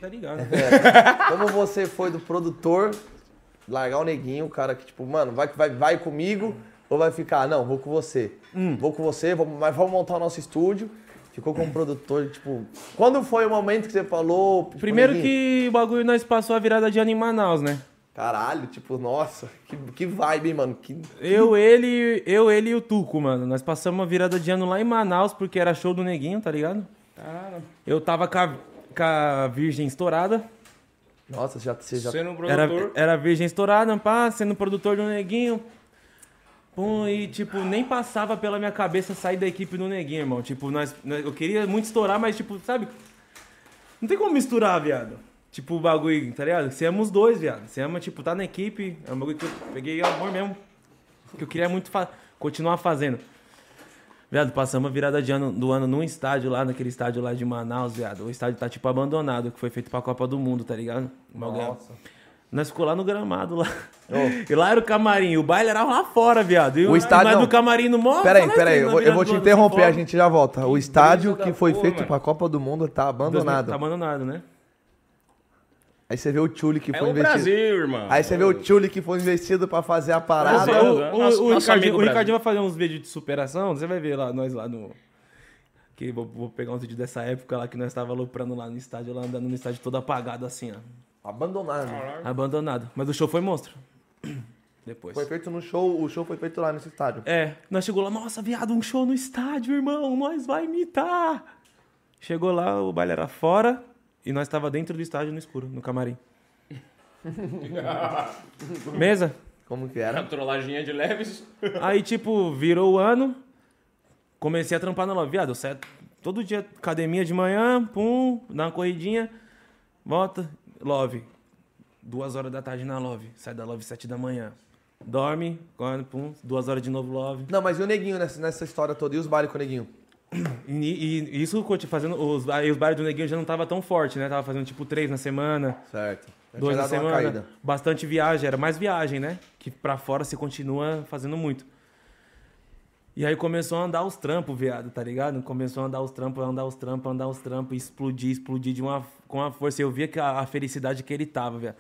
S3: Tá ligado?
S1: É, Como você foi do produtor largar o neguinho, o cara que, tipo, mano, vai, vai, vai comigo ou vai ficar, "Ah, não, vou com você.
S2: Hum.
S1: Vou com você, vamos- mas vamos montar o nosso estúdio. Ficou com o produtor, tipo. Quando foi o momento que você falou? tipo,
S3: *laughs* Primeiro
S1: neguinho,
S3: que o bagulho nós passou a virada de ano em Manaus, né?
S1: Caralho, tipo, nossa, que, que vibe, hein, mano. Que...
S3: Eu, ele, eu, ele e o Tuco, mano. Nós passamos uma virada de ano lá em Manaus, porque era show do neguinho, tá ligado? Eu tava com a, com a virgem estourada.
S1: Nossa, já, você já.
S2: Sendo um
S3: Era,
S2: produtor.
S3: era virgem estourada, pá, sendo produtor do neguinho. Pum, e tipo, nem passava pela minha cabeça sair da equipe do neguinho, irmão. Tipo, nós, nós- eu queria muito estourar, mas tipo, sabe? Não tem como misturar, viado. Tipo, o bagulho, tá ligado? Você ama os dois, viado. Você ama, tipo, tá na equipe. É um bagulho que eu peguei amor mesmo. Que eu queria muito fa- continuar fazendo. Viado, passamos a virada de ano, do ano num estádio lá, naquele estádio lá de Manaus, viado. O estádio tá, tipo, abandonado, que foi feito pra Copa do Mundo, tá ligado? O bagulho- nós ficou lá no gramado lá. *laughs* E lá era o camarim, o baile era lá fora, viado. E
S1: O estádio
S3: Mas
S1: não.
S3: do camarim no mó.
S1: Peraí,
S3: nós
S1: peraí,
S3: na
S1: eu, vou- eu
S3: virada
S1: vou
S3: do
S1: te
S3: ano,
S1: interromper,
S3: fora.
S1: a gente já volta. O estádio
S2: brisa
S1: que
S2: da
S1: foi
S2: porra,
S1: feito
S2: mano.
S1: pra Copa do Mundo tá abandonado.
S3: Tá abandonado, né?
S1: Aí você vê o Tchuli que
S2: É
S1: foi
S2: o
S1: investido.
S2: Brasil, irmão.
S1: Aí você vê o Tchuli que foi investido pra fazer a
S3: Mas
S1: parada.
S2: Brasil.
S3: o, o-
S2: Nosso-
S3: o
S2: nosso
S3: Ricardinho,
S2: amigo
S3: o
S2: Brasil.
S3: Ricardinho vai fazer uns vídeos de superação, você vai ver lá, nós lá no... Que vou, vou pegar uns vídeos dessa época lá que nós tava aloprando lá no estádio, lá andando no estádio todo apagado assim, ó.
S1: Abandonado.
S3: Abandonado. Mas o show foi monstro. *clears throat* Depois.
S1: Foi feito no show, o show foi feito lá nesse estádio.
S3: É, nós chegou lá, nossa, viado, um show no estádio, irmão, nós vai imitar. Chegou lá, o baile era fora e nós tava dentro do estádio no escuro, no camarim. Mesa?
S1: Como que era?
S2: Uma Trollaginha de leves.
S3: Aí, tipo, virou o ano, comecei a trampar na loja. Viado, eu saio todo dia, academia de manhã, pum, dá uma corridinha, volta, love. Duas horas da tarde na love, sai da love sete da manhã. Dorme, acorda, pum, duas horas de novo love.
S1: Não, mas e o Neguinho nessa, nessa história toda? E os bailes com o Neguinho?
S3: E, e isso conti- fazendo. Os, aí os bares do Neguinho já não tava tão forte, né? Tava fazendo tipo três na semana,
S1: Certo. Já
S3: dois
S1: tinha
S3: na
S1: dado uma
S3: semana.
S1: caída.
S3: Bastante viagem, era mais viagem, né? Que pra fora você continua fazendo muito. E aí começou a andar os trampos, viado, tá ligado? Começou a andar os trampos, andar os trampos, andar os trampos, explodir, explodir de uma, com uma força. Eu via que a, a felicidade que ele tava, viado.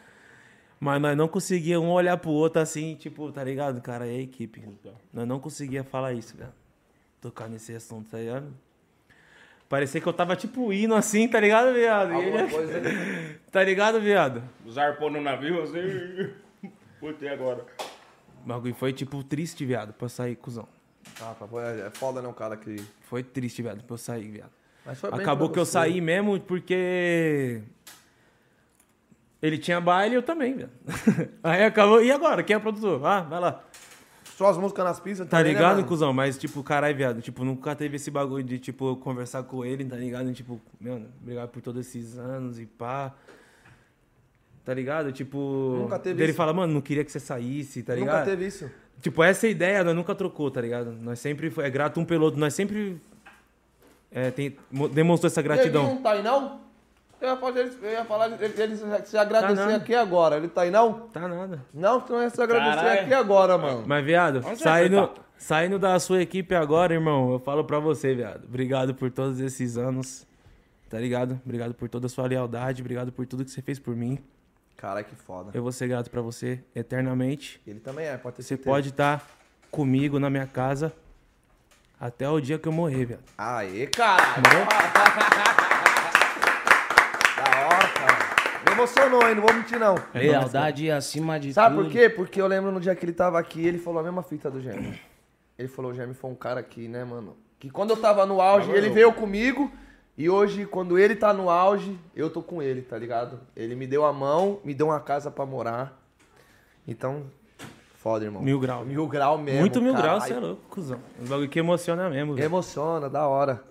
S3: Mas nós não conseguia um olhar pro outro assim, tipo, tá ligado? Cara, é a equipe.
S1: Então.
S3: Nós não conseguia falar isso, viado. Tocar nesse assunto, tá ligado? Parecia que eu tava tipo hino assim, tá ligado, viado? E ele- Tá ligado, viado?
S2: Os arpão no navio, assim. *laughs* Putei agora.
S3: O bagulho foi tipo triste, viado, pra eu sair, cuzão.
S1: Ah, pô, é é foda, né, o cara que...
S3: Foi triste, viado, pra eu sair, viado.
S1: Mas foi bem
S3: Acabou
S1: pra
S3: que eu
S1: você.
S3: saí mesmo porque. Ele tinha baile e eu também, viado. *laughs* Aí acabou. E agora? Quem é o produtor? Ah, vai lá.
S1: Só as músicas nas pistas
S3: Tá
S1: também, né,
S3: ligado,
S1: mano?
S3: cuzão? Mas, tipo, caralho, viado. Tipo, nunca teve esse bagulho de, tipo, eu conversar com ele, tá ligado? E, tipo, mano, obrigado por todos esses anos e pá. Tá ligado? Tipo.
S1: Nunca teve
S3: Ele
S1: isso.
S3: fala, mano, não queria que você saísse, tá ligado?
S1: Nunca teve isso.
S3: Tipo, essa ideia nós nunca trocou, tá ligado? Nós sempre foi, é grato um pelo outro, nós sempre é, tem- mo- demonstrou essa gratidão.
S1: Neguinho tá aí, não? Eu ia, fazer, eu ia falar, ele, ele se- se agradecer
S3: Tá nada.
S1: aqui agora. Ele tá aí, não?
S3: Tá nada.
S1: Não, tu não ia se agradecer
S2: Caralho.
S1: aqui agora, mano.
S3: Mas, viado,
S2: Onde você vai,
S3: saindo,
S2: Pato?
S3: saindo da sua equipe agora, irmão, eu falo pra você, viado. Obrigado por todos esses anos, tá ligado? Obrigado por toda a sua lealdade, obrigado por tudo que você fez por mim.
S1: Cara, que foda.
S3: Eu vou ser grato pra você eternamente.
S1: Ele também é, pode ter
S3: Você
S1: certeza.
S3: pode estar comigo na minha casa até o dia que eu morrer, viado.
S1: Aê, cara!
S3: Morou?
S1: Da hora, cara. Me emocionou, hein? Não vou mentir, não.
S2: Lealdade acima de
S1: É Sabe
S3: Hum.
S1: por quê? Porque eu lembro no dia que ele tava aqui, ele falou a mesma fita do Gêmeo. Ele falou, o Gêmeo foi um cara aqui, né, mano? Que quando eu tava no auge, ele veio comigo E hoje, quando ele tá no auge, eu tô com ele, tá ligado? Ele me deu a mão, me deu uma casa pra morar. Então, foda, irmão.
S3: Mil grau.
S1: Mil grau mesmo.
S3: Muito mil
S1: caralho.
S3: graus, você é louco, cuzão. Um bagulho que emociona mesmo, velho.
S1: Emociona, da hora.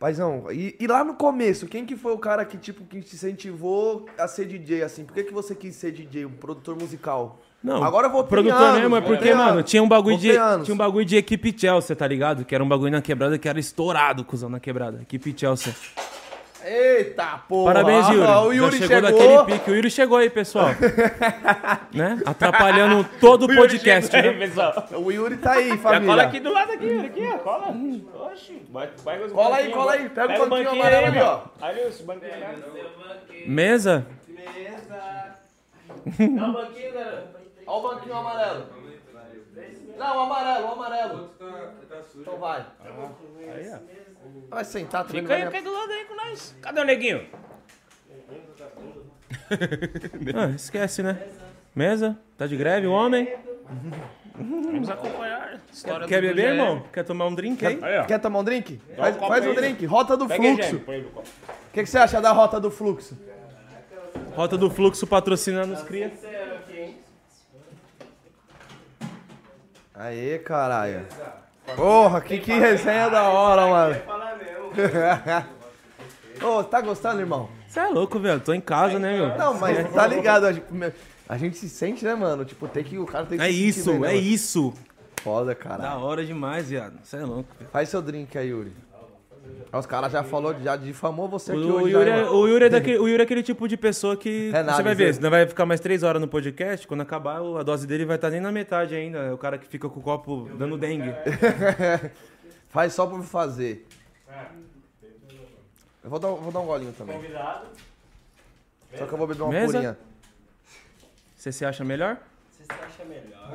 S1: Paizão, e, e lá no começo, quem que foi o cara que, tipo, que te incentivou a ser DJ, assim? Por que, que você quis ser DJ, um produtor musical? agora eu vou
S3: Produtor mesmo, é porque, mano, tinha um bagulho de.
S1: Anos.
S3: Tinha um bagulho de equipe Chelsea, tá ligado? Que era um bagulho na quebrada que era estourado, cuzão, na quebrada. Equipe Chelsea.
S1: Eita, porra!
S3: Parabéns, Yuri.
S1: Ah, O Yuri
S3: Já
S1: chegou,
S3: chegou, naquele pique. O Yuri chegou
S1: *laughs*
S3: aí, pessoal. né? Atrapalhando todo o podcast,
S2: Aí,
S3: né?
S2: pessoal.
S1: O Yuri tá
S3: *laughs*
S1: aí,
S2: Já
S1: família.
S2: cola aqui do lado aqui, olha aqui, ó. Cola. Oxi. vai- vai com os
S1: Cola aí,
S2: banquinhos,
S1: cola
S2: vai.
S1: aí. Pega o
S2: o
S1: banquinho
S2: banquinho
S1: amarelo
S2: aí,
S1: ali, ó.
S2: Olha os banquinhos amarelos.
S3: Mesa?
S1: Olha o banquinho amarelo. Não, o amarelo, o amarelo. Então vai. Vai sentar, tá também não
S2: Fica
S1: vai
S2: aí,
S1: nem-
S2: fica aí do lado aí com nós. Cadê o neguinho?
S3: Ah, esquece, né? Mesa? Tá de greve o homem?
S2: Vamos acompanhar a história
S3: Quer
S2: do
S3: beber,
S2: Guilherme.
S3: irmão? Quer tomar um drink aí?
S2: Aí, ó.
S1: Quer tomar um drink? Faz,
S2: copo
S1: faz um
S2: aí,
S1: drink. Rota do
S2: Pega aí,
S1: fluxo.
S2: Jaime.
S1: O
S2: põe aí no copo.
S1: que, que você acha da rota do fluxo?
S3: Rota do Fluxo patrocinando os cria.
S1: Aê, caralho. Porra, que, que resenha da hora, mano. *laughs* Ô, tá gostando, irmão?
S3: Você é louco, velho. Tô em casa, né, meu?
S1: Não, mas tá ligado. a gente- A gente se sente, né, mano? Tipo, tem que, o cara tem que
S3: É
S1: se sentir
S3: isso,
S1: bem, né,
S3: é
S1: mano?
S3: isso.
S1: Foda, caralho.
S3: Da hora demais, viado. Você é louco. velho.
S1: Faz seu drink aí, Yuri. Ah, Os caras já falou, já difamou você aqui
S3: O
S1: hoje.
S3: Yuri,
S1: né,
S3: é,
S1: mano?
S3: o, Yuri é daquele, o Yuri é aquele tipo de pessoa que
S1: É nada,
S3: você vai
S1: Zé.
S3: ver, você não vai ficar mais três horas no podcast, quando acabar o- a dose dele vai estar nem na metade ainda. É o cara que fica com o copo dando dengue.
S1: *laughs* Faz só por fazer. Eu vou dar, vou dar um golinho também. Só que eu vou beber uma
S3: Mesa?
S1: purinha.
S3: Você se acha melhor?
S6: Você se acha melhor?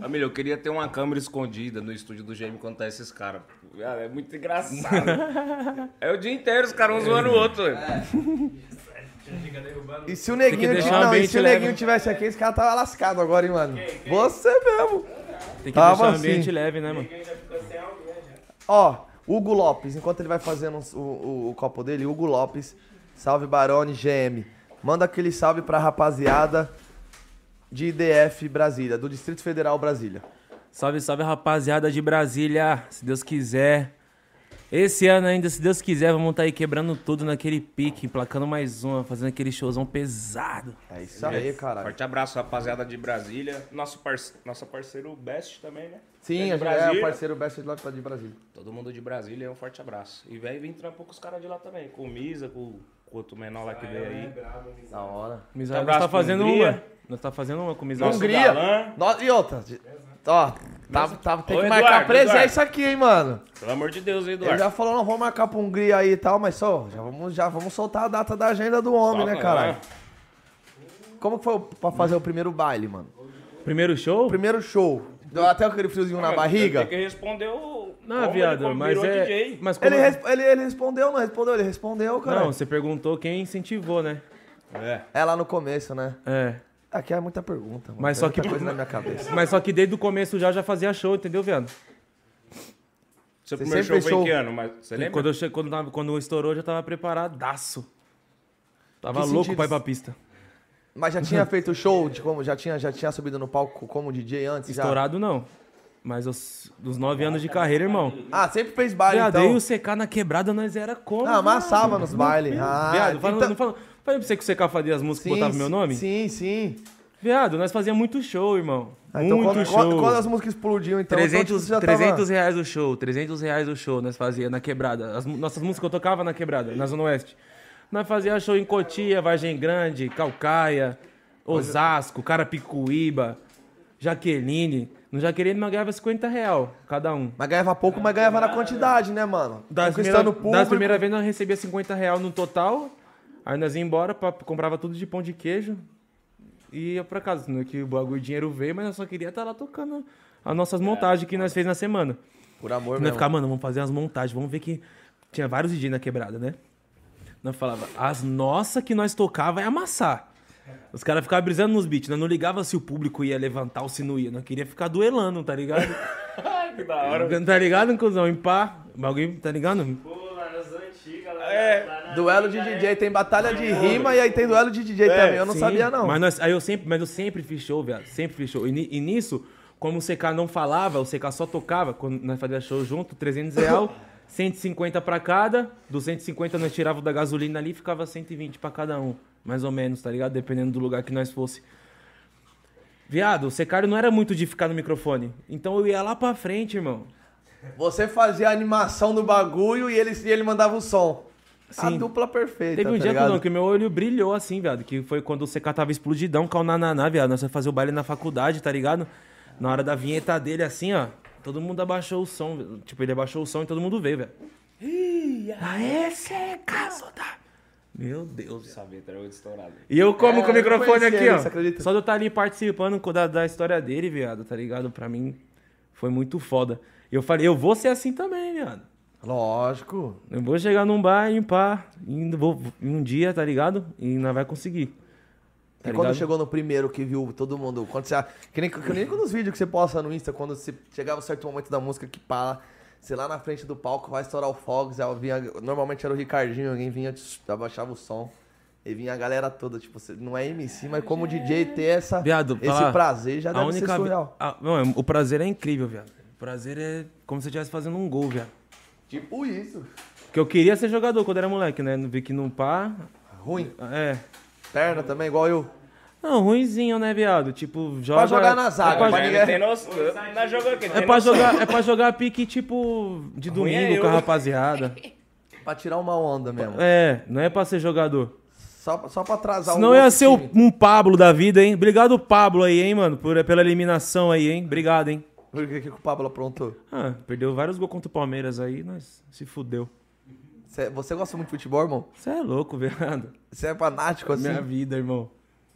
S2: Família, eu queria ter uma câmera escondida no estúdio do Jamie quando tá esses caras. Cara, é muito engraçado. *laughs* é o dia inteiro os caras um zoando o outro. velho.
S1: E se o
S3: Tem que
S1: neguinho, ti-
S3: deixar o
S1: não, e
S3: ambiente
S1: se o
S3: leve.
S1: neguinho tivesse aqui, esse cara tava lascado agora, hein, mano. Você mesmo.
S3: Tem que
S1: Tava
S3: deixar o ambiente
S1: assim.
S3: leve, né, mano?
S1: Ó, Hugo Lopes, enquanto ele vai fazendo uns- o, o- o copo dele, Hugo Lopes, salve Barone, GM. Manda aquele salve pra rapaziada de IDF Brasília, do Distrito Federal Brasília.
S3: Salve, salve, rapaziada de Brasília. Se Deus quiser. Esse ano ainda, se Deus quiser, vamos estar aí quebrando tudo naquele pique, emplacando mais uma, fazendo aquele showzão pesado.
S1: É isso aí, caralho.
S2: Forte abraço, rapaziada de Brasília. Nosso parce... Nosso parceiro Best também, né?
S1: Sim,
S2: de
S1: a gente é
S2: Brasília.
S1: o parceiro Best lá de Brasília.
S2: Todo mundo de Brasília, um forte abraço. E vem, vem trampo com os caras de lá também. Com o Misa, com com o outro menor lá que veio aí.
S1: Da hora.
S3: Mizar, nós
S2: abraço
S3: tá
S2: pra
S3: fazendo
S2: Hungria.
S3: uma. Nós tá fazendo uma com o Mizar.
S2: Nosso
S1: Hungria.
S2: galã.
S1: No- e outra. de- Ó, tá, tá, tem
S2: Ô,
S1: que
S2: Eduardo,
S1: marcar presença
S2: Eduardo.
S1: aqui, hein, mano.
S2: Pelo amor de Deus, hein,
S1: Ele
S2: Eduardo.
S1: já falou, não, vamos marcar pra Hungria aí e tal, mas só, já vamos, já vamos soltar a data da agenda do homem,
S2: Solta
S1: né,
S2: lá.
S1: caralho? Como que foi o- pra fazer o primeiro baile, mano?
S3: Primeiro show?
S1: O primeiro show. Deu até aquele friozinho na barriga.
S2: Tem que responder o.
S3: Não, viado, mas é. Mas como...
S1: Ele, res- ele, ele respondeu, não respondeu? Ele respondeu, cara.
S3: Não, você perguntou quem incentivou, né?
S1: É lá no começo, né?
S3: É.
S1: Aqui é muita pergunta, mano.
S3: Mas
S1: Tem
S3: só que-
S1: muita coisa na minha cabeça.
S3: Mas só que desde o começo já já fazia show, entendeu, viado?
S1: Você
S2: Seu primeiro show
S1: sempre
S2: foi
S1: show-
S2: em que ano? Mas você lembra?
S3: Quando, eu che... quando, tava- quando estourou, eu já tava preparadaço. Tava
S1: Que
S3: louco
S1: sentido
S3: pra ir
S1: isso?
S3: pra pista.
S1: Mas já tinha feito show de como? Já tinha, já tinha subido no palco como DJ antes? já?
S3: Estourado não. Mas os, dos nove anos de carreira, irmão.
S1: Ah, sempre fez baile,
S3: Viado, eu e
S1: então.
S3: o CK na quebrada, nós era como?
S1: Ah,
S3: viado?
S1: amassava nos bailes. Ah,
S3: Viado, falando,
S1: então-
S3: não falando, falei pra você que o CK fazia as músicas e botava meu nome?
S1: Sim, sim.
S3: Viado, nós fazia muito show, irmão.
S1: Ah,
S3: muito
S1: então, quando,
S3: show.
S1: quando, quando as músicas explodiam, então... então,
S3: 300,
S1: tipo, já
S3: 300
S1: Tava...
S3: reais o show, 300 reais o show nós fazia na quebrada. As mu- nossas músicas eu tocava na quebrada, na Zona Oeste. Nós fazia show em Cotia, Vargem Grande, Calcaia, Osasco, Carapicuíba, Jaqueline. No Jaqueline nós ganhava 50 real cada um.
S1: Mas ganhava pouco, mas ganhava na quantidade, né, mano?
S3: Das primeira,
S1: Conquistando o
S3: da
S1: público.
S3: primeira vez nós recebia 50 real no total, aí nós ia embora, pra, comprava tudo de pão de queijo e ia pra casa. Não é Que o bagulho, o dinheiro veio, mas nós só queria estar lá tocando as nossas montagens que nós fez na semana.
S1: Por amor
S3: Nós
S1: mesmo.
S3: ficava, mano, vamos fazer as montagens, vamos ver que tinha vários DJs na quebrada, né? Nós falava, as nossas que nós tocava vai amassar. Os caras ficavam né?
S2: *laughs*
S3: brisando nos beats, nós não ligava se o público ia levantar ou se não ia, nós queria ficar duelando, tá ligado?
S2: que da hora.
S3: Tá ligado, cuzão? Em pá. Bagulho, tá ligado?
S1: Duelo de DJ, tem batalha de rima e aí tem duelo de DJ também. Eu não
S3: Sim,
S1: sabia, não.
S3: Mas, nós- aí eu sempre, mas eu sempre fiz show, viado. Sempre fiz show. E, ni- e nisso, como o CK não falava, o CK só tocava, quando nós fazia show junto,
S1: *laughs*
S3: 300 real, 150 pra cada, 250 nós tirava da gasolina ali, ficava 120 pra cada um. Mais ou menos, tá ligado? Dependendo do lugar que nós fosse. Viado, o secário não era muito de ficar no microfone. Então eu ia lá pra frente, irmão.
S1: Você fazia a animação do bagulho e ele, e ele mandava o som. A
S3: Sim.
S1: dupla perfeita,
S3: Teve um
S1: tá
S3: dia,
S1: ligado?
S3: Tudão, que meu olho brilhou assim, viado. Que foi quando o CK tava explodidão com o Nananá, viado. Nós ia fazer o baile na faculdade, tá ligado? Na hora da vinheta dele, assim, ó. Todo mundo abaixou o som. viado. Tipo, ele abaixou o som e todo mundo veio, velho. Ih, aê, CK, soldado. Meu Deus, viado.
S2: Sabia, era o estourado.
S3: E eu como
S1: É,
S3: com o
S1: eu não
S3: microfone
S1: conhecia
S3: aqui, ó.
S1: isso, acredita?
S3: Só de eu estar ali participando com- da, da história dele, viado, tá ligado? Pra mim, foi muito foda. E eu falei, eu vou ser assim também, viado.
S1: Lógico.
S3: Eu vou chegar num bar e pá, e vou, um dia, tá ligado? E não vai conseguir. Tá
S1: e quando
S3: ligado?
S1: chegou no primeiro que viu todo mundo, quando você, que, nem, que nem quando os vídeos que você posta no Insta, quando você chegava um certo momento da música que pá, você lá na frente do palco vai estourar o Fogs, aí vinha, normalmente era o Ricardinho, alguém vinha, tss, abaixava o som, e vinha a galera toda, tipo, você não é MC, mas como DJ ter essa,
S3: Viado,
S1: esse
S3: falar,
S1: prazer já
S3: a
S1: deve ser
S3: única ve-
S1: surreal.
S3: Ah, não, é- o prazer é incrível, viado. O prazer é como se eu estivesse fazendo um gol, viado.
S1: Tipo isso.
S3: Porque eu queria ser jogador quando era moleque, né? Vi que não pá.
S1: Ruim.
S3: É.
S1: Perna também, igual eu.
S3: Não, ruinzinho, né, viado? Tipo, joga.
S1: É jogar na zaga, né?
S3: É pra,
S1: pra
S3: jo-
S1: ninguém-
S2: Ele tem noção. Não jogou aqui.
S3: é pra jogar, é pra jogar pique, tipo, de
S2: Ruim é
S3: domingo com a
S2: eu. *laughs*
S3: rapaziada.
S1: Pra tirar uma onda mesmo.
S3: É, não é pra ser jogador.
S1: Só, só pra atrasar
S3: Senão ia
S1: outro
S3: ser o-
S1: time.
S3: um Pablo da vida, hein? Obrigado, Pablo aí, hein, mano, por, pela eliminação aí, hein? Obrigado, hein?
S1: Por que, que o Pablo aprontou?
S3: Ah, perdeu vários gols contra o Palmeiras aí, nós se fudeu.
S1: Cê- você gosta muito de futebol, irmão?
S3: Você é louco, viado.
S1: Você é fanático assim?
S3: *laughs* Minha vida, irmão.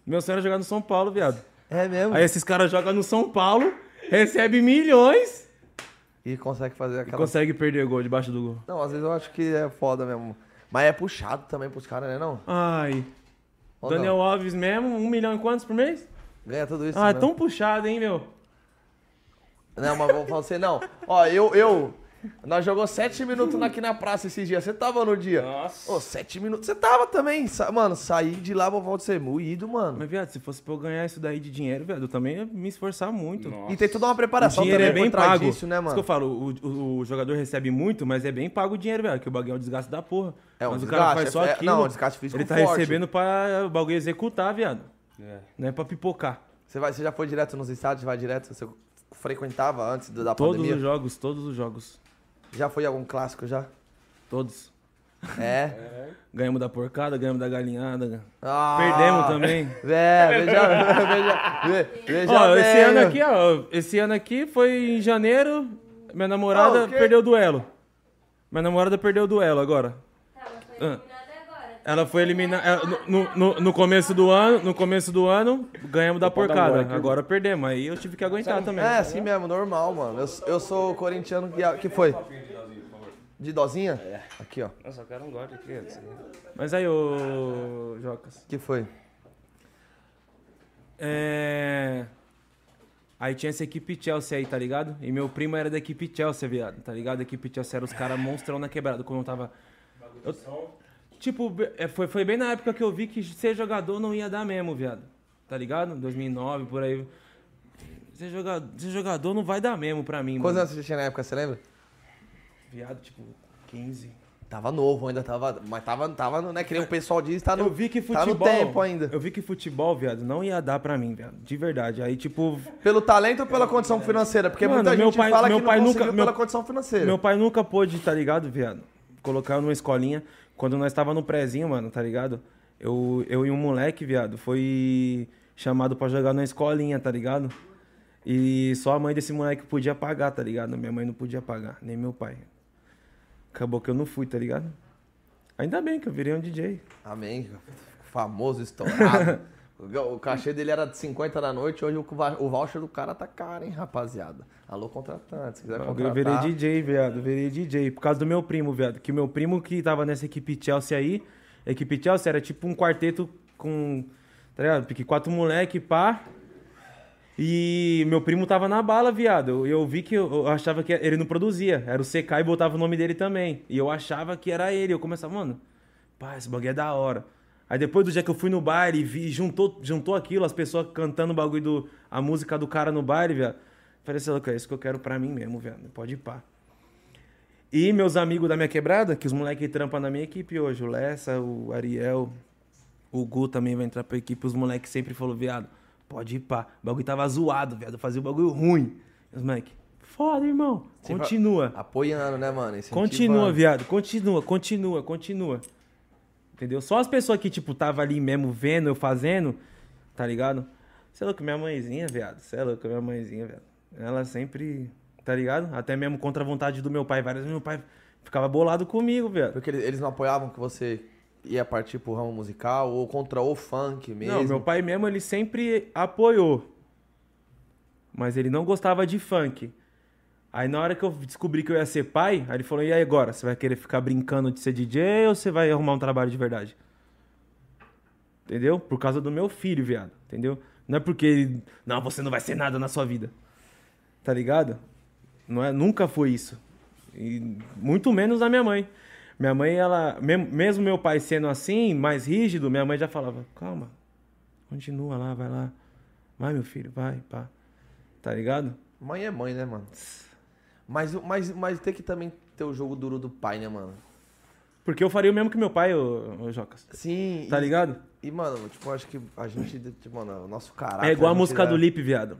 S3: Meu sonho era jogar no São Paulo, viado.
S1: É mesmo?
S3: Aí esses caras jogam no São Paulo, recebe milhões
S1: E consegue fazer aquela.
S3: consegue perder gol debaixo do gol.
S1: Não, às vezes eu acho que é foda mesmo. Mas é puxado também pros caras, né? Não?
S3: Ai.
S1: Ou
S3: Daniel
S1: não?
S3: Alves mesmo, um milhão e quantos por mês?
S1: Ganha tudo isso.
S3: Ah, é
S1: mesmo.
S3: tão puxado, hein, meu?
S1: Não, mas vou falar assim, não. Ó, eu. eu... Nós jogou sete minutos na- aqui na praça esses dias. Você tava no dia?
S2: Nossa.
S1: Ô, sete minutos. Você tava também. Sa- Mano, saí de lá, vou voltar a ser moído, mano.
S3: Mas, viado, se fosse pra eu ganhar isso daí de dinheiro, viado, eu também ia me esforçar muito.
S1: E tem toda uma
S3: O
S1: preparação
S3: dinheiro é
S1: também
S3: bem
S1: por trás
S3: pago.
S1: disso, né,
S3: Isso
S1: mano?
S3: que eu falo, o, o- o jogador recebe muito, mas é bem pago o dinheiro, velho, que o bagulho é um desgaste da porra.
S1: É um
S3: mas o
S1: desgaste,
S3: cara faz só
S1: é- é-
S3: aquilo.
S1: não, é um desgaste físico
S3: Ele tá
S1: forte.
S3: recebendo pra o bagulho executar, viado. Não é pra pipocar.
S1: Você, vai, você já foi direto nos estádios? Vai direto? Você frequentava antes do- da
S3: Todos
S1: pandemia?
S3: os jogos, todos os jogos.
S1: Já foi algum clássico já?
S3: Todos.
S1: É.
S3: Ganhamos da porcada, ganhamos da galinhada. né?
S1: Ah,
S3: Perdemos também.
S1: *laughs* É, veja, *laughs* veja, ve- veja
S3: Ó,
S1: bem,
S3: esse ano
S1: ó.
S3: aqui, ó. Esse ano aqui foi em janeiro. Minha namorada
S1: Ah, o quê?
S3: perdeu o duelo. Minha namorada perdeu o duelo agora.
S4: Tá, ela foi eliminada agora.
S3: Ela foi eliminada no, no, no começo do ano, no começo do ano, ganhamos da porcada. Agora perdemos, aí eu tive que aguentar também.
S1: É, assim mesmo, normal, mano. Eu, eu sou corintiano que, que foi? De dozinha? Aqui, ó.
S2: Nossa, eu quero um gole aqui.
S3: Mas aí, ô Jocas,
S1: Que foi?
S3: é... Aí tinha essa equipe Chelsea aí, tá ligado? E meu primo era da equipe Chelsea, viado, tá ligado? A equipe Chelsea era os caras monstrão na quebrada, quando eu tava... eu- Tipo, é, foi, foi bem na época que eu vi que ser jogador não ia dar mesmo, viado. Tá ligado? 2009, por aí. Ser jogador, ser jogador não vai dar mesmo pra mim,
S1: Quantos
S3: mano.
S1: anos você tinha na época, você lembra?
S3: Viado, tipo, 15.
S1: Tava novo ainda, tava. Mas tava, tava no, né? Que nem o pessoal diz, tá no.
S3: Eu vi que futebol.
S1: Tá no tempo ainda.
S3: Eu vi que futebol, viado, não ia dar pra mim, viado. De verdade. Aí, tipo,
S1: Pelo talento ou pela condição financeira? Porque
S3: Mano,
S1: muita
S3: meu
S1: gente
S3: pai-
S1: fala
S3: meu
S1: que não
S3: pai nunca-
S1: conseguiu
S3: meu-
S1: pela condição financeira.
S3: meu pai nunca pôde, tá ligado, viado? Colocar eu numa escolinha. Quando nós tava no prézinho, mano, tá ligado? Eu, eu e um moleque, viado, foi chamado pra jogar na escolinha, tá ligado? E só a mãe desse moleque podia pagar, tá ligado? Minha mãe não podia pagar, nem meu pai. Acabou que eu não fui, tá ligado? Ainda bem que eu virei um DJ.
S1: Amém. Famoso
S3: *laughs*
S1: estourado. o cachê dele era de 50 da noite, hoje o va- o voucher do cara tá caro, hein, rapaziada. Alô, contratante, se quiser
S3: Eu virei
S1: contratar.
S3: DJ, viado. Virei DJ. Por causa do meu primo, viado. Que o meu primo que tava nessa equipe Chelsea aí. A equipe Chelsea era tipo um quarteto com. Tá ligado? Porque quatro moleque, pá. E meu primo tava na bala, viado. Eu, eu vi que eu, eu achava que ele não produzia. Era o CK e botava o nome dele também. E eu achava que era ele. Eu começava, mano, pá, esse bagulho é da hora. Aí depois do dia que eu fui no baile e vi, juntou, juntou aquilo, as pessoas cantando o bagulho do. a música do cara no baile, viado. Falei assim, "Louco, é isso que eu quero pra mim mesmo, viado. Pode ir pá. E meus amigos da minha quebrada, que os moleques trampam na minha equipe hoje, o Lessa, o Ariel, o Gu também vai entrar pra equipe, os moleques sempre falaram, viado, pode ir pá. O bagulho tava zoado, viado, eu fazia o bagulho ruim. Os moleques, foda, irmão, continua.
S1: Apoiando, né, mano? Incentivando.
S3: Continua, viado. Continua, continua, continua. Entendeu? Só as pessoas que, tipo, tava ali mesmo vendo eu fazendo, tá ligado? Você é louco, minha mãezinha, viado. Você é louco, minha mãezinha, viado. Ela sempre, tá ligado? Até mesmo contra a vontade do meu pai. Várias vezes meu pai ficava bolado comigo, viado.
S1: Porque eles- eles não apoiavam que você ia partir pro ramo musical ou contra o funk mesmo.
S3: Não, meu pai mesmo, ele sempre apoiou. Mas ele não gostava de funk. Aí na hora que eu descobri que eu ia ser pai, aí ele falou: e aí agora? Você vai querer ficar brincando de ser DJ ou você vai arrumar um trabalho de verdade? Entendeu? Por causa do meu filho, viado. Entendeu? Não é porque ele. Não, você não vai ser nada na sua vida. Tá ligado? Não é, nunca foi isso. E muito menos da minha mãe. Minha mãe, ela. mem- Mesmo meu pai sendo assim, mais rígido, minha mãe já falava, calma, continua lá, vai lá. Vai, meu filho, vai, pá. Tá ligado?
S1: Mãe é mãe, né, mano? Mas, o- mas, mas tem que também ter o jogo duro do pai, né, mano?
S3: Porque eu faria o mesmo que meu pai, ô, ô Jocas.
S1: Sim.
S3: Tá
S1: e-
S3: ligado?
S1: E, mano, tipo, eu acho que a gente, tipo, mano, o nosso caráter.
S3: É igual a
S1: gente
S3: música
S1: é-
S3: do Lip, viado.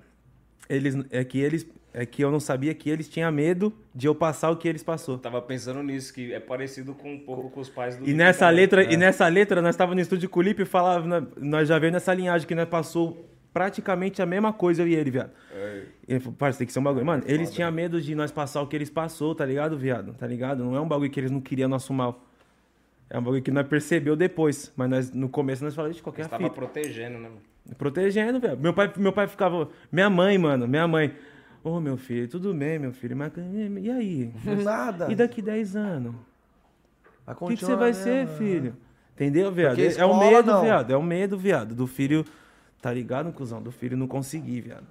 S3: Eles, é que eles. É que eu não sabia que eles tinham medo de eu passar o que eles passou.
S2: Tava pensando nisso, que é parecido com um pouco com os pais do.
S3: E nessa letra, e nessa letra, nós tava no estúdio com o Lipe e falava, na- nós já veio nessa linhagem que nós passou praticamente a mesma coisa, eu e ele, viado. E Ele falou, parça, tem que ser um bagulho. Mano, eles tinham medo de nós passar o que eles passou, tá ligado, viado? Tá ligado? Não é um bagulho que eles não queriam nosso mal. É um bagulho que nós percebeu depois. Mas nós, no começo nós falamos de qualquer
S2: Tava
S3: fita.
S2: protegendo, né, mano?
S3: Protegendo, velho. Meu pai, meu pai ficava. Minha mãe, mano, minha mãe. Ô, meu filho, tudo bem, meu filho. Mas e aí?
S1: Nada.
S3: E daqui 10 anos?
S1: Vai
S3: O que, que
S1: continuar,
S3: você vai
S1: né,
S3: ser,
S1: mano?
S3: filho? Entendeu, viado?
S1: Porque
S3: é o
S1: escola,
S3: medo,
S1: não.
S3: viado. É o medo, viado. Do filho. Tá ligado, cuzão? Do filho não conseguir, viado.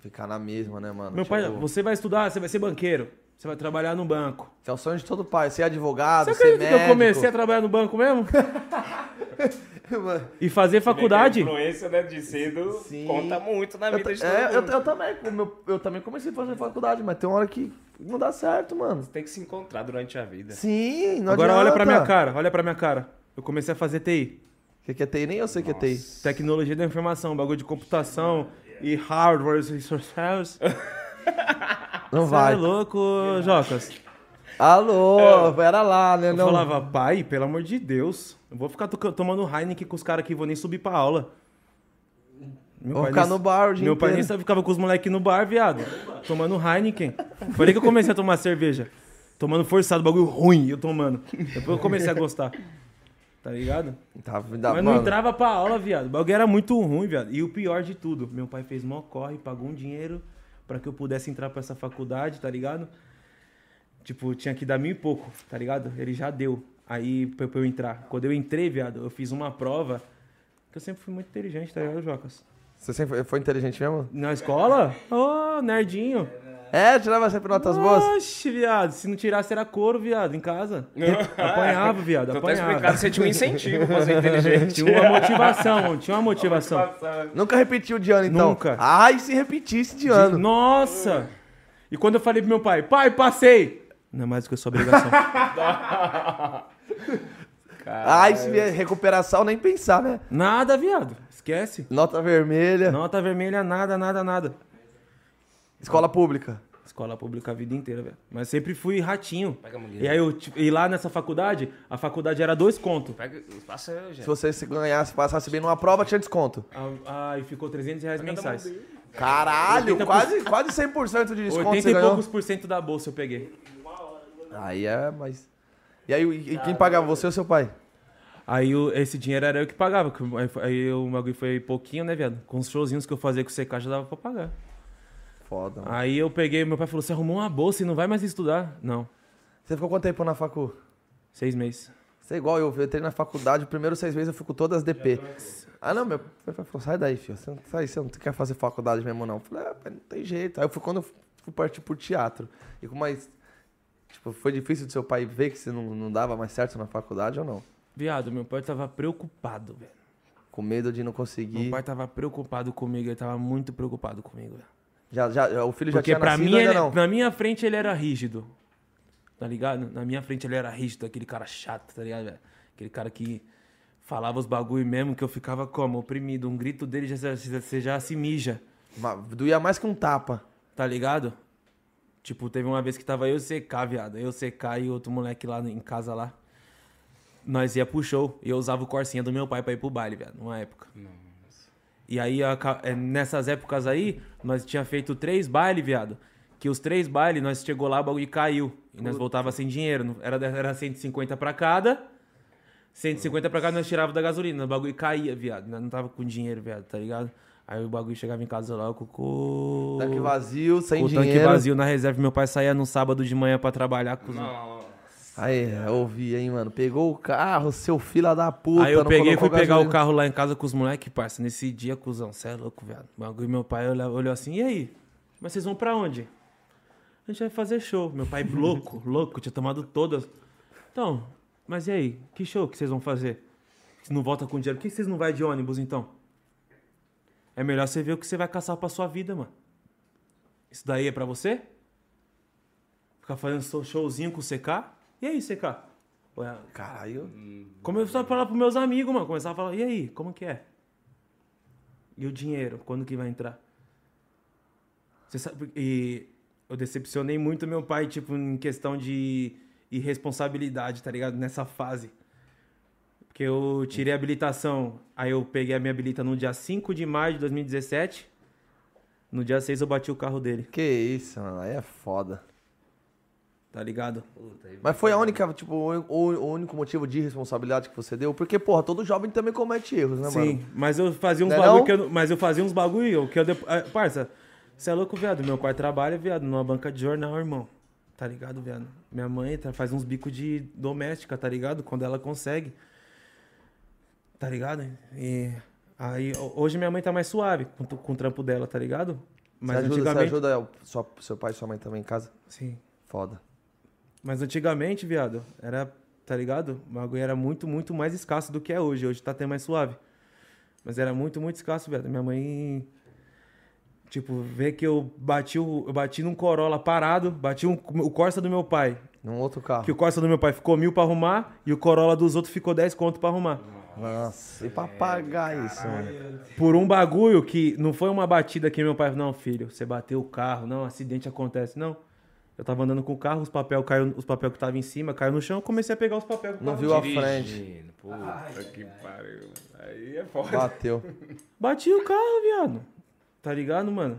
S1: Ficar na mesma, né, mano?
S3: Meu pai,
S1: Tipo,
S3: você vai estudar, você vai ser banqueiro. Você vai trabalhar no banco.
S1: que é o sonho de todo pai, ser advogado,
S3: Você
S1: ser
S3: acredita que
S1: médico.
S3: eu comecei
S1: *laughs*
S3: a trabalhar no banco mesmo? e fazer faculdade?
S2: A influência né, de cedo
S1: Sim.
S2: conta muito na
S1: Eu,
S2: vida de
S1: ta-
S2: todo
S1: é, eu,
S2: mundo.
S1: eu também, o meu- eu também comecei a fazer faculdade, mas tem uma hora que não dá certo, mano.
S2: Tem que se encontrar durante a *laughs* vida.
S1: Sim, não
S3: Agora olha pra
S1: adianta.
S3: minha cara, olha pra minha cara. Eu comecei a fazer TI.
S1: Você quer TI? Nem eu sei que é TI.
S3: Tecnologia da informação, bagulho de computação e hardware e social. Você
S1: Não vai.
S3: é louco, Jocas.
S1: Alô, pera lá, né?
S3: Eu
S1: Não.
S3: falava, pai, pelo amor de Deus, eu vou ficar toca- tomando Heineken com os caras aqui, vou nem subir pra aula. Meu
S1: Vou ficar
S3: nem-
S1: no bar o dia
S3: Meu pai nem
S1: inteiro.
S3: sabe, ficava com os moleques no bar, viado, tomando Heineken. Foi aí que eu comecei a tomar cerveja. Tomando forçado, bagulho ruim, eu tomando. Depois eu comecei a gostar. Tá ligado?
S1: Tá, dá,
S3: Mas não
S1: mano,
S3: entrava pra aula, viado. O bagulho era muito ruim, viado. E o pior de tudo, meu pai fez mó corre, pagou um dinheiro pra que eu pudesse entrar pra essa faculdade, tá ligado? Tipo, tinha que dar mil e pouco, tá ligado? Ele já deu. Aí pra pra eu entrar. Quando eu entrei, viado, eu fiz uma prova. Que eu sempre fui muito inteligente, tá ligado, Jocas?
S1: Você sempre foi- foi inteligente mesmo?
S3: Na escola? Ô, nerdinho.
S1: É, tirava sempre notas boas?
S3: Oxe, viado. Se não tirasse era couro, viado, em casa. Apanhava, viado,
S2: Então tá explicado,
S3: apanhava.
S2: você tinha um incentivo pra *laughs* ser inteligente.
S3: Tinha uma motivação, tinha uma motivação.
S1: Nunca repetiu de ano, então?
S3: Nunca.
S1: Ai, se repetisse de ano.
S3: Nossa! E quando eu falei pro meu pai, pai, passei! Não é mais do que a
S1: *laughs*
S3: sua obrigação.
S1: Ai, se vier recuperação, nem pensar, né?
S3: nada, viado. Esquece.
S1: Nota vermelha,
S3: Nota vermelha, nada, nada, nada.
S1: escola pública.
S3: Escola pública a vida inteira, velho. Mas sempre fui ratinho. E aí eu tipo, e lá nessa faculdade, a faculdade era dois conto.
S2: Pega, passa eu,
S1: Se
S2: gente.
S1: você se ganhasse, passasse bem numa prova, tinha desconto.
S3: Ah, e ficou 300 reais mensais.
S1: Caralho,
S3: 80%.
S1: quase, quase 100% de desconto
S3: 80
S1: você
S3: e
S1: ganhou.
S3: poucos por cento da bolsa eu peguei.
S1: Aí é, mas... E aí, e- e quem pagava, você ou seu pai?
S3: Aí o- esse dinheiro era eu que pagava. que eu- aí foi- Aí o bagulho foi pouquinho, né, viado? Com os showzinhos que eu fazia com o CK já dava pra pagar.
S1: Foda, mano.
S3: Aí eu peguei, meu pai falou: você arrumou uma bolsa e não vai mais estudar? Não,
S1: Você ficou quanto tempo na facu?
S3: seis meses.
S1: Isso é igual eu, eu entrei na faculdade, os primeiros seis meses eu fico todas DP. Ah, não, meu pai falou, sai daí, filho. Você não, sai, você não quer fazer faculdade mesmo, não. Eu falei, ah, pai, não tem jeito. Aí eu fui quando eu fui partir por teatro. E com mais. Tipo, foi difícil do seu pai ver que você não, não dava mais certo na faculdade ou não?
S3: Viado, meu pai tava preocupado, velho.
S1: Com medo de não
S3: Meu
S1: conseguir.
S3: pai tava preocupado comigo, ele tava muito preocupado comigo, velho.
S1: Já, já, o filho já
S3: Porque
S1: tinha
S3: pra
S1: nascido
S3: mim,
S1: ainda
S3: ele-
S1: não.
S3: na minha frente ele era rígido. Tá ligado? Na minha frente ele era rígido, aquele cara chato, tá ligado, velho? Aquele cara que falava os bagulho mesmo, que eu ficava como? Oprimido. Um grito dele já, se- já- você já se mija,
S1: Ma- Doía mais que um tapa.
S3: tá ligado? Tipo, teve uma vez que tava eu e o CK, viado. Eu, CK e outro moleque lá em casa lá. Nós ia pro show e eu usava o corsinha do meu pai pra ir pro baile, viado, numa época. E aí, a ca- é, nessas épocas aí, nós tinha feito três bailes, viado. Que os três bailes, nós chegou lá, o bagulho caiu. E nós voltava sem dinheiro. não- Era, era 150 pra cada. 150 pra cada, nós tirava da gasolina. O bagulho caía, viado. Nós não tava com dinheiro, viado, tá ligado? Aí o bagulho chegava em casa lá, o cocô...
S1: Tanque vazio, sem
S3: o
S1: dinheiro.
S3: tanque vazio na reserva. Meu pai saía no sábado de manhã pra trabalhar. Com...
S1: Aí, eu ouvi, hein, mano. Pegou o carro, seu filho da puta.
S3: Aí eu
S1: não
S3: peguei e fui
S1: colocou
S3: pegar o
S1: gasolina.
S3: carro lá em casa com os moleques, parça. Nesse dia, cuzão, cê é louco, viado. O bagulho, meu pai olha- olhou, assim, e aí? Mas vocês vão pra onde? A gente vai fazer show.
S1: *laughs*
S3: Meu pai, louco, louco, tinha tomado todas. Então, mas e aí? Que show que vocês vão fazer? Se não volta com dinheiro, por que vocês não vai de ônibus, então? É melhor você ver o que você vai caçar pra sua vida, mano. Isso daí é pra você? Ficar fazendo seu showzinho com o CK? E aí, CK? Ué,
S1: Caralho.
S3: Começava a falar pros meus amigos, mano. Começava a falar, e aí, como que é? E o dinheiro, quando que vai entrar? Você sabe. E eu decepcionei muito meu pai, tipo, em questão de irresponsabilidade, tá ligado? Nessa fase. Porque eu tirei a habilitação, aí eu peguei a minha habilita no dia 5 de maio de 2017. No dia 6 eu bati o carro dele,
S1: Que isso, mano. Aí é foda.
S3: tá ligado?
S1: Mas foi a única, tipo, o, o- o único motivo de responsabilidade que você deu? Porque, porra, todo jovem também comete erros, né, mano?
S3: Sim, mas eu fazia uns
S1: Não é
S3: bagulho
S1: não?
S3: que eu, não- mas eu fazia uns bagulho que eu depois, parça, você é louco, viado, meu pai trabalha, viado, numa banca de jornal, irmão. Tá ligado, viado? Minha mãe tá- faz uns bicos de doméstica, tá ligado? Quando ela consegue. Tá ligado? E aí ho- hoje minha mãe tá mais suave com, t- com o trampo dela, tá ligado? Mas
S1: você ajuda,
S3: antigamente,
S1: você ajuda o- sua- seu pai e sua mãe também em casa?
S3: sim.
S1: Foda.
S3: Mas antigamente, viado, era, tá ligado? O bagulho era muito, muito mais escasso do que é hoje. Hoje tá até mais suave. Mas era muito, muito escasso, viado. Minha mãe. Tipo, vê que eu bati, o, eu bati num Corolla parado, bati um- o Corsa do meu pai.
S1: Num outro carro.
S3: Que o Corsa do meu pai ficou mil pra arrumar e o Corolla dos outros ficou 10 conto pra arrumar.
S1: Nossa, e pra pagar isso, mano?
S3: Por um bagulho que não foi uma batida que meu pai falou, não, filho, você bateu o carro, não, acidente acontece, não. Eu tava andando com o carro, os papel caiu, os papel que tava em cima caiu no chão, eu comecei a pegar os papel. que
S1: Não
S3: tava
S1: viu a
S2: Dirigindo.
S1: frente.
S2: Puta que pariu. mano. Aí é foda.
S1: Bateu.
S3: Bati o carro, viado. Tá ligado, mano?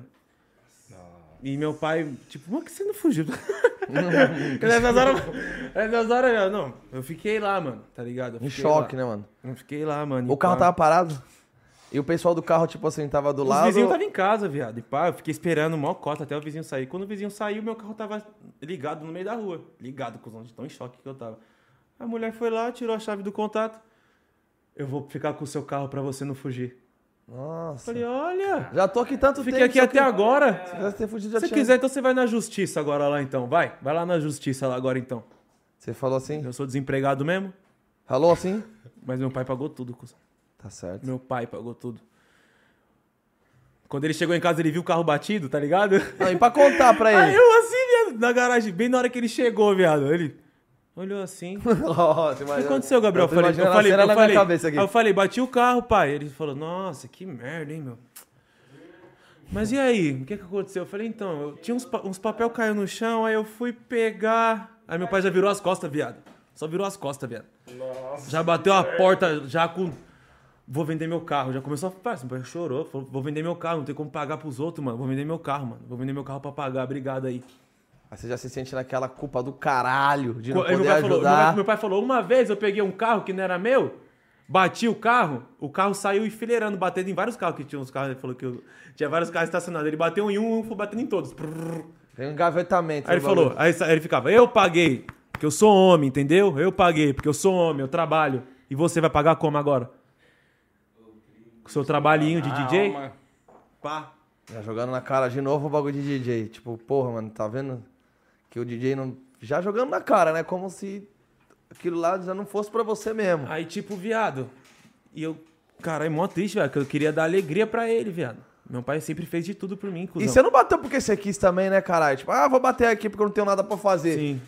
S3: E meu pai, tipo, mano, que você não fugiu? *laughs* Nessas horas, nessas horas, viado, não. Eu fiquei lá, mano, tá ligado? Eu
S1: Em
S3: fiquei
S1: choque,
S3: lá.
S1: né, mano?
S3: Eu fiquei lá, mano.
S1: O carro tava parado. E o pessoal do carro, tipo assim, tava do
S3: O
S1: lado.
S3: vizinho tava em casa, viado. E pá, eu fiquei esperando mó cota até o vizinho sair. Quando o vizinho saiu, meu carro tava ligado no meio da rua. Ligado, cuzão, de tão em choque que eu tava. A mulher foi lá, tirou a chave do contato. Eu vou ficar com o seu carro pra você não fugir.
S1: Nossa.
S3: Falei, olha,
S1: Já tô aqui É. tanto
S3: fiquei
S1: tempo.
S3: aqui até agora.
S1: Se você fugido, já
S3: Se você
S1: tinha-
S3: quiser, então você vai na justiça agora lá então. Vai, vai lá na justiça lá agora então.
S1: Você falou assim?
S3: Eu sou desempregado mesmo,
S1: Falou assim?
S3: mas meu pai pagou tudo, cuzão.
S1: Tá certo.
S3: Meu pai pagou tudo. Quando ele chegou em casa, ele viu o carro batido, tá ligado?
S1: Não, e pra contar pra
S3: Aí
S1: ele? *laughs*
S3: eu assim, viado, na garagem, bem na hora que ele chegou, viado. Ele olhou assim. O
S1: Nossa,
S3: que
S1: imagina.
S3: aconteceu, Gabriel?
S1: Eu tô imaginando a cena na minha cabeça aqui.
S3: Aí eu falei, bati o carro, pai. Ele falou, nossa, que merda, hein, meu. Mas e aí, o que, que aconteceu? Eu falei, então, eu tinha uns, pa- uns papel caiu no chão, aí eu fui pegar. Aí meu pai já virou as costas, viado. Só virou as costas, viado. Nossa. Já bateu a porta, já com. Vou vender meu carro. Já começou a falar assim, meu pai chorou. Falou, vou vender meu carro, não tem como pagar pros outros, mano. Vou vender meu carro, mano. Vou vender meu carro pra pagar, obrigado aí.
S1: Aí você já se sente naquela culpa do caralho de não
S3: Aí
S1: poder
S3: meu pai, falou, meu,
S1: ajudar.
S3: pai, meu pai falou, uma vez eu peguei um carro que não era meu, bati o carro, o carro saiu enfileirando, batendo em vários carros, que tinha uns carros, ele falou que eu- tinha vários carros estacionados. Ele bateu em um, um foi batendo em todos. Prrr.
S1: Tem um engavetamento.
S3: Aí ele
S1: no bagulho.
S3: falou, aí sa- aí ele ficava, eu paguei, Porque eu sou homem, entendeu? Eu paguei, porque eu sou homem, eu trabalho. E você vai pagar como agora? Com seu trabalhinho
S1: Ah,
S3: de DJ?
S2: Calma.
S3: Pá.
S1: Já jogando na cara de novo o bagulho de DJ. Tipo, porra, mano, tá vendo? Que o DJ não. Já jogando na cara, né? Como se aquilo lá já não fosse pra você mesmo.
S3: Aí, tipo, viado. E eu, caralho, mó triste, velho, que eu queria dar alegria pra ele, viado. Meu pai sempre fez de tudo por mim,
S1: E
S3: cuzão.
S1: você não bateu porque você quis também, né, caralho? Tipo, ah, vou bater aqui porque eu não tenho nada pra fazer.
S3: Sim.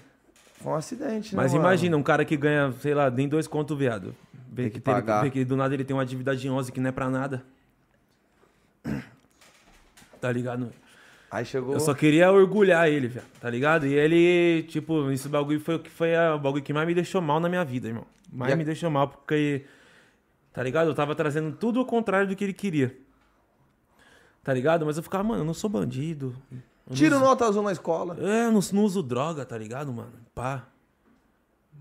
S1: Foi um acidente, né?
S3: Mas
S1: mano?
S3: imagina, um cara que ganha, sei lá, nem dois conto, viado. Vê
S1: Tem que
S3: ele-
S1: pagar.
S3: vê que do nada ele tem uma dívida de 11 que não é pra nada. *clears throat* Tá ligado?
S1: Aí chegou.
S3: Eu só queria orgulhar ele, velho, tá ligado? E ele, tipo, esse bagulho foi o que foi a- o bagulho que mais me deixou mal na minha vida, irmão. Mais
S1: E a-
S3: me deixou mal, porque, tá ligado? Eu tava trazendo tudo ao contrário do que ele queria. Tá ligado? Mas eu ficava, mano, eu não sou bandido.
S1: Tiro nota azul na escola.
S3: É, eu não, não uso droga, tá ligado, mano? Pá.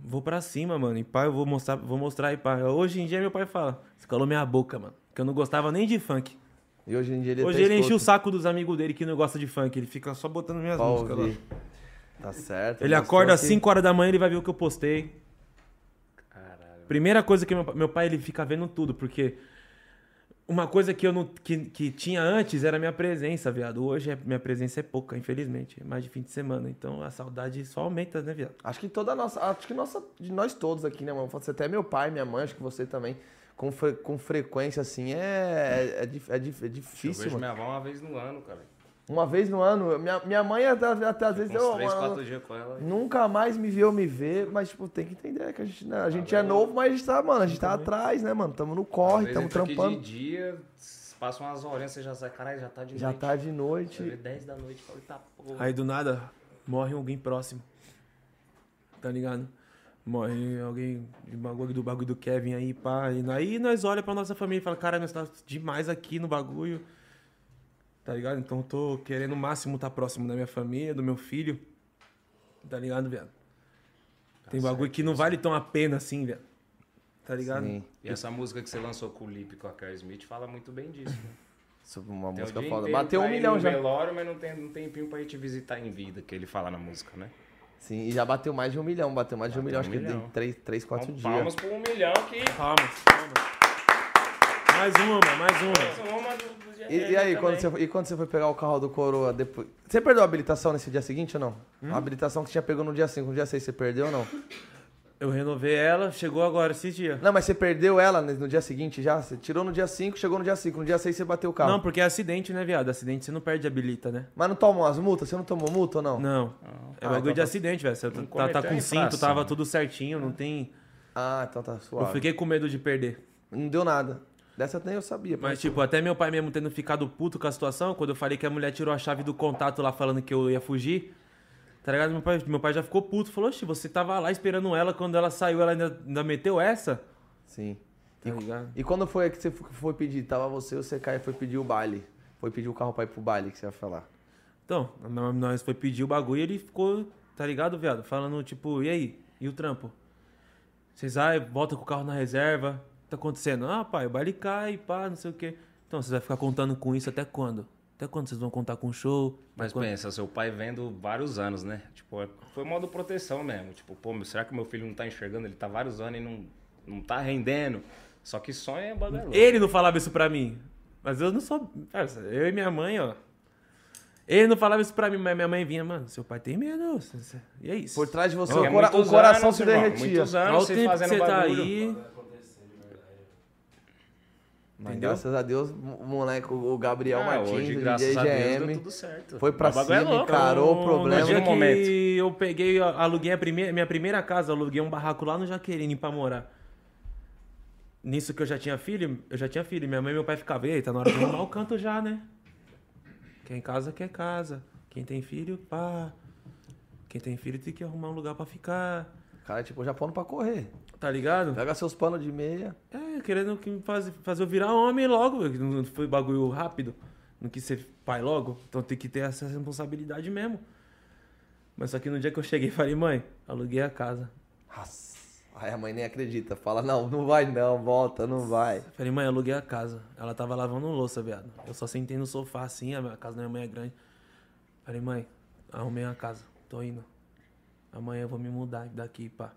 S3: Vou pra cima, mano. E pá, eu vou mostrar, vou mostrar e pá. Hoje em dia meu pai fala, você calou minha boca, mano. Que eu não gostava nem de funk.
S1: E hoje em dia ele é
S3: Hoje
S1: até
S3: ele enche o
S1: escuta
S3: saco dos amigos dele que não gosta de funk. Ele fica só botando minhas
S1: pra
S3: músicas lá.
S1: ouvir. Tá certo.
S3: Ele
S1: mostrou
S3: acorda às
S1: que-
S3: 5 horas da manhã, ele vai ver o que eu postei.
S2: Caralho.
S3: Primeira coisa que meu, pa- meu pai ele fica vendo tudo, porque uma coisa que eu não que, que tinha antes era a minha presença, viado. Hoje é- minha presença é pouca, infelizmente, é mais de fim de semana. Então a saudade só aumenta, né, viado?
S1: Acho que toda a nossa. Acho que nossa, de nós todos aqui, né, mano? Pode ser até meu pai, minha mãe, acho que você também. Com, fre- com frequência, assim, é, é, é, dif- é dif- é
S2: Eu
S1: difícil, mano.
S2: vejo minha avó uma vez no ano, cara.
S1: Uma vez no ano, minha, minha mãe até, até às vezes deu.
S2: Uns três,
S1: mano,
S2: quatro dias com ela.
S1: Nunca mais me viu me ver, mas, tipo, tem que entender que a gente, né, a gente é novo, mas a gente tá, mano, a gente tá atrás, né, mano? Tamo no corre,
S2: Às vezes
S1: tamo
S2: entra aqui
S1: trampando.
S2: de dia, passa umas horinhas, você já sai, caralho, já tá de
S1: Já
S2: noite.
S1: tá de
S2: Você
S1: noite.
S2: 10 da noite, fala, eita porra.
S3: Aí do nada morre alguém próximo. Tá ligado? Morre alguém de bagulho do bagulho do Kevin aí, pá. E aí nós olha pra nossa família e fala, cara, nós tá demais aqui no bagulho. Tá ligado? Então eu tô querendo o máximo tá próximo da minha família, do meu filho. Tá ligado, viado? Tem bagulho que não vale tão a pena assim, velho. Tá ligado?
S1: Sim,
S2: E essa música que você lançou com o Lip e com a Kel Smith fala muito bem disso, né?
S1: isso é uma
S2: Tem o
S1: música
S2: dia
S1: foda.
S2: inteiro
S1: Bateu
S2: pra
S1: um
S2: ir
S1: milhão
S2: no
S1: já.
S2: velório, mas não tem não tem tempinho pra ir te visitar em vida, que ele fala na música, né?
S1: Sim, e já bateu mais de um milhão, bateu mais de um milhão,
S2: um
S1: acho que
S2: milhão.
S1: tem três, três quatro
S2: Então,
S1: dias.
S2: palmas por um milhão que...
S3: Palmas, palmas. Mais uma, mais uma.
S2: Uma do, do dia
S1: E, e
S2: dele
S1: aí,
S2: também.
S1: quando você, e quando você foi pegar o carro do Coroa depois. Você perdeu a habilitação nesse dia seguinte ou não?
S2: Hum?
S1: A habilitação que você tinha pegou no dia 5, no dia 6, você perdeu ou não?
S3: Eu renovei ela, chegou agora esses dias.
S1: Não, mas você perdeu ela ne- no dia seguinte já? Você tirou no dia 5, chegou no dia 5, no dia 6 você bateu o carro.
S3: Não, porque é acidente, né, viado? Acidente você não perde a habilita, né?
S1: Mas não tomou as multas? Você não tomou multa ou não?
S3: Não. É
S1: Ah,
S3: bagulho
S1: então
S3: de
S1: tá-
S3: acidente, velho. Você
S2: Não
S3: tá, tá
S2: cometeu
S3: com cinto,
S2: infração.
S3: tava tudo certinho, não tem.
S1: Ah, então tá suave.
S3: Eu fiquei com medo de perder.
S1: Não deu nada. Dessa nem eu sabia.
S3: Mas, tipo, até meu pai mesmo tendo ficado puto com a situação, quando eu falei que a mulher tirou a chave do contato lá falando que eu ia fugir, tá ligado? Meu pai, meu pai já ficou puto. Falou, oxe, você tava lá esperando ela, quando ela saiu, ela ainda, ainda meteu essa?
S1: Sim.
S3: Tá ligado?
S1: E quando foi que você f- foi pedir? Tava você, você caiu e foi pedir o baile. Foi pedir o carro pra ir pro baile que você ia falar.
S3: Então, nó- nós foi pedir o bagulho e ele ficou, tá ligado, viado? Falando, tipo, e aí? E o trampo? Vocês vai, volta com o carro na reserva. O que tá acontecendo? Ah, pai, o baile cai, pá, não sei o quê. Então, vocês vão ficar contando com isso até quando? Até quando vocês vão contar com o show?
S2: Mas pensa, seu pai vendo vários anos, né? Tipo, é- foi modo proteção mesmo. Tipo, pô, meu, será que meu filho não tá enxergando? Ele tá vários anos e não, não tá rendendo. Só que sonho é bagulho. louco.
S3: Ele não falava isso pra mim. Mas eu não sou. Cara, eu e minha mãe, ó. Ele não falava isso pra mim, mas minha mãe vinha, mano, seu pai tem medo. você- você- E é isso.
S1: Por trás de você,
S2: Porque
S1: o, cora-
S2: muitos
S1: o coração
S2: anos,
S1: se
S2: irmão, é
S1: derretia.
S2: Muitos
S3: Olha
S2: anos
S3: o
S2: você
S3: tempo que
S2: fazendo
S3: você tá
S2: bagulho.
S3: aí.
S1: Mas
S3: Entendeu?
S1: graças a Deus, o moleque, o Gabriel
S2: Ah,
S1: Martins,
S2: hoje,
S1: o
S2: graças
S1: DJ
S2: a Deus, deu
S1: GM,
S2: tudo certo.
S1: foi pra
S2: O bagulho é
S1: cima,
S2: louco.
S1: encarou o
S3: No
S1: problema.
S3: dia
S2: no momento.
S3: que eu peguei, eu aluguei a primeira, minha primeira casa, eu aluguei um barraco lá no Jaqueline pra morar. Nisso que eu já tinha filho, eu já tinha filho. Minha mãe e meu pai ficavam, ei, tá na hora de arrumar o canto já, né? Quem é casa quer casa. Quem tem filho, pá. Quem tem filho tem que arrumar um lugar pra ficar.
S1: Cara, tipo, já pondo pra correr.
S3: Tá ligado?
S1: Pega seus panos de meia.
S3: É, querendo que me faz, fazer eu virar homem logo, velho, que não não foi bagulho rápido. Não quis ser pai logo, então tem que ter essa responsabilidade mesmo. Mas só que no dia que eu cheguei, falei, mãe, aluguei a casa.
S1: Nossa. Aí a mãe nem acredita. Fala, não, não vai não, volta, não vai.
S3: Falei, mãe, aluguei a casa. Ela tava lavando louça, viado. Eu só sentei no sofá assim, a minha- a casa da minha mãe é grande. Falei, mãe, arrumei a casa, tô indo. Amanhã eu vou me mudar daqui, pá.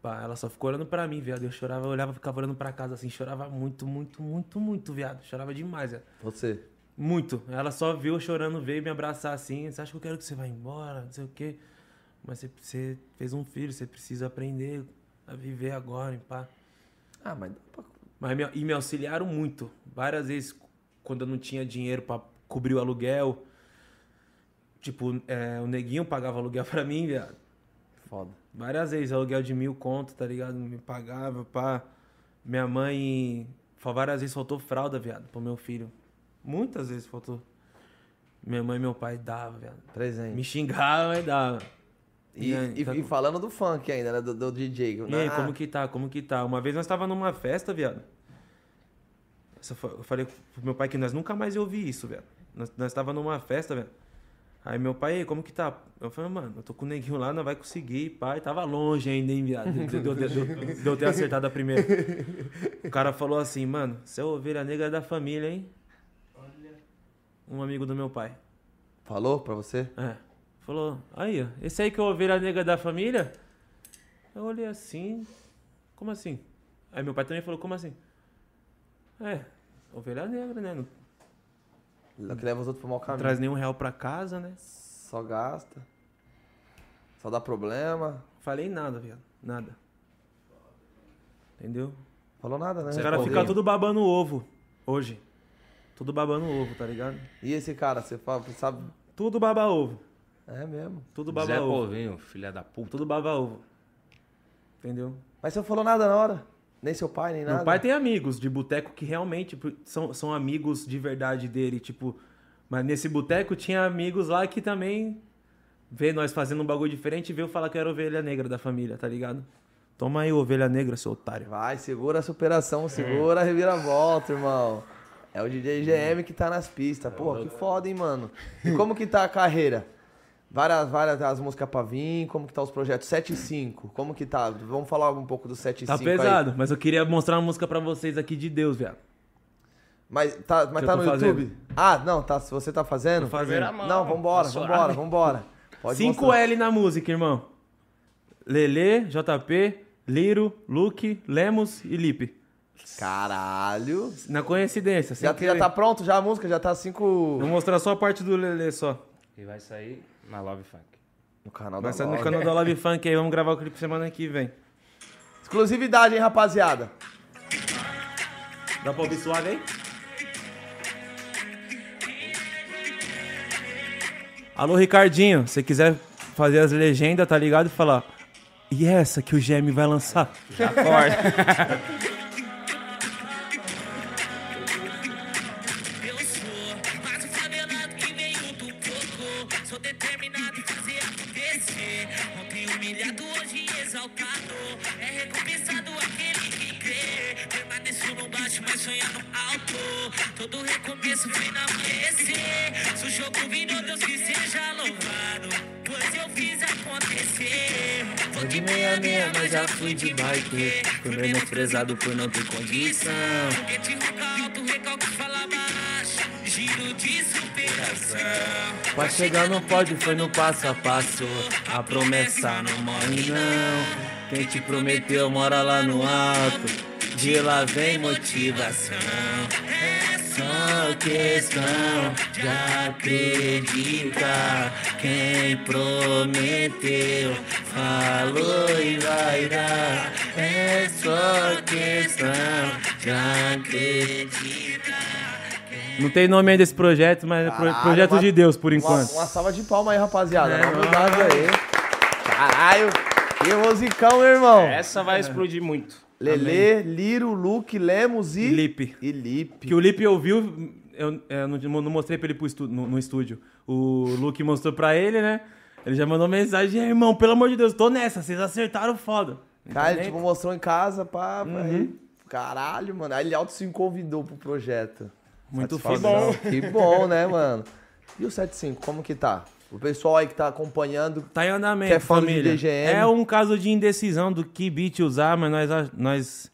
S3: Pá, ela só ficou olhando pra mim, viado. Eu chorava, eu olhava, ficava olhando pra casa assim, chorava muito, muito, muito, muito, viado. Chorava demais, viado.
S1: Você.
S3: Muito. Ela só viu eu chorando, veio me abraçar assim. Você acha que eu quero que você vá embora? Não sei o quê. Mas você, você fez um filho, você precisa aprender a viver agora, e pá.
S1: Ah, mas dá pra...
S3: Mas me, e me auxiliaram muito. Várias vezes, quando eu não tinha dinheiro pra cobrir o aluguel, tipo, é, o neguinho pagava aluguel pra mim, viado.
S1: Foda.
S3: Várias vezes, aluguel de mil conto, tá ligado? Me pagava, pá. Minha mãe. fa- Várias vezes faltou fralda, viado, pro meu filho. Muitas vezes faltou. Minha mãe e meu pai dava, viado.
S1: Presente.
S3: Me xingava, mas dava.
S1: E,
S3: aí,
S1: e-
S3: tá
S1: e
S3: com-
S1: falando do funk ainda, né? Do, do DJ.
S3: E aí,
S1: Ah,
S3: como que tá? Como que tá? Uma vez nós tava numa festa, viado. Essa foi- Eu falei pro meu pai que nós nunca mais ouvi isso, viado. Nós, nós tava numa festa, velho. Aí meu pai, "E aí, como que tá? Eu falei, mano, eu tô com o neguinho lá, não vai conseguir, pai. Tava longe ainda, hein, viado. De, de, de, de- de eu ter acertado a primeira. O cara falou assim, mano, você é ovelha negra da família, hein? Um amigo do meu pai.
S1: Ah, Falou pra você?
S3: É. Falou, aí, ó, esse aí que é o ovelha negra da família? Eu olhei assim, como assim? Aí meu pai também falou, como assim? É, ovelha negra, né? Não
S1: Não que leva os outros pro mau caminho.
S3: traz nenhum real pra casa, né?
S1: Só gasta. Só dá problema.
S3: Falei nada, viado, nada. Entendeu?
S1: Falou nada, né?
S3: Os caras
S1: Respondeu.
S3: ficam tudo babando ovo hoje. Tudo babando ovo, tá ligado?
S1: E esse cara, você fala, você sabe.
S3: Tudo baba ovo.
S1: É mesmo.
S3: Tudo
S2: Zé
S3: baba ovo.
S2: Povinho, filha da puta.
S3: Tudo baba ovo. Entendeu?
S1: Mas você não falou nada na hora. Nem seu pai, nem nada.
S3: Meu pai tem amigos de boteco que realmente tipo, são, são amigos de verdade dele, tipo. Mas nesse boteco tinha amigos lá que também vê nós fazendo um bagulho diferente e veio falar que eu era ovelha negra da família, tá ligado? Toma aí, ovelha negra, seu otário.
S1: Vai, segura a
S3: É.
S1: superação, segura a reviravolta, irmão. É o DJ GM que tá nas pistas. Porra,
S3: É.
S1: que foda, hein, mano.
S3: *laughs*
S1: E como que tá a carreira? Várias, várias as músicas pra vir, como que tá os projetos? 7 e 5, como que tá? Vamos falar um pouco do 7 e
S3: Tá
S1: 5 aí.
S3: pesado, mas eu queria mostrar uma música pra vocês aqui de Deus, viado.
S1: Mas tá, mas
S3: Que
S1: tá
S3: eu
S1: no
S3: tô fazendo.
S1: YouTube? Ah, não, tá. Se você tá fazendo.
S3: fazendo.
S1: Não, vambora, vambora, vambora. Pode 5
S3: 5L na música, irmão. Lele, JP, Liro, Luke, Lemos e Lipe.
S1: Caralho.
S3: Na coincidência, sem
S1: Já, já
S3: querer.
S1: tá pronto já a música? Já tá 5.
S3: Vou mostrar só a parte do Lele só.
S2: E vai sair na Love Funk.
S1: No canal da
S3: Vai sair no
S1: Love.
S3: canal da Love Funk aí, vamos gravar o clipe semana que vem.
S1: Exclusividade, hein, rapaziada?
S3: Dá pra ouvir suave aí? Alô, Ricardinho, se quiser fazer as legendas, tá ligado? E falar, e essa que o GM vai lançar?
S2: Acorda.
S7: Eu sou mais um favelado que veio do pouco. Sou determinado em fazer acontecer. Ontem humilhado, hoje exaltado. É recompensado aquele que crê. Permaneço no baixo, mas sonhando alto. Todo recomeço vem na amanhecer. Se o jogo virou, Deus que seja louvado. Pois eu fiz acontecer. Vou de meia meia, mas já fui de bike. Fui menosprezado por não ter condição. Foguete ronca alto, recalque fala baixo. Giro de superação.
S3: Pra chegar no pódio foi no passo a passo. A promessa não morre, não. Quem te prometeu mora lá no alto. De lá vem motivação.
S7: É
S3: Só questão de acreditar. Quem prometeu, falou e vai dar. É só questão de acreditar. Não tem nome ainda desse projeto, mas é pro-
S1: Caralho,
S3: projeto
S1: uma-
S3: de Deus por
S1: uma-
S3: enquanto. É,
S1: Uma, salva de palma aí, rapaziada. Obrigado aí. Caralho. E o musicão, meu irmão.
S3: É,
S2: Essa vai explodir muito.
S1: Lele, Liro, Luke, Lemos e.
S3: Lipe.
S1: E Lipe.
S3: Que o Lipe ouviu, eu, eu não, não mostrei pra ele pro estu- no, no estúdio. O Luke mostrou pra ele, né? Ele já mandou mensagem, "É, irmão, pelo amor de Deus, tô nessa, vocês acertaram foda.
S1: Cara, ele tipo, mostrou em casa, pá.
S3: Uhum.
S1: pá, aí. Caralho, mano. Aí ele auto se convidou pro projeto.
S3: Muito
S1: foda.
S3: foda.
S1: Que bom, né, mano? E o 75, como que tá? O pessoal aí que tá acompanhando.
S3: Tá em andamento,
S1: Que é fã do
S3: família.
S1: DGM.
S3: É um caso de indecisão do que beat usar, mas nós a- um nós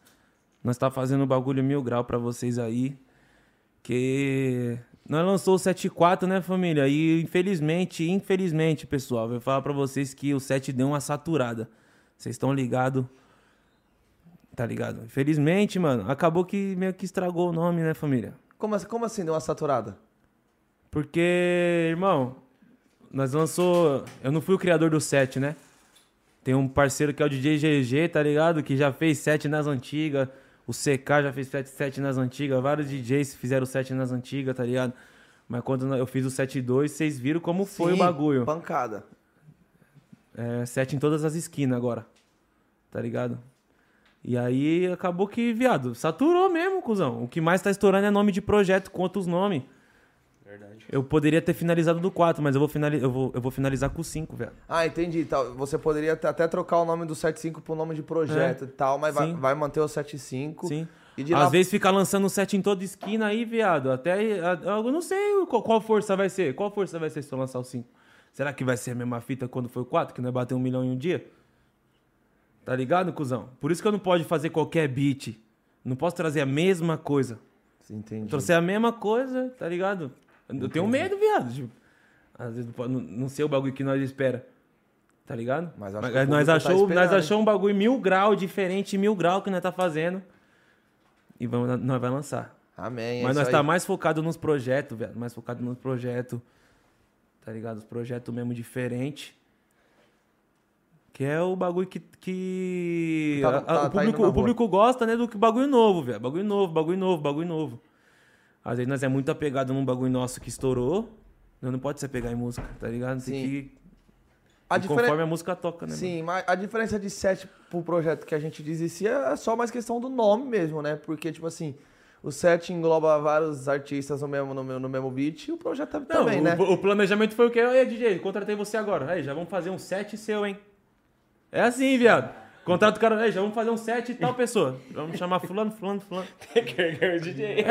S3: nós tá fazendo o bagulho mil grau pra vocês aí, que Nós lançou o 74, né, família? E infelizmente, infelizmente, pessoal, eu vou falar pra vocês que o 7 deu uma saturada. Vocês estão ligados? Tá ligado? Infelizmente, mano, acabou que meio que estragou o nome, né, família?
S1: Como, assim- como assim deu uma saturada?
S3: Porque, irmão, nós lançou. Eu não fui o criador do set, né? Tem um parceiro que é o DJ GG, tá ligado? Que já fez set nas antigas. O CK já fez set, set nas antigas. Vários DJs fizeram set nas antigas, tá ligado? Mas quando eu fiz o 7-2, vocês viram como foi o
S1: Sim,
S3: bagulho.
S1: Pancada.
S3: É, sete em todas as esquinas agora. Tá ligado? E aí acabou que, viado, saturou mesmo, cuzão. O que mais tá estourando é nome de projeto com outros nomes. Verdade. Eu poderia ter finalizado do 4, mas eu vou, finali eu vou, eu vou finalizar com o 5, velho.
S1: Ah, entendi. Tá, você poderia até- até trocar o nome do 75 pro nome de projeto e tal, mas vai,
S3: É. Sim.
S1: vai manter o 75.
S3: Sim.
S1: E de
S3: Às
S1: lá-
S3: vezes fica lançando um set em toda esquina aí, viado. Até. a- Eu não sei o- qual, qual força vai ser. Qual força vai ser se eu lançar o 5? Será que vai ser a mesma fita quando foi o 4, que nós bateu um milhão em um dia? Tá ligado, cuzão? Por isso que eu não posso fazer qualquer beat. Não posso trazer a mesma coisa.
S1: Entendi.
S3: Trouxer a mesma coisa, tá ligado? Eu tenho medo, viado. de- às vezes não pode- não, não sei o bagulho que nós espera. Tá ligado?
S1: Mas acho que o
S3: nós
S1: público tá
S3: achou, nós
S1: esperando,
S3: achou um bagulho mil grau, diferente, mil grau que nós tá fazendo. E vamos, nós vai lançar.
S1: Amém. é
S3: Mas
S1: isso
S3: nós tá
S1: aí.
S3: mais focado nos projetos, velho. Mais focado nos projetos. Tá ligado? Os projetos mesmo diferentes. Que é o bagulho que. que
S1: Tá-
S3: a- a-
S1: tá- tá
S3: o,
S1: indo
S3: público,
S1: na
S3: o público gosta, né? Do que bagulho novo, velho. Bagulho novo, bagulho novo, bagulho novo. Às vezes nós é muito apegado num bagulho nosso que estourou. Nós não pode se apegar em música, tá ligado? Tem
S1: Sim.
S3: que.
S1: A
S3: e
S1: diferen-
S3: Conforme a música toca, né? mano?
S1: Sim, mas a diferença de 7 pro projeto que a gente diz em si é só mais questão do nome mesmo, né? Porque, tipo assim, o 7 engloba vários artistas no mesmo, no, mesmo- no mesmo beat e o projeto
S3: Não,
S1: também,
S3: o,
S1: né?
S3: o planejamento foi o quê? Aí, DJ, contratei você agora. Aí, já vamos fazer um set seu, hein? É assim, viado. Contrata o cara, aí, já vamos fazer um set e tal pessoa. Vamos chamar fulano, fulano, fulano. É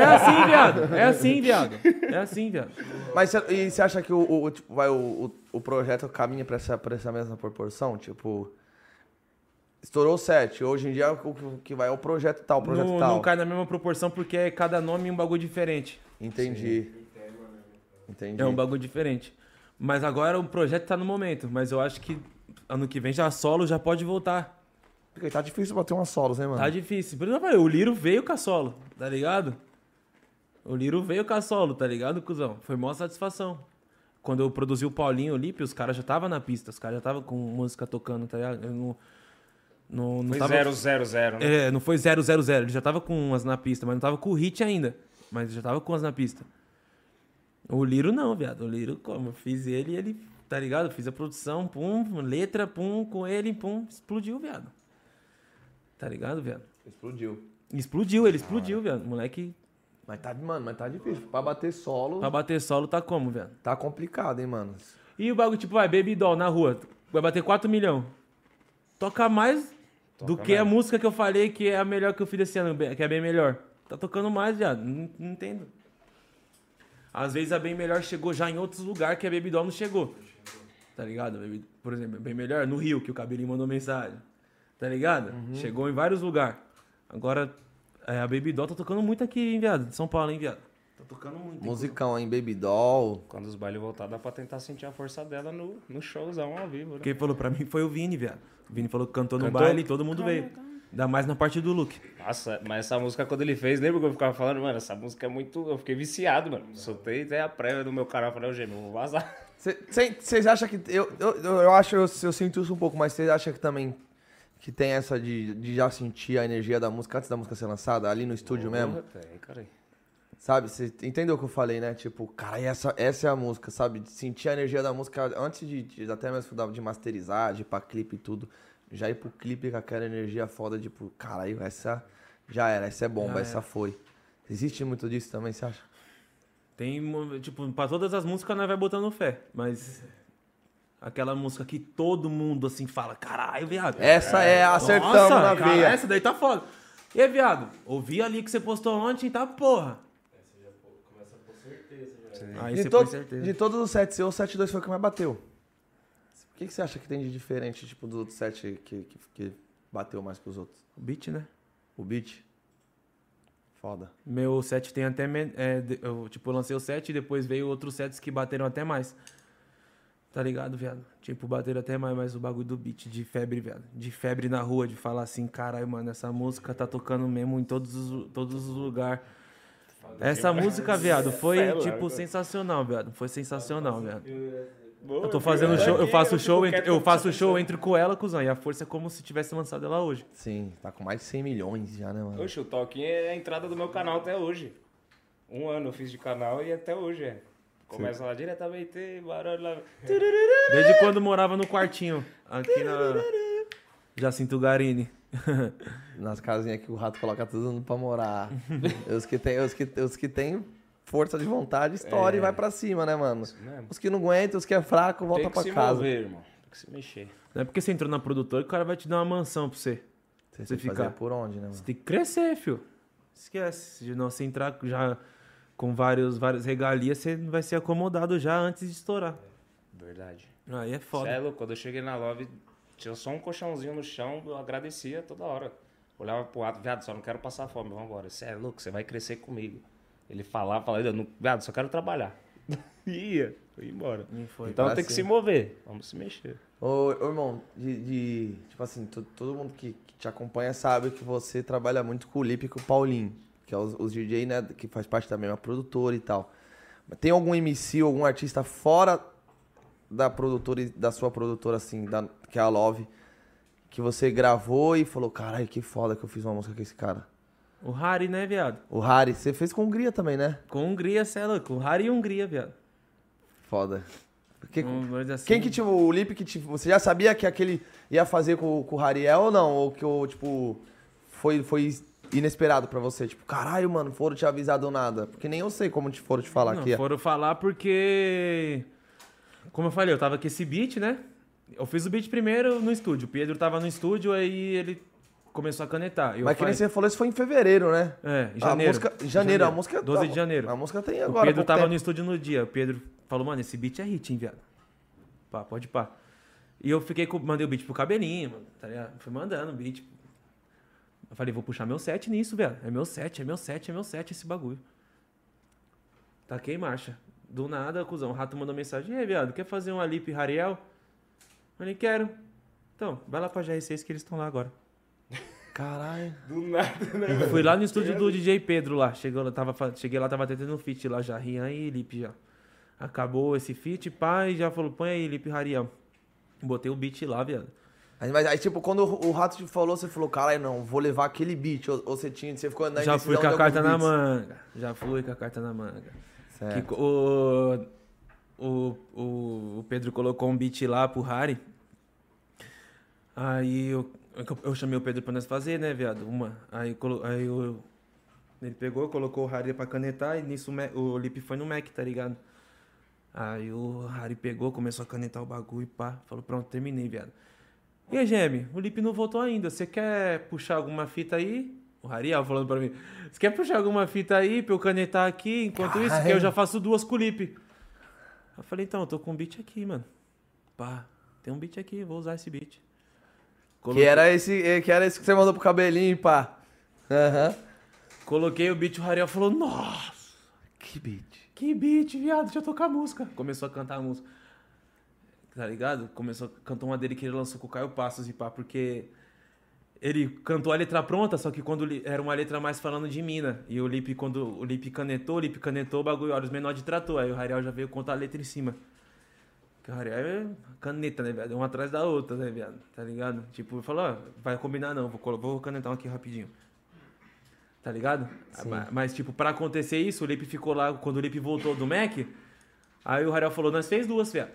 S3: assim, viado. É assim, viado. É
S1: *laughs*
S3: assim, viado.
S1: Mas cê- e você acha que o, o- o, tipo, vai, o, o, o projeto caminha pra essa, pra essa mesma proporção? Tipo, estourou o 7, hoje em dia o que- o que vai é o projeto tal, o projeto
S3: Não,
S1: tal.
S3: não cai na mesma proporção porque é cada nome um bagulho diferente.
S1: Entendi. Entendi.
S3: É um bagulho diferente. Mas agora o projeto tá no momento. Mas eu acho que ano que vem já solo já pode voltar.
S1: Porque tá difícil bater umas solos, hein, mano?
S3: Tá difícil. Por exemplo, o Liro veio com a solo, tá ligado? O Liro veio com a solo, tá ligado, cuzão? Foi maior satisfação. Quando eu produzi o Paulinho Lipe, os caras já estavam na pista, os caras já estavam com música tocando, tá ligado? Eu não, não, não
S2: Foi
S3: tava-
S2: 000, né?
S3: É, não foi 000, ele já tava com umas na pista, mas não tava com o hit ainda. Mas já tava com umas na pista. O Liro não, viado. O Liro, como? Eu fiz ele, ele, tá ligado? Fiz a produção, pum, letra, pum, com ele, pum, explodiu, viado. Tá ligado, viado?
S1: Explodiu.
S3: Explodiu, ele explodiu, velho. Moleque,
S1: Mas tá, mano, mas tá difícil. Pra bater solo,
S3: pra bater solo tá como, velho?
S1: tá complicado, hein, mano?
S3: E o bagulho, tipo, vai, Baby Doll na rua, vai bater 4 milhões. Toca mais do que a música que eu falei que é a melhor que eu fiz esse ano, be- que é bem melhor. Tá tocando mais, viado. Não, não entendo. Às vezes a bem melhor chegou já em outros lugares que a Baby Doll não chegou. Tá ligado? Baby- Por exemplo, a bem melhor no Rio, que o Cabelinho mandou mensagem. Tá ligado? Chegou em vários lugares. Agora, é, a Baby Doll tá tocando muito aqui, hein, viado? São Paulo, hein, viado? Tá tocando muito.
S1: Musicão, hein? Baby Doll.
S2: Quando os bailes voltar, dá pra tentar sentir a força dela no, no showzão ao vivo, né?
S3: Quem falou pra mim foi o Vini, viado. O Vini falou que cantou no
S2: Cantou?
S3: baile e todo mundo veio. Ainda mais na parte do look.
S2: Nossa, mas essa música quando ele fez, lembra que eu ficava falando, mano, essa música é muito. Eu fiquei viciado, mano. Soltei até a prévia do meu canal, falei, ô gêmeo, eu vou vazar.
S1: Vocês acham que. Eu, eu, eu eu acho, eu, eu sinto isso um pouco, mas vocês acham que também. Que tem essa de, de já sentir a energia da música antes da música ser lançada, ali no estúdio
S2: *laughs*
S1: mesmo?
S2: Tem, cara.
S1: Sabe? Você entendeu o que eu falei, né? Tipo, cara, essa, essa é a música, sabe? De sentir a energia da música antes de, de- até mesmo da- de masterizar, de ir pra clipe e tudo. Já ir pro clipe com aquela energia foda, tipo, caralho, essa já era, essa é bomba,
S3: Já
S1: essa foi. Existe muito disso também, você acha?
S3: Tem, mo- tipo, pra todas as músicas nós vai botando fé. Mas aquela música que todo mundo, assim, fala, caralho, viado.
S1: Essa é, acertamos
S3: Nossa,
S1: na
S3: cara,
S1: veia.
S3: Essa daí tá foda. E aí, viado, ouvi ali que você postou ontem, tá porra. Aí
S1: De,
S3: você
S1: to-
S3: põe certeza.
S1: de todos os sets seus, o 7-2 foi o que mais bateu. O que, que você acha que tem de diferente, tipo, dos outros sets que, que, que bateu mais que os outros?
S3: O beat, né?
S1: O beat? Foda.
S3: Meu set tem até. men- é, de- eu, tipo, eu lancei o set e depois veio outros sets que bateram até mais. Tá ligado, viado? Tipo, bateram até mais, mas o bagulho do beat, de febre, viado. De febre na rua, de falar assim, caralho, mano, essa música tá tocando mesmo em todos os, todos os lugares. Essa música, viado, foi, tipo, sensacional, viado. Foi sensacional, viado. assim, Eu tô fazendo show, eu faço show, entre, eu faço show entre com ela, cuzão, e a força é como se tivesse lançado ela hoje.
S1: Sim, tá com mais de 100 milhões já, né, mano?
S2: Oxe, o Toquinho é a entrada do meu canal até hoje. Um ano eu fiz de canal e até hoje é. Começa lá diretamente, barulho lá.
S1: É.
S3: Desde quando morava no quartinho, aqui na Jacinto Garini. *laughs*
S1: Nas casinhas que o rato coloca todo mundo pra morar. *laughs* os, que tem, os, que, os que tem força de vontade, estoura e vai pra cima, né, mano?
S2: É. mesmo.
S1: Os que não aguentam, os que é fraco, volta
S2: Tem que
S1: pra
S2: se
S1: casa.
S2: mover, irmão. Tem que se mexer.
S3: Não é porque você entrou na produtora que o cara vai te dar uma mansão pra você.
S1: Você,
S3: Você
S1: tem que
S3: fica-
S1: fazer por onde, né, mano?
S3: Você tem que crescer, fio. Esquece. Se não você entrar já com vários, várias regalias, você vai ser acomodado já antes de estourar.
S2: Verdade.
S3: Aí é
S2: Cê é
S3: foda.
S2: louco, quando eu cheguei na Love, tinha só um colchãozinho no chão, eu agradecia toda hora. Olhava pro ato, viado, só não quero passar fome, vamos embora. Você é louco, você vai crescer comigo. Ele falava, falava, eu não, viado, só quero trabalhar. *laughs* E ia, eu ia embora.
S3: foi.
S2: Então
S1: Pra
S2: tem que se
S1: cima.
S2: mover, vamos se mexer.
S1: Ô, ô, irmão, de, de- Tipo assim, to- todo mundo que, que te acompanha sabe que você trabalha muito com o Lipe e com o Paulinho, que é os, os DJ, né? Que faz parte da mesma produtora e tal. Mas tem algum MC, algum artista fora da produtora, e- da sua produtora, assim, da, que é a Love, que você gravou e falou: caralho, que foda que eu fiz uma música com esse cara.
S3: O Hari, né, viado?
S1: O Harry, você fez com Hungria também, né?
S3: Com Hungria, você é louco. O Hari e Hungria, viado.
S1: Foda. Porque,
S3: Mas assim,
S1: Quem que te. O Lipe que te. Você já sabia que aquele ia fazer com, com o Rariel ou não? Ou que o, tipo. Foi, foi inesperado pra você? Tipo, caralho, mano, foram te avisar do nada. Porque nem eu sei como te foram te falar
S3: Não,
S1: aqui.
S3: foram falar porque. Como eu falei, eu tava com esse beat, né? Eu fiz o beat primeiro no estúdio. O Pedro tava no estúdio, aí ele começou a canetar. Eu
S1: Mas que nem
S3: falei-
S1: você falou, isso foi em fevereiro, né?
S3: É, em
S1: A
S3: janeiro.
S1: música, em janeiro, a música.
S3: 12 de
S1: a-
S3: janeiro.
S1: A música tem
S3: O
S1: agora.
S3: Pedro
S1: pouco
S3: tava
S1: tempo.
S3: no estúdio no dia. O Pedro falou, mano, esse beat é hit, hein, viado? Pá, pode pá. E eu fiquei com. Mandei o beat pro cabelinho, mano, tá ligado? Fui mandando o beat. Eu falei, vou puxar meu set nisso, velho. É meu set, é meu set, é meu set esse bagulho. Taquei marcha. Do nada, cuzão. O rato mandou mensagem. E aí, viado, quer fazer um Alipe Rariel? Eu falei, quero. Então, vai lá pra GR6 que eles estão lá agora.
S1: Caralho. *laughs*
S3: Fui lá no estúdio do DJ Pedro lá. Chegou, lá, tava, fa- cheguei lá, tava tentando um feat lá já. Rian e Lipe já. Acabou esse feat, pai, já falou, põe aí, Lipe Rariel. Botei o beat lá, viado.
S1: Aí, mas aí, tipo, quando o, o Rato te falou, você falou, caralho, não, vou levar aquele beat. Ou, ou você tinha. Você ficou na
S3: já fui
S1: indecisão
S3: com a
S1: de
S3: carta
S1: alguns
S3: na
S1: beats.
S3: manga. Já fui com a carta na manga. Que
S1: Certo.
S3: co- o, o, o, o Pedro colocou um beat lá pro Harry. Aí eu, eu chamei o Pedro pra nós fazer, né, viado? Uma. Aí, colo- aí eu, ele pegou, colocou o Harry pra canetar e nisso o, Me- o Lipe foi no Mac, tá ligado? Aí o Harry pegou, começou a canetar o bagulho e pá. Falou, pronto, terminei, viado. E aí, Geme, o Lipe não voltou ainda. Você quer puxar alguma fita aí? O Rariel falando pra mim. Você quer puxar alguma fita aí pra eu canetar aqui? Enquanto isso, que eu já faço duas com o Lipe. Eu falei, então, eu tô com um beat aqui, mano. Pá, tem um beat aqui, vou usar esse beat.
S1: Que era, esse, eh, que era esse que você mandou pro cabelinho, pá. Aham.
S3: Coloquei o beat, o Rariel falou, nossa,
S1: Que beat.
S3: que beat, viado, deixa eu tocar a música. Começou a cantar a música. Tá ligado? Começou, cantou uma dele que ele lançou com o Caio Passos e pá, porque ele cantou a letra pronta, só que quando li- era uma letra mais falando de mina. E o Lipe, quando o Lipe canetou, o Lipe canetou o bagulho, olha, os menores tratou. Aí o Rariel já veio contar a letra em cima. Porque o Rariel é caneta, né, viado? Uma atrás da outra, né, viado? Tá ligado? Tipo, falou, ó, vai combinar não, vou, colo- vou canetar um aqui rapidinho. Tá ligado? Ma- Mas, tipo, pra acontecer isso, o Lipe ficou lá, quando o Lipe voltou do Mac, aí o Rariel falou, nós fez duas, viado.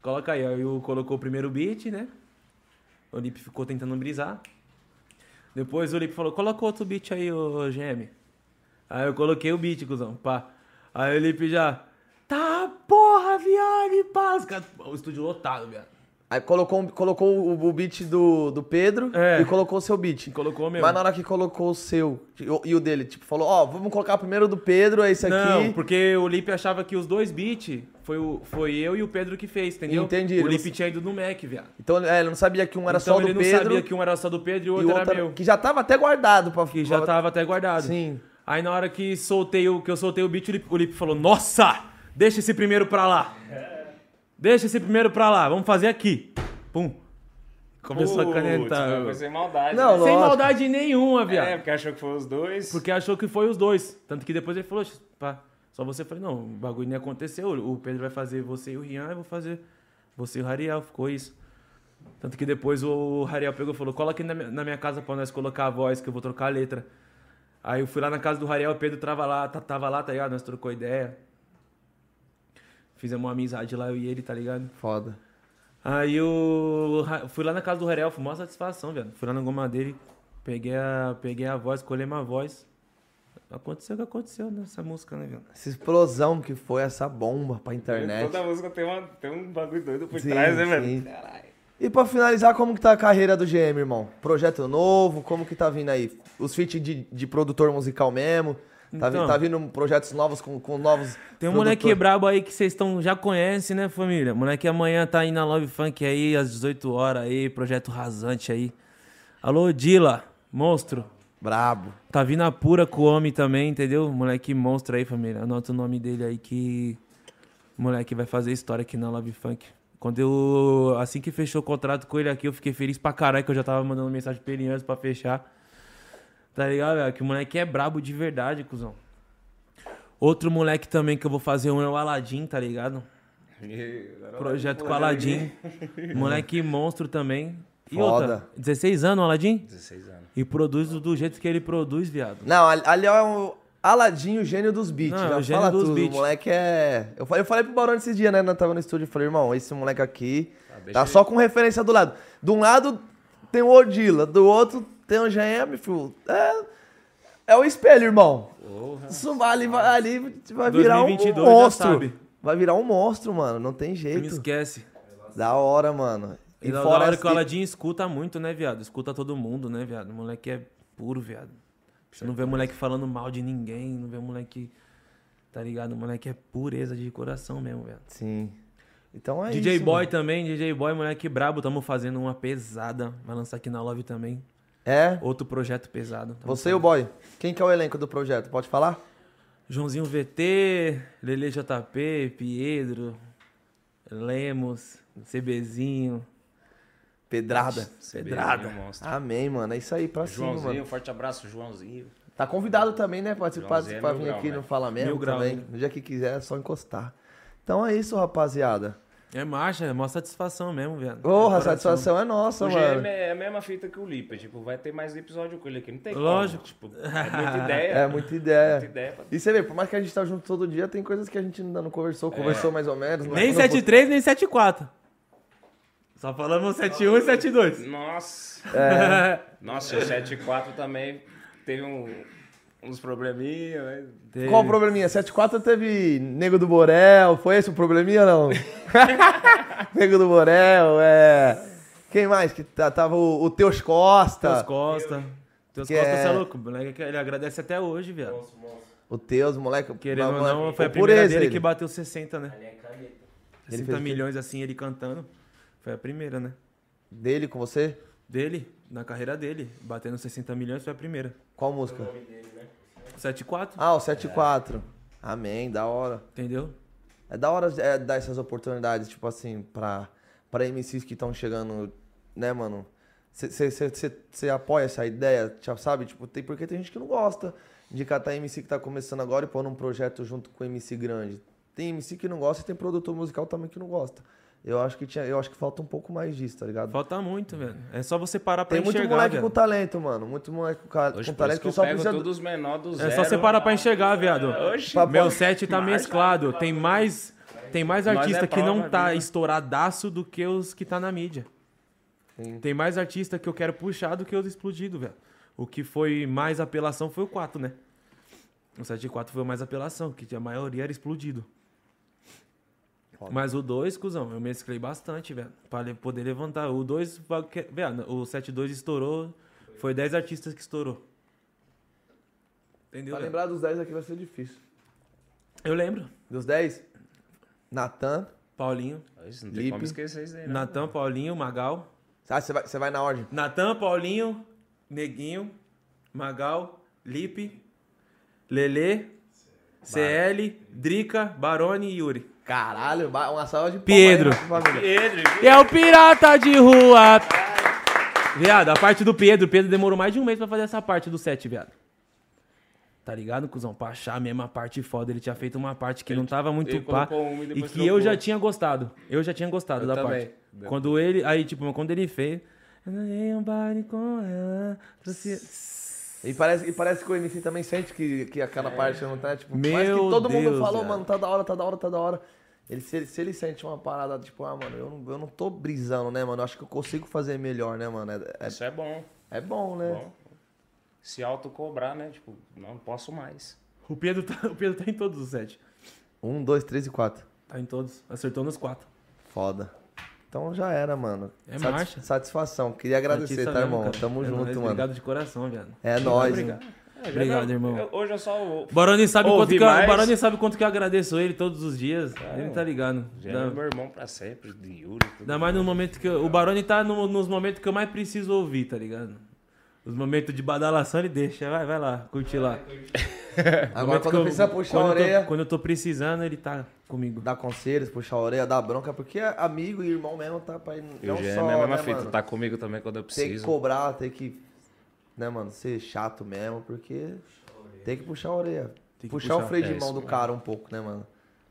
S3: Coloca aí. Aí o colocou o primeiro beat, né? O Lipe ficou tentando brisar. Depois o Lipe falou, coloca outro beat aí, ô GM. Aí eu coloquei o beat, cuzão, pá. Aí o Lipe já, tá porra, viado, pá. Os caras- O estúdio lotado, viado.
S1: Aí colocou, um- colocou o, o beat do, do Pedro
S3: É.
S1: e colocou o seu beat.
S3: Colocou o meu.
S1: Mas na hora que colocou o seu e o- e o dele, tipo, falou, ó, vamos colocar primeiro o do Pedro, é esse
S3: Não,
S1: aqui.
S3: porque o Lipe achava que os dois beats foi, o, foi eu e o Pedro que fez, entendeu?
S1: Entendi,
S3: O
S1: ele
S3: Lipe
S1: não-
S3: tinha ido no Mac, viado.
S1: Então, é, ele não sabia que um era
S3: então
S1: só
S3: ele
S1: do
S3: não
S1: Pedro
S3: sabia que um era só do Pedro e
S1: e
S3: o outro,
S1: o outro
S3: era meu.
S1: que já tava até guardado pra
S3: Que já tava até guardado.
S1: Sim.
S3: Aí na hora que, soltei o, que eu soltei o beat, o Lipe, o Lipe falou, nossa, deixa esse primeiro pra lá. Deixa esse primeiro pra lá, vamos fazer aqui. Pum. Começou a canetar.
S2: Putz, Foi sem maldade.
S1: Não,
S2: né?
S1: não.
S3: Sem
S1: Lógico.
S3: maldade nenhuma, viado.
S2: É, porque achou que foram os dois.
S3: Porque achou que foi os dois. Tanto que depois ele falou, "Oxe, pá, só você falou, não, o bagulho nem aconteceu. O Pedro vai fazer você e o Rian, eu vou fazer você e o Ariel, ficou isso. Tanto que depois o Ariel pegou e falou, cola aqui na minha, na minha casa pra nós colocar a voz, que eu vou trocar a letra. Aí eu fui lá na casa do Ariel, o Pedro tava lá, tá- tava lá, tá ligado? Nós trocou ideia. Fizemos uma amizade lá, eu e ele, tá ligado?
S1: Foda.
S3: Aí eu ra- fui lá na casa do Rarel, foi maior satisfação, velho. Fui lá na goma dele, peguei a, peguei a voz, colhei uma voz. Aconteceu o que aconteceu nessa música, né, velho?
S1: Essa explosão que foi essa bomba pra internet.
S2: Toda música tem, uma, tem um bagulho doido por
S1: Sim,
S2: trás, né, velho?
S1: sim. E pra finalizar, como que tá a carreira do GM, irmão? Projeto novo, como que tá vindo aí? Os feats de, de produtor musical mesmo? Tá, vi-
S3: Então.
S1: tá vindo projetos novos com, com novos
S3: Tem um moleque
S1: produtores?
S3: brabo aí que vocês tão- já conhecem, né, família? Moleque amanhã tá aí na Love Funk aí, às 18 horas aí, projeto rasante aí. Alô, Dila, monstro.
S1: Brabo.
S3: Tá vindo a pura com o homem também, entendeu? Moleque monstro aí, família. Anota o nome dele aí que. Moleque vai fazer história aqui na Love Funk. Quando eu. Assim que fechou o contrato com ele aqui, eu fiquei feliz pra caralho, que eu já tava mandando mensagem pra ele antes pra fechar. Tá ligado, velho? Que o moleque é brabo de verdade, cuzão. Outro moleque também que eu vou fazer um é o Aladim, tá ligado? Projeto com o Aladim. Moleque monstro também. E outra,
S1: Foda.
S3: 16 anos, Aladim?
S2: 16 anos.
S3: E produz do- do jeito que ele produz, viado.
S1: Não, ali ali é o Aladinho, o gênio dos beats.
S3: Não, é
S1: já
S3: o gênio
S1: fala
S3: dos
S1: tudo.
S3: beats.
S1: O moleque é. Eu falei, eu falei pro Barão esses dias, né? Nós tava no estúdio. Eu falei, irmão, esse moleque aqui
S3: Ah,
S1: tá só com referência do lado. De um lado tem o Odila, do outro tem o GM, filho. É. É o espelho, irmão. Isso vai ali, vai, ali vai virar um-
S3: 2022
S1: um
S3: já
S1: monstro.
S3: sabe.
S1: Vai virar um monstro, mano. Não tem
S3: Não me
S1: jeito.
S3: esquece.
S1: Da hora, mano.
S3: E, da da hora
S1: essa-
S3: que o Aladdin escuta muito, né, viado? Escuta todo mundo, né, viado? O moleque é puro, viado.
S1: é
S3: Você não vê moleque falando mal de ninguém, não vê moleque. Tá ligado? O moleque é pureza de coração mesmo, velho.
S1: Sim. Então é
S3: DJ
S1: isso,
S3: Boy
S1: mano.
S3: também, DJ Boy, moleque brabo. Tamo fazendo uma pesada. Vai lançar aqui na Love também.
S1: É.
S3: Outro projeto pesado. Tamo
S1: Você e o boy. Quem que é o elenco do projeto? Pode falar?
S3: Joãozinho VT, Lele JP, Pedro, Lemos, CBzinho.
S1: Pedrada.
S2: Pedrada. monstro.
S1: Amém, mano. É isso aí, pra cima,
S2: Joãozinho,
S1: mano.
S2: um forte abraço, Joãozinho.
S1: Tá convidado também, né, participar
S2: Joãozinho é
S1: pra
S2: mil
S1: vir
S2: grau,
S1: aqui
S2: né?
S1: no Fala Mesmo
S3: Mil grau,
S1: também.
S3: né?
S1: No dia que quiser, é só encostar. Então é isso, rapaziada.
S3: É marcha, é maior satisfação mesmo, viado.
S1: Porra, a
S3: É coração.
S1: satisfação é nossa,
S2: O
S1: mano.
S2: GM é a mesma fita que o Lipe, tipo, vai ter mais episódio com ele aqui, não tem
S3: Lógico.
S2: como. Tipo, é muita ideia.
S1: É muita ideia.
S2: Muita ideia pra-
S1: E você vê, por mais que a gente tá junto todo dia, tem coisas que a gente ainda não
S2: É.
S1: conversou, conversou mais ou menos. mas
S3: Nem
S1: não-
S3: 73, nem 74. Só falamos 71 e 72.
S2: Nossa.
S1: É.
S2: Nossa, o 74 também teve um- uns probleminha, né?
S1: Qual o probleminha? 74 teve Nego do Borel, foi esse o probleminha ou não?
S2: *laughs*
S1: Nego do Borel, é. Quem mais? Que tá- tava o, o Teus Costa.
S3: Teus Costa. Teus
S1: Que
S3: Costa,
S1: é-
S3: você é louco. o moleque, Ele agradece até hoje, viado.
S1: O Teus, moleque.
S3: Querendo ou
S1: moleque,
S3: não, foi a
S1: o
S3: primeira
S1: pureza
S3: dele que bateu 60, né?
S1: Ele
S3: 60
S1: fez o quê?
S3: milhões assim, ele cantando. Foi a primeira, né?
S1: Dele com você?
S3: Dele, na carreira dele. Batendo 60 milhões foi a primeira.
S1: Qual música?
S3: 74,
S1: Ah, o 74. Amém, da hora.
S3: entendeu?
S1: É da hora é, dar essas oportunidades, tipo assim, pra, pra MCs que estão chegando, né, mano? Você apoia essa ideia, tchau, sabe? Tipo, tem, porque tem gente que não gosta de catar MC que tá começando agora e pôr num projeto junto com MC grande. Tem MC que não gosta e tem produtor musical também que não gosta. Eu acho que, tinha, eu acho que falta um pouco mais disso, tá ligado?
S3: Falta muito, velho. É só você parar pra
S1: Tem muito
S3: enxergar,
S1: moleque
S3: velho.
S1: com talento, mano. Muito moleque com, ca- com
S2: Hoje, por isso
S1: talento
S2: que
S1: que
S2: eu
S1: só
S2: pego
S1: precisa.
S2: todos os menores do
S3: É
S2: zero.
S3: só você parar pra enxergar, viado.
S2: Oxi.
S3: Meu set tá mesclado. Tem mais, tem mais
S2: Nós é
S3: artista que não
S2: prova
S3: tá
S2: viva.
S3: estouradaço do que os que tá na mídia.
S1: Sim.
S3: Tem mais artista que eu quero puxar do que os explodidos, velho. O que foi mais apelação foi o 4, né? O 7 e 4 foi o mais apelação, que a maioria era explodido. Mas o 2, cuzão, eu mesclei bastante, velho. Pra le- poder levantar. O 2, velho, o 7-2 estourou. Foi 10 artistas que estourou. Entendeu?
S1: Pra
S3: velho?
S1: lembrar dos 10 aqui vai ser difícil.
S3: Eu lembro.
S1: Dos 10? Natan.
S3: Paulinho.
S2: Isso, não tem
S1: Lipe.
S2: como esquecer isso aí, né?
S3: Natan, Paulinho, Magal.
S1: Ah, você vai, você vai na ordem.
S3: Natan, Paulinho, Neguinho, Magal, Lipe, Lele, CL, Drica, Barone e Yuri.
S1: Caralho, ba- uma salva de palmas
S3: Pedro.
S1: aí pra família.
S2: Pedro,
S3: E é o pirata de rua! Viado, a parte do Pedro. Pedro demorou mais de um mês pra fazer essa parte do set, viado. Tá ligado, cuzão? Pra achar mesmo a parte foda. Ele tinha feito uma parte que não tava muito
S2: ele
S3: pá.
S2: colocou uma e
S3: e
S2: depois
S3: que eu
S2: trocou.
S3: já tinha gostado. Eu já tinha gostado
S2: Eu
S3: da
S2: também.
S3: parte. Quando ele. Aí, tipo, quando ele fez. Eu ganhei um baile com ela. trouxe-
S1: E parece, e parece que o MC também sente que, que
S2: É.
S1: aquela parte não tá, tipo, mas que
S3: Meu
S1: todo mundo
S3: Deus,
S1: falou,
S3: cara.
S1: mano, tá da hora, tá da hora, tá da hora. Ele, se, ele, se ele sente uma parada, tipo, ah, mano, eu não, eu não tô brisando, né, mano? Eu acho que eu consigo fazer melhor, né, mano? É,
S2: Isso é bom.
S1: é, é bom, né?
S2: bom. Se autocobrar, né? Tipo, não posso mais.
S3: O Pedro, tá, o Pedro tá em todos os sets.
S1: Um, dois, três e quatro.
S3: Tá em todos. Acertou nos quatro.
S1: Foda. Então já era, mano.
S3: É marcha.
S1: Satisfação. Queria agradecer,
S3: Artista
S1: tá,
S3: mesmo,
S1: irmão?
S3: cara.
S1: Tamo
S3: É
S1: junto,
S3: nóis,
S1: mano.
S3: Obrigado de coração, viado.
S1: É nóis, hein?
S2: É,
S3: Obrigado,
S2: Eu-
S3: irmão.
S2: eu- hoje eu só. o-
S3: Baroni sabe,
S2: Ouvi
S3: quanto que eu,
S2: mais.
S3: Baroni sabe quanto que eu agradeço ele todos os dias. ele tá ligado.
S2: Já é
S3: Ainda,
S2: meu irmão pra sempre, de Yuri. tudo.
S3: ainda mais no momento que eu, O Baroni tá no- nos momentos que eu mais preciso ouvir, tá ligado? Os momentos de badalação ele deixa. Vai, vai lá, curte lá.
S1: Agora,
S3: Momento
S1: quando
S3: que eu-
S1: precisa puxar a
S3: quando eu tô-
S1: orelha,
S3: quando eu tô precisando, ele tá comigo.
S1: dar conselhos, puxar a orelha, dar bronca, porque é amigo e irmão mesmo tá pra ir.
S2: E o
S1: Não
S2: Jean é
S1: só,
S2: a mesma
S1: né,
S2: fita.
S1: mano?
S2: Tá comigo também quando eu
S1: Tem que
S2: preciso.
S1: cobrar, tem que. Né, mano, ser chato mesmo, porque. Tem que puxar a orelha. puxar, o
S3: puxar.
S1: freio de
S2: É
S1: mão
S2: isso,
S1: do cara um pouco, né, mano?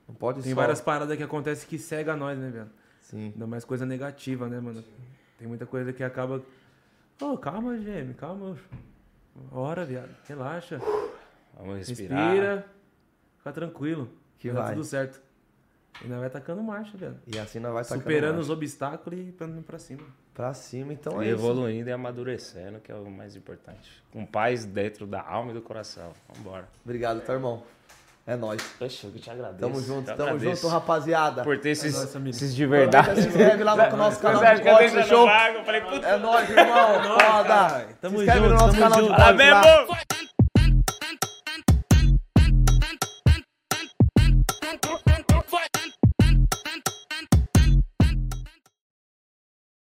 S1: Não pode
S3: Tem
S1: só- assim.
S3: várias paradas que acontecem que cega nós, né, velho?
S1: Sim.
S3: Ainda mais coisa negativa, né, mano? Tem muita coisa que acaba. Ô, calma, Gêmeo, calma. Hora, viado. Relaxa.
S2: Vamos respirar.
S3: Respira. Fica tranquilo.
S1: Que
S3: vai.
S1: vai.
S3: dar tudo certo. E nós vai tacando marcha, velho.
S1: E assim nós vai tacando
S3: Superando
S1: mais
S3: os obstáculos e indo pra cima.
S1: pra cima, então
S2: E
S1: é isso.
S2: evoluindo e amadurecendo, que é o mais importante. Com paz dentro da alma e do coração. Vambora.
S1: Obrigado, tá, irmão. É nóis.
S2: Poxa, eu te agradeço.
S1: Tamo junto,
S2: Te
S1: tamo
S2: agradeço
S1: junto, rapaziada.
S2: Por ter esses,
S3: Nossa, amigo.
S2: esses de verdade.
S1: Se
S2: *laughs*
S1: inscreve lá no nosso canal do Corte do é Show.
S2: Pago, falei, puta,
S1: É nóis, irmão. Foda.
S3: Tamo
S1: Se inscreve no
S3: junto,
S1: nosso
S3: tamo
S1: canal do
S3: junto.
S1: Corte É, lá.
S2: tá mesmo?
S8: Vai.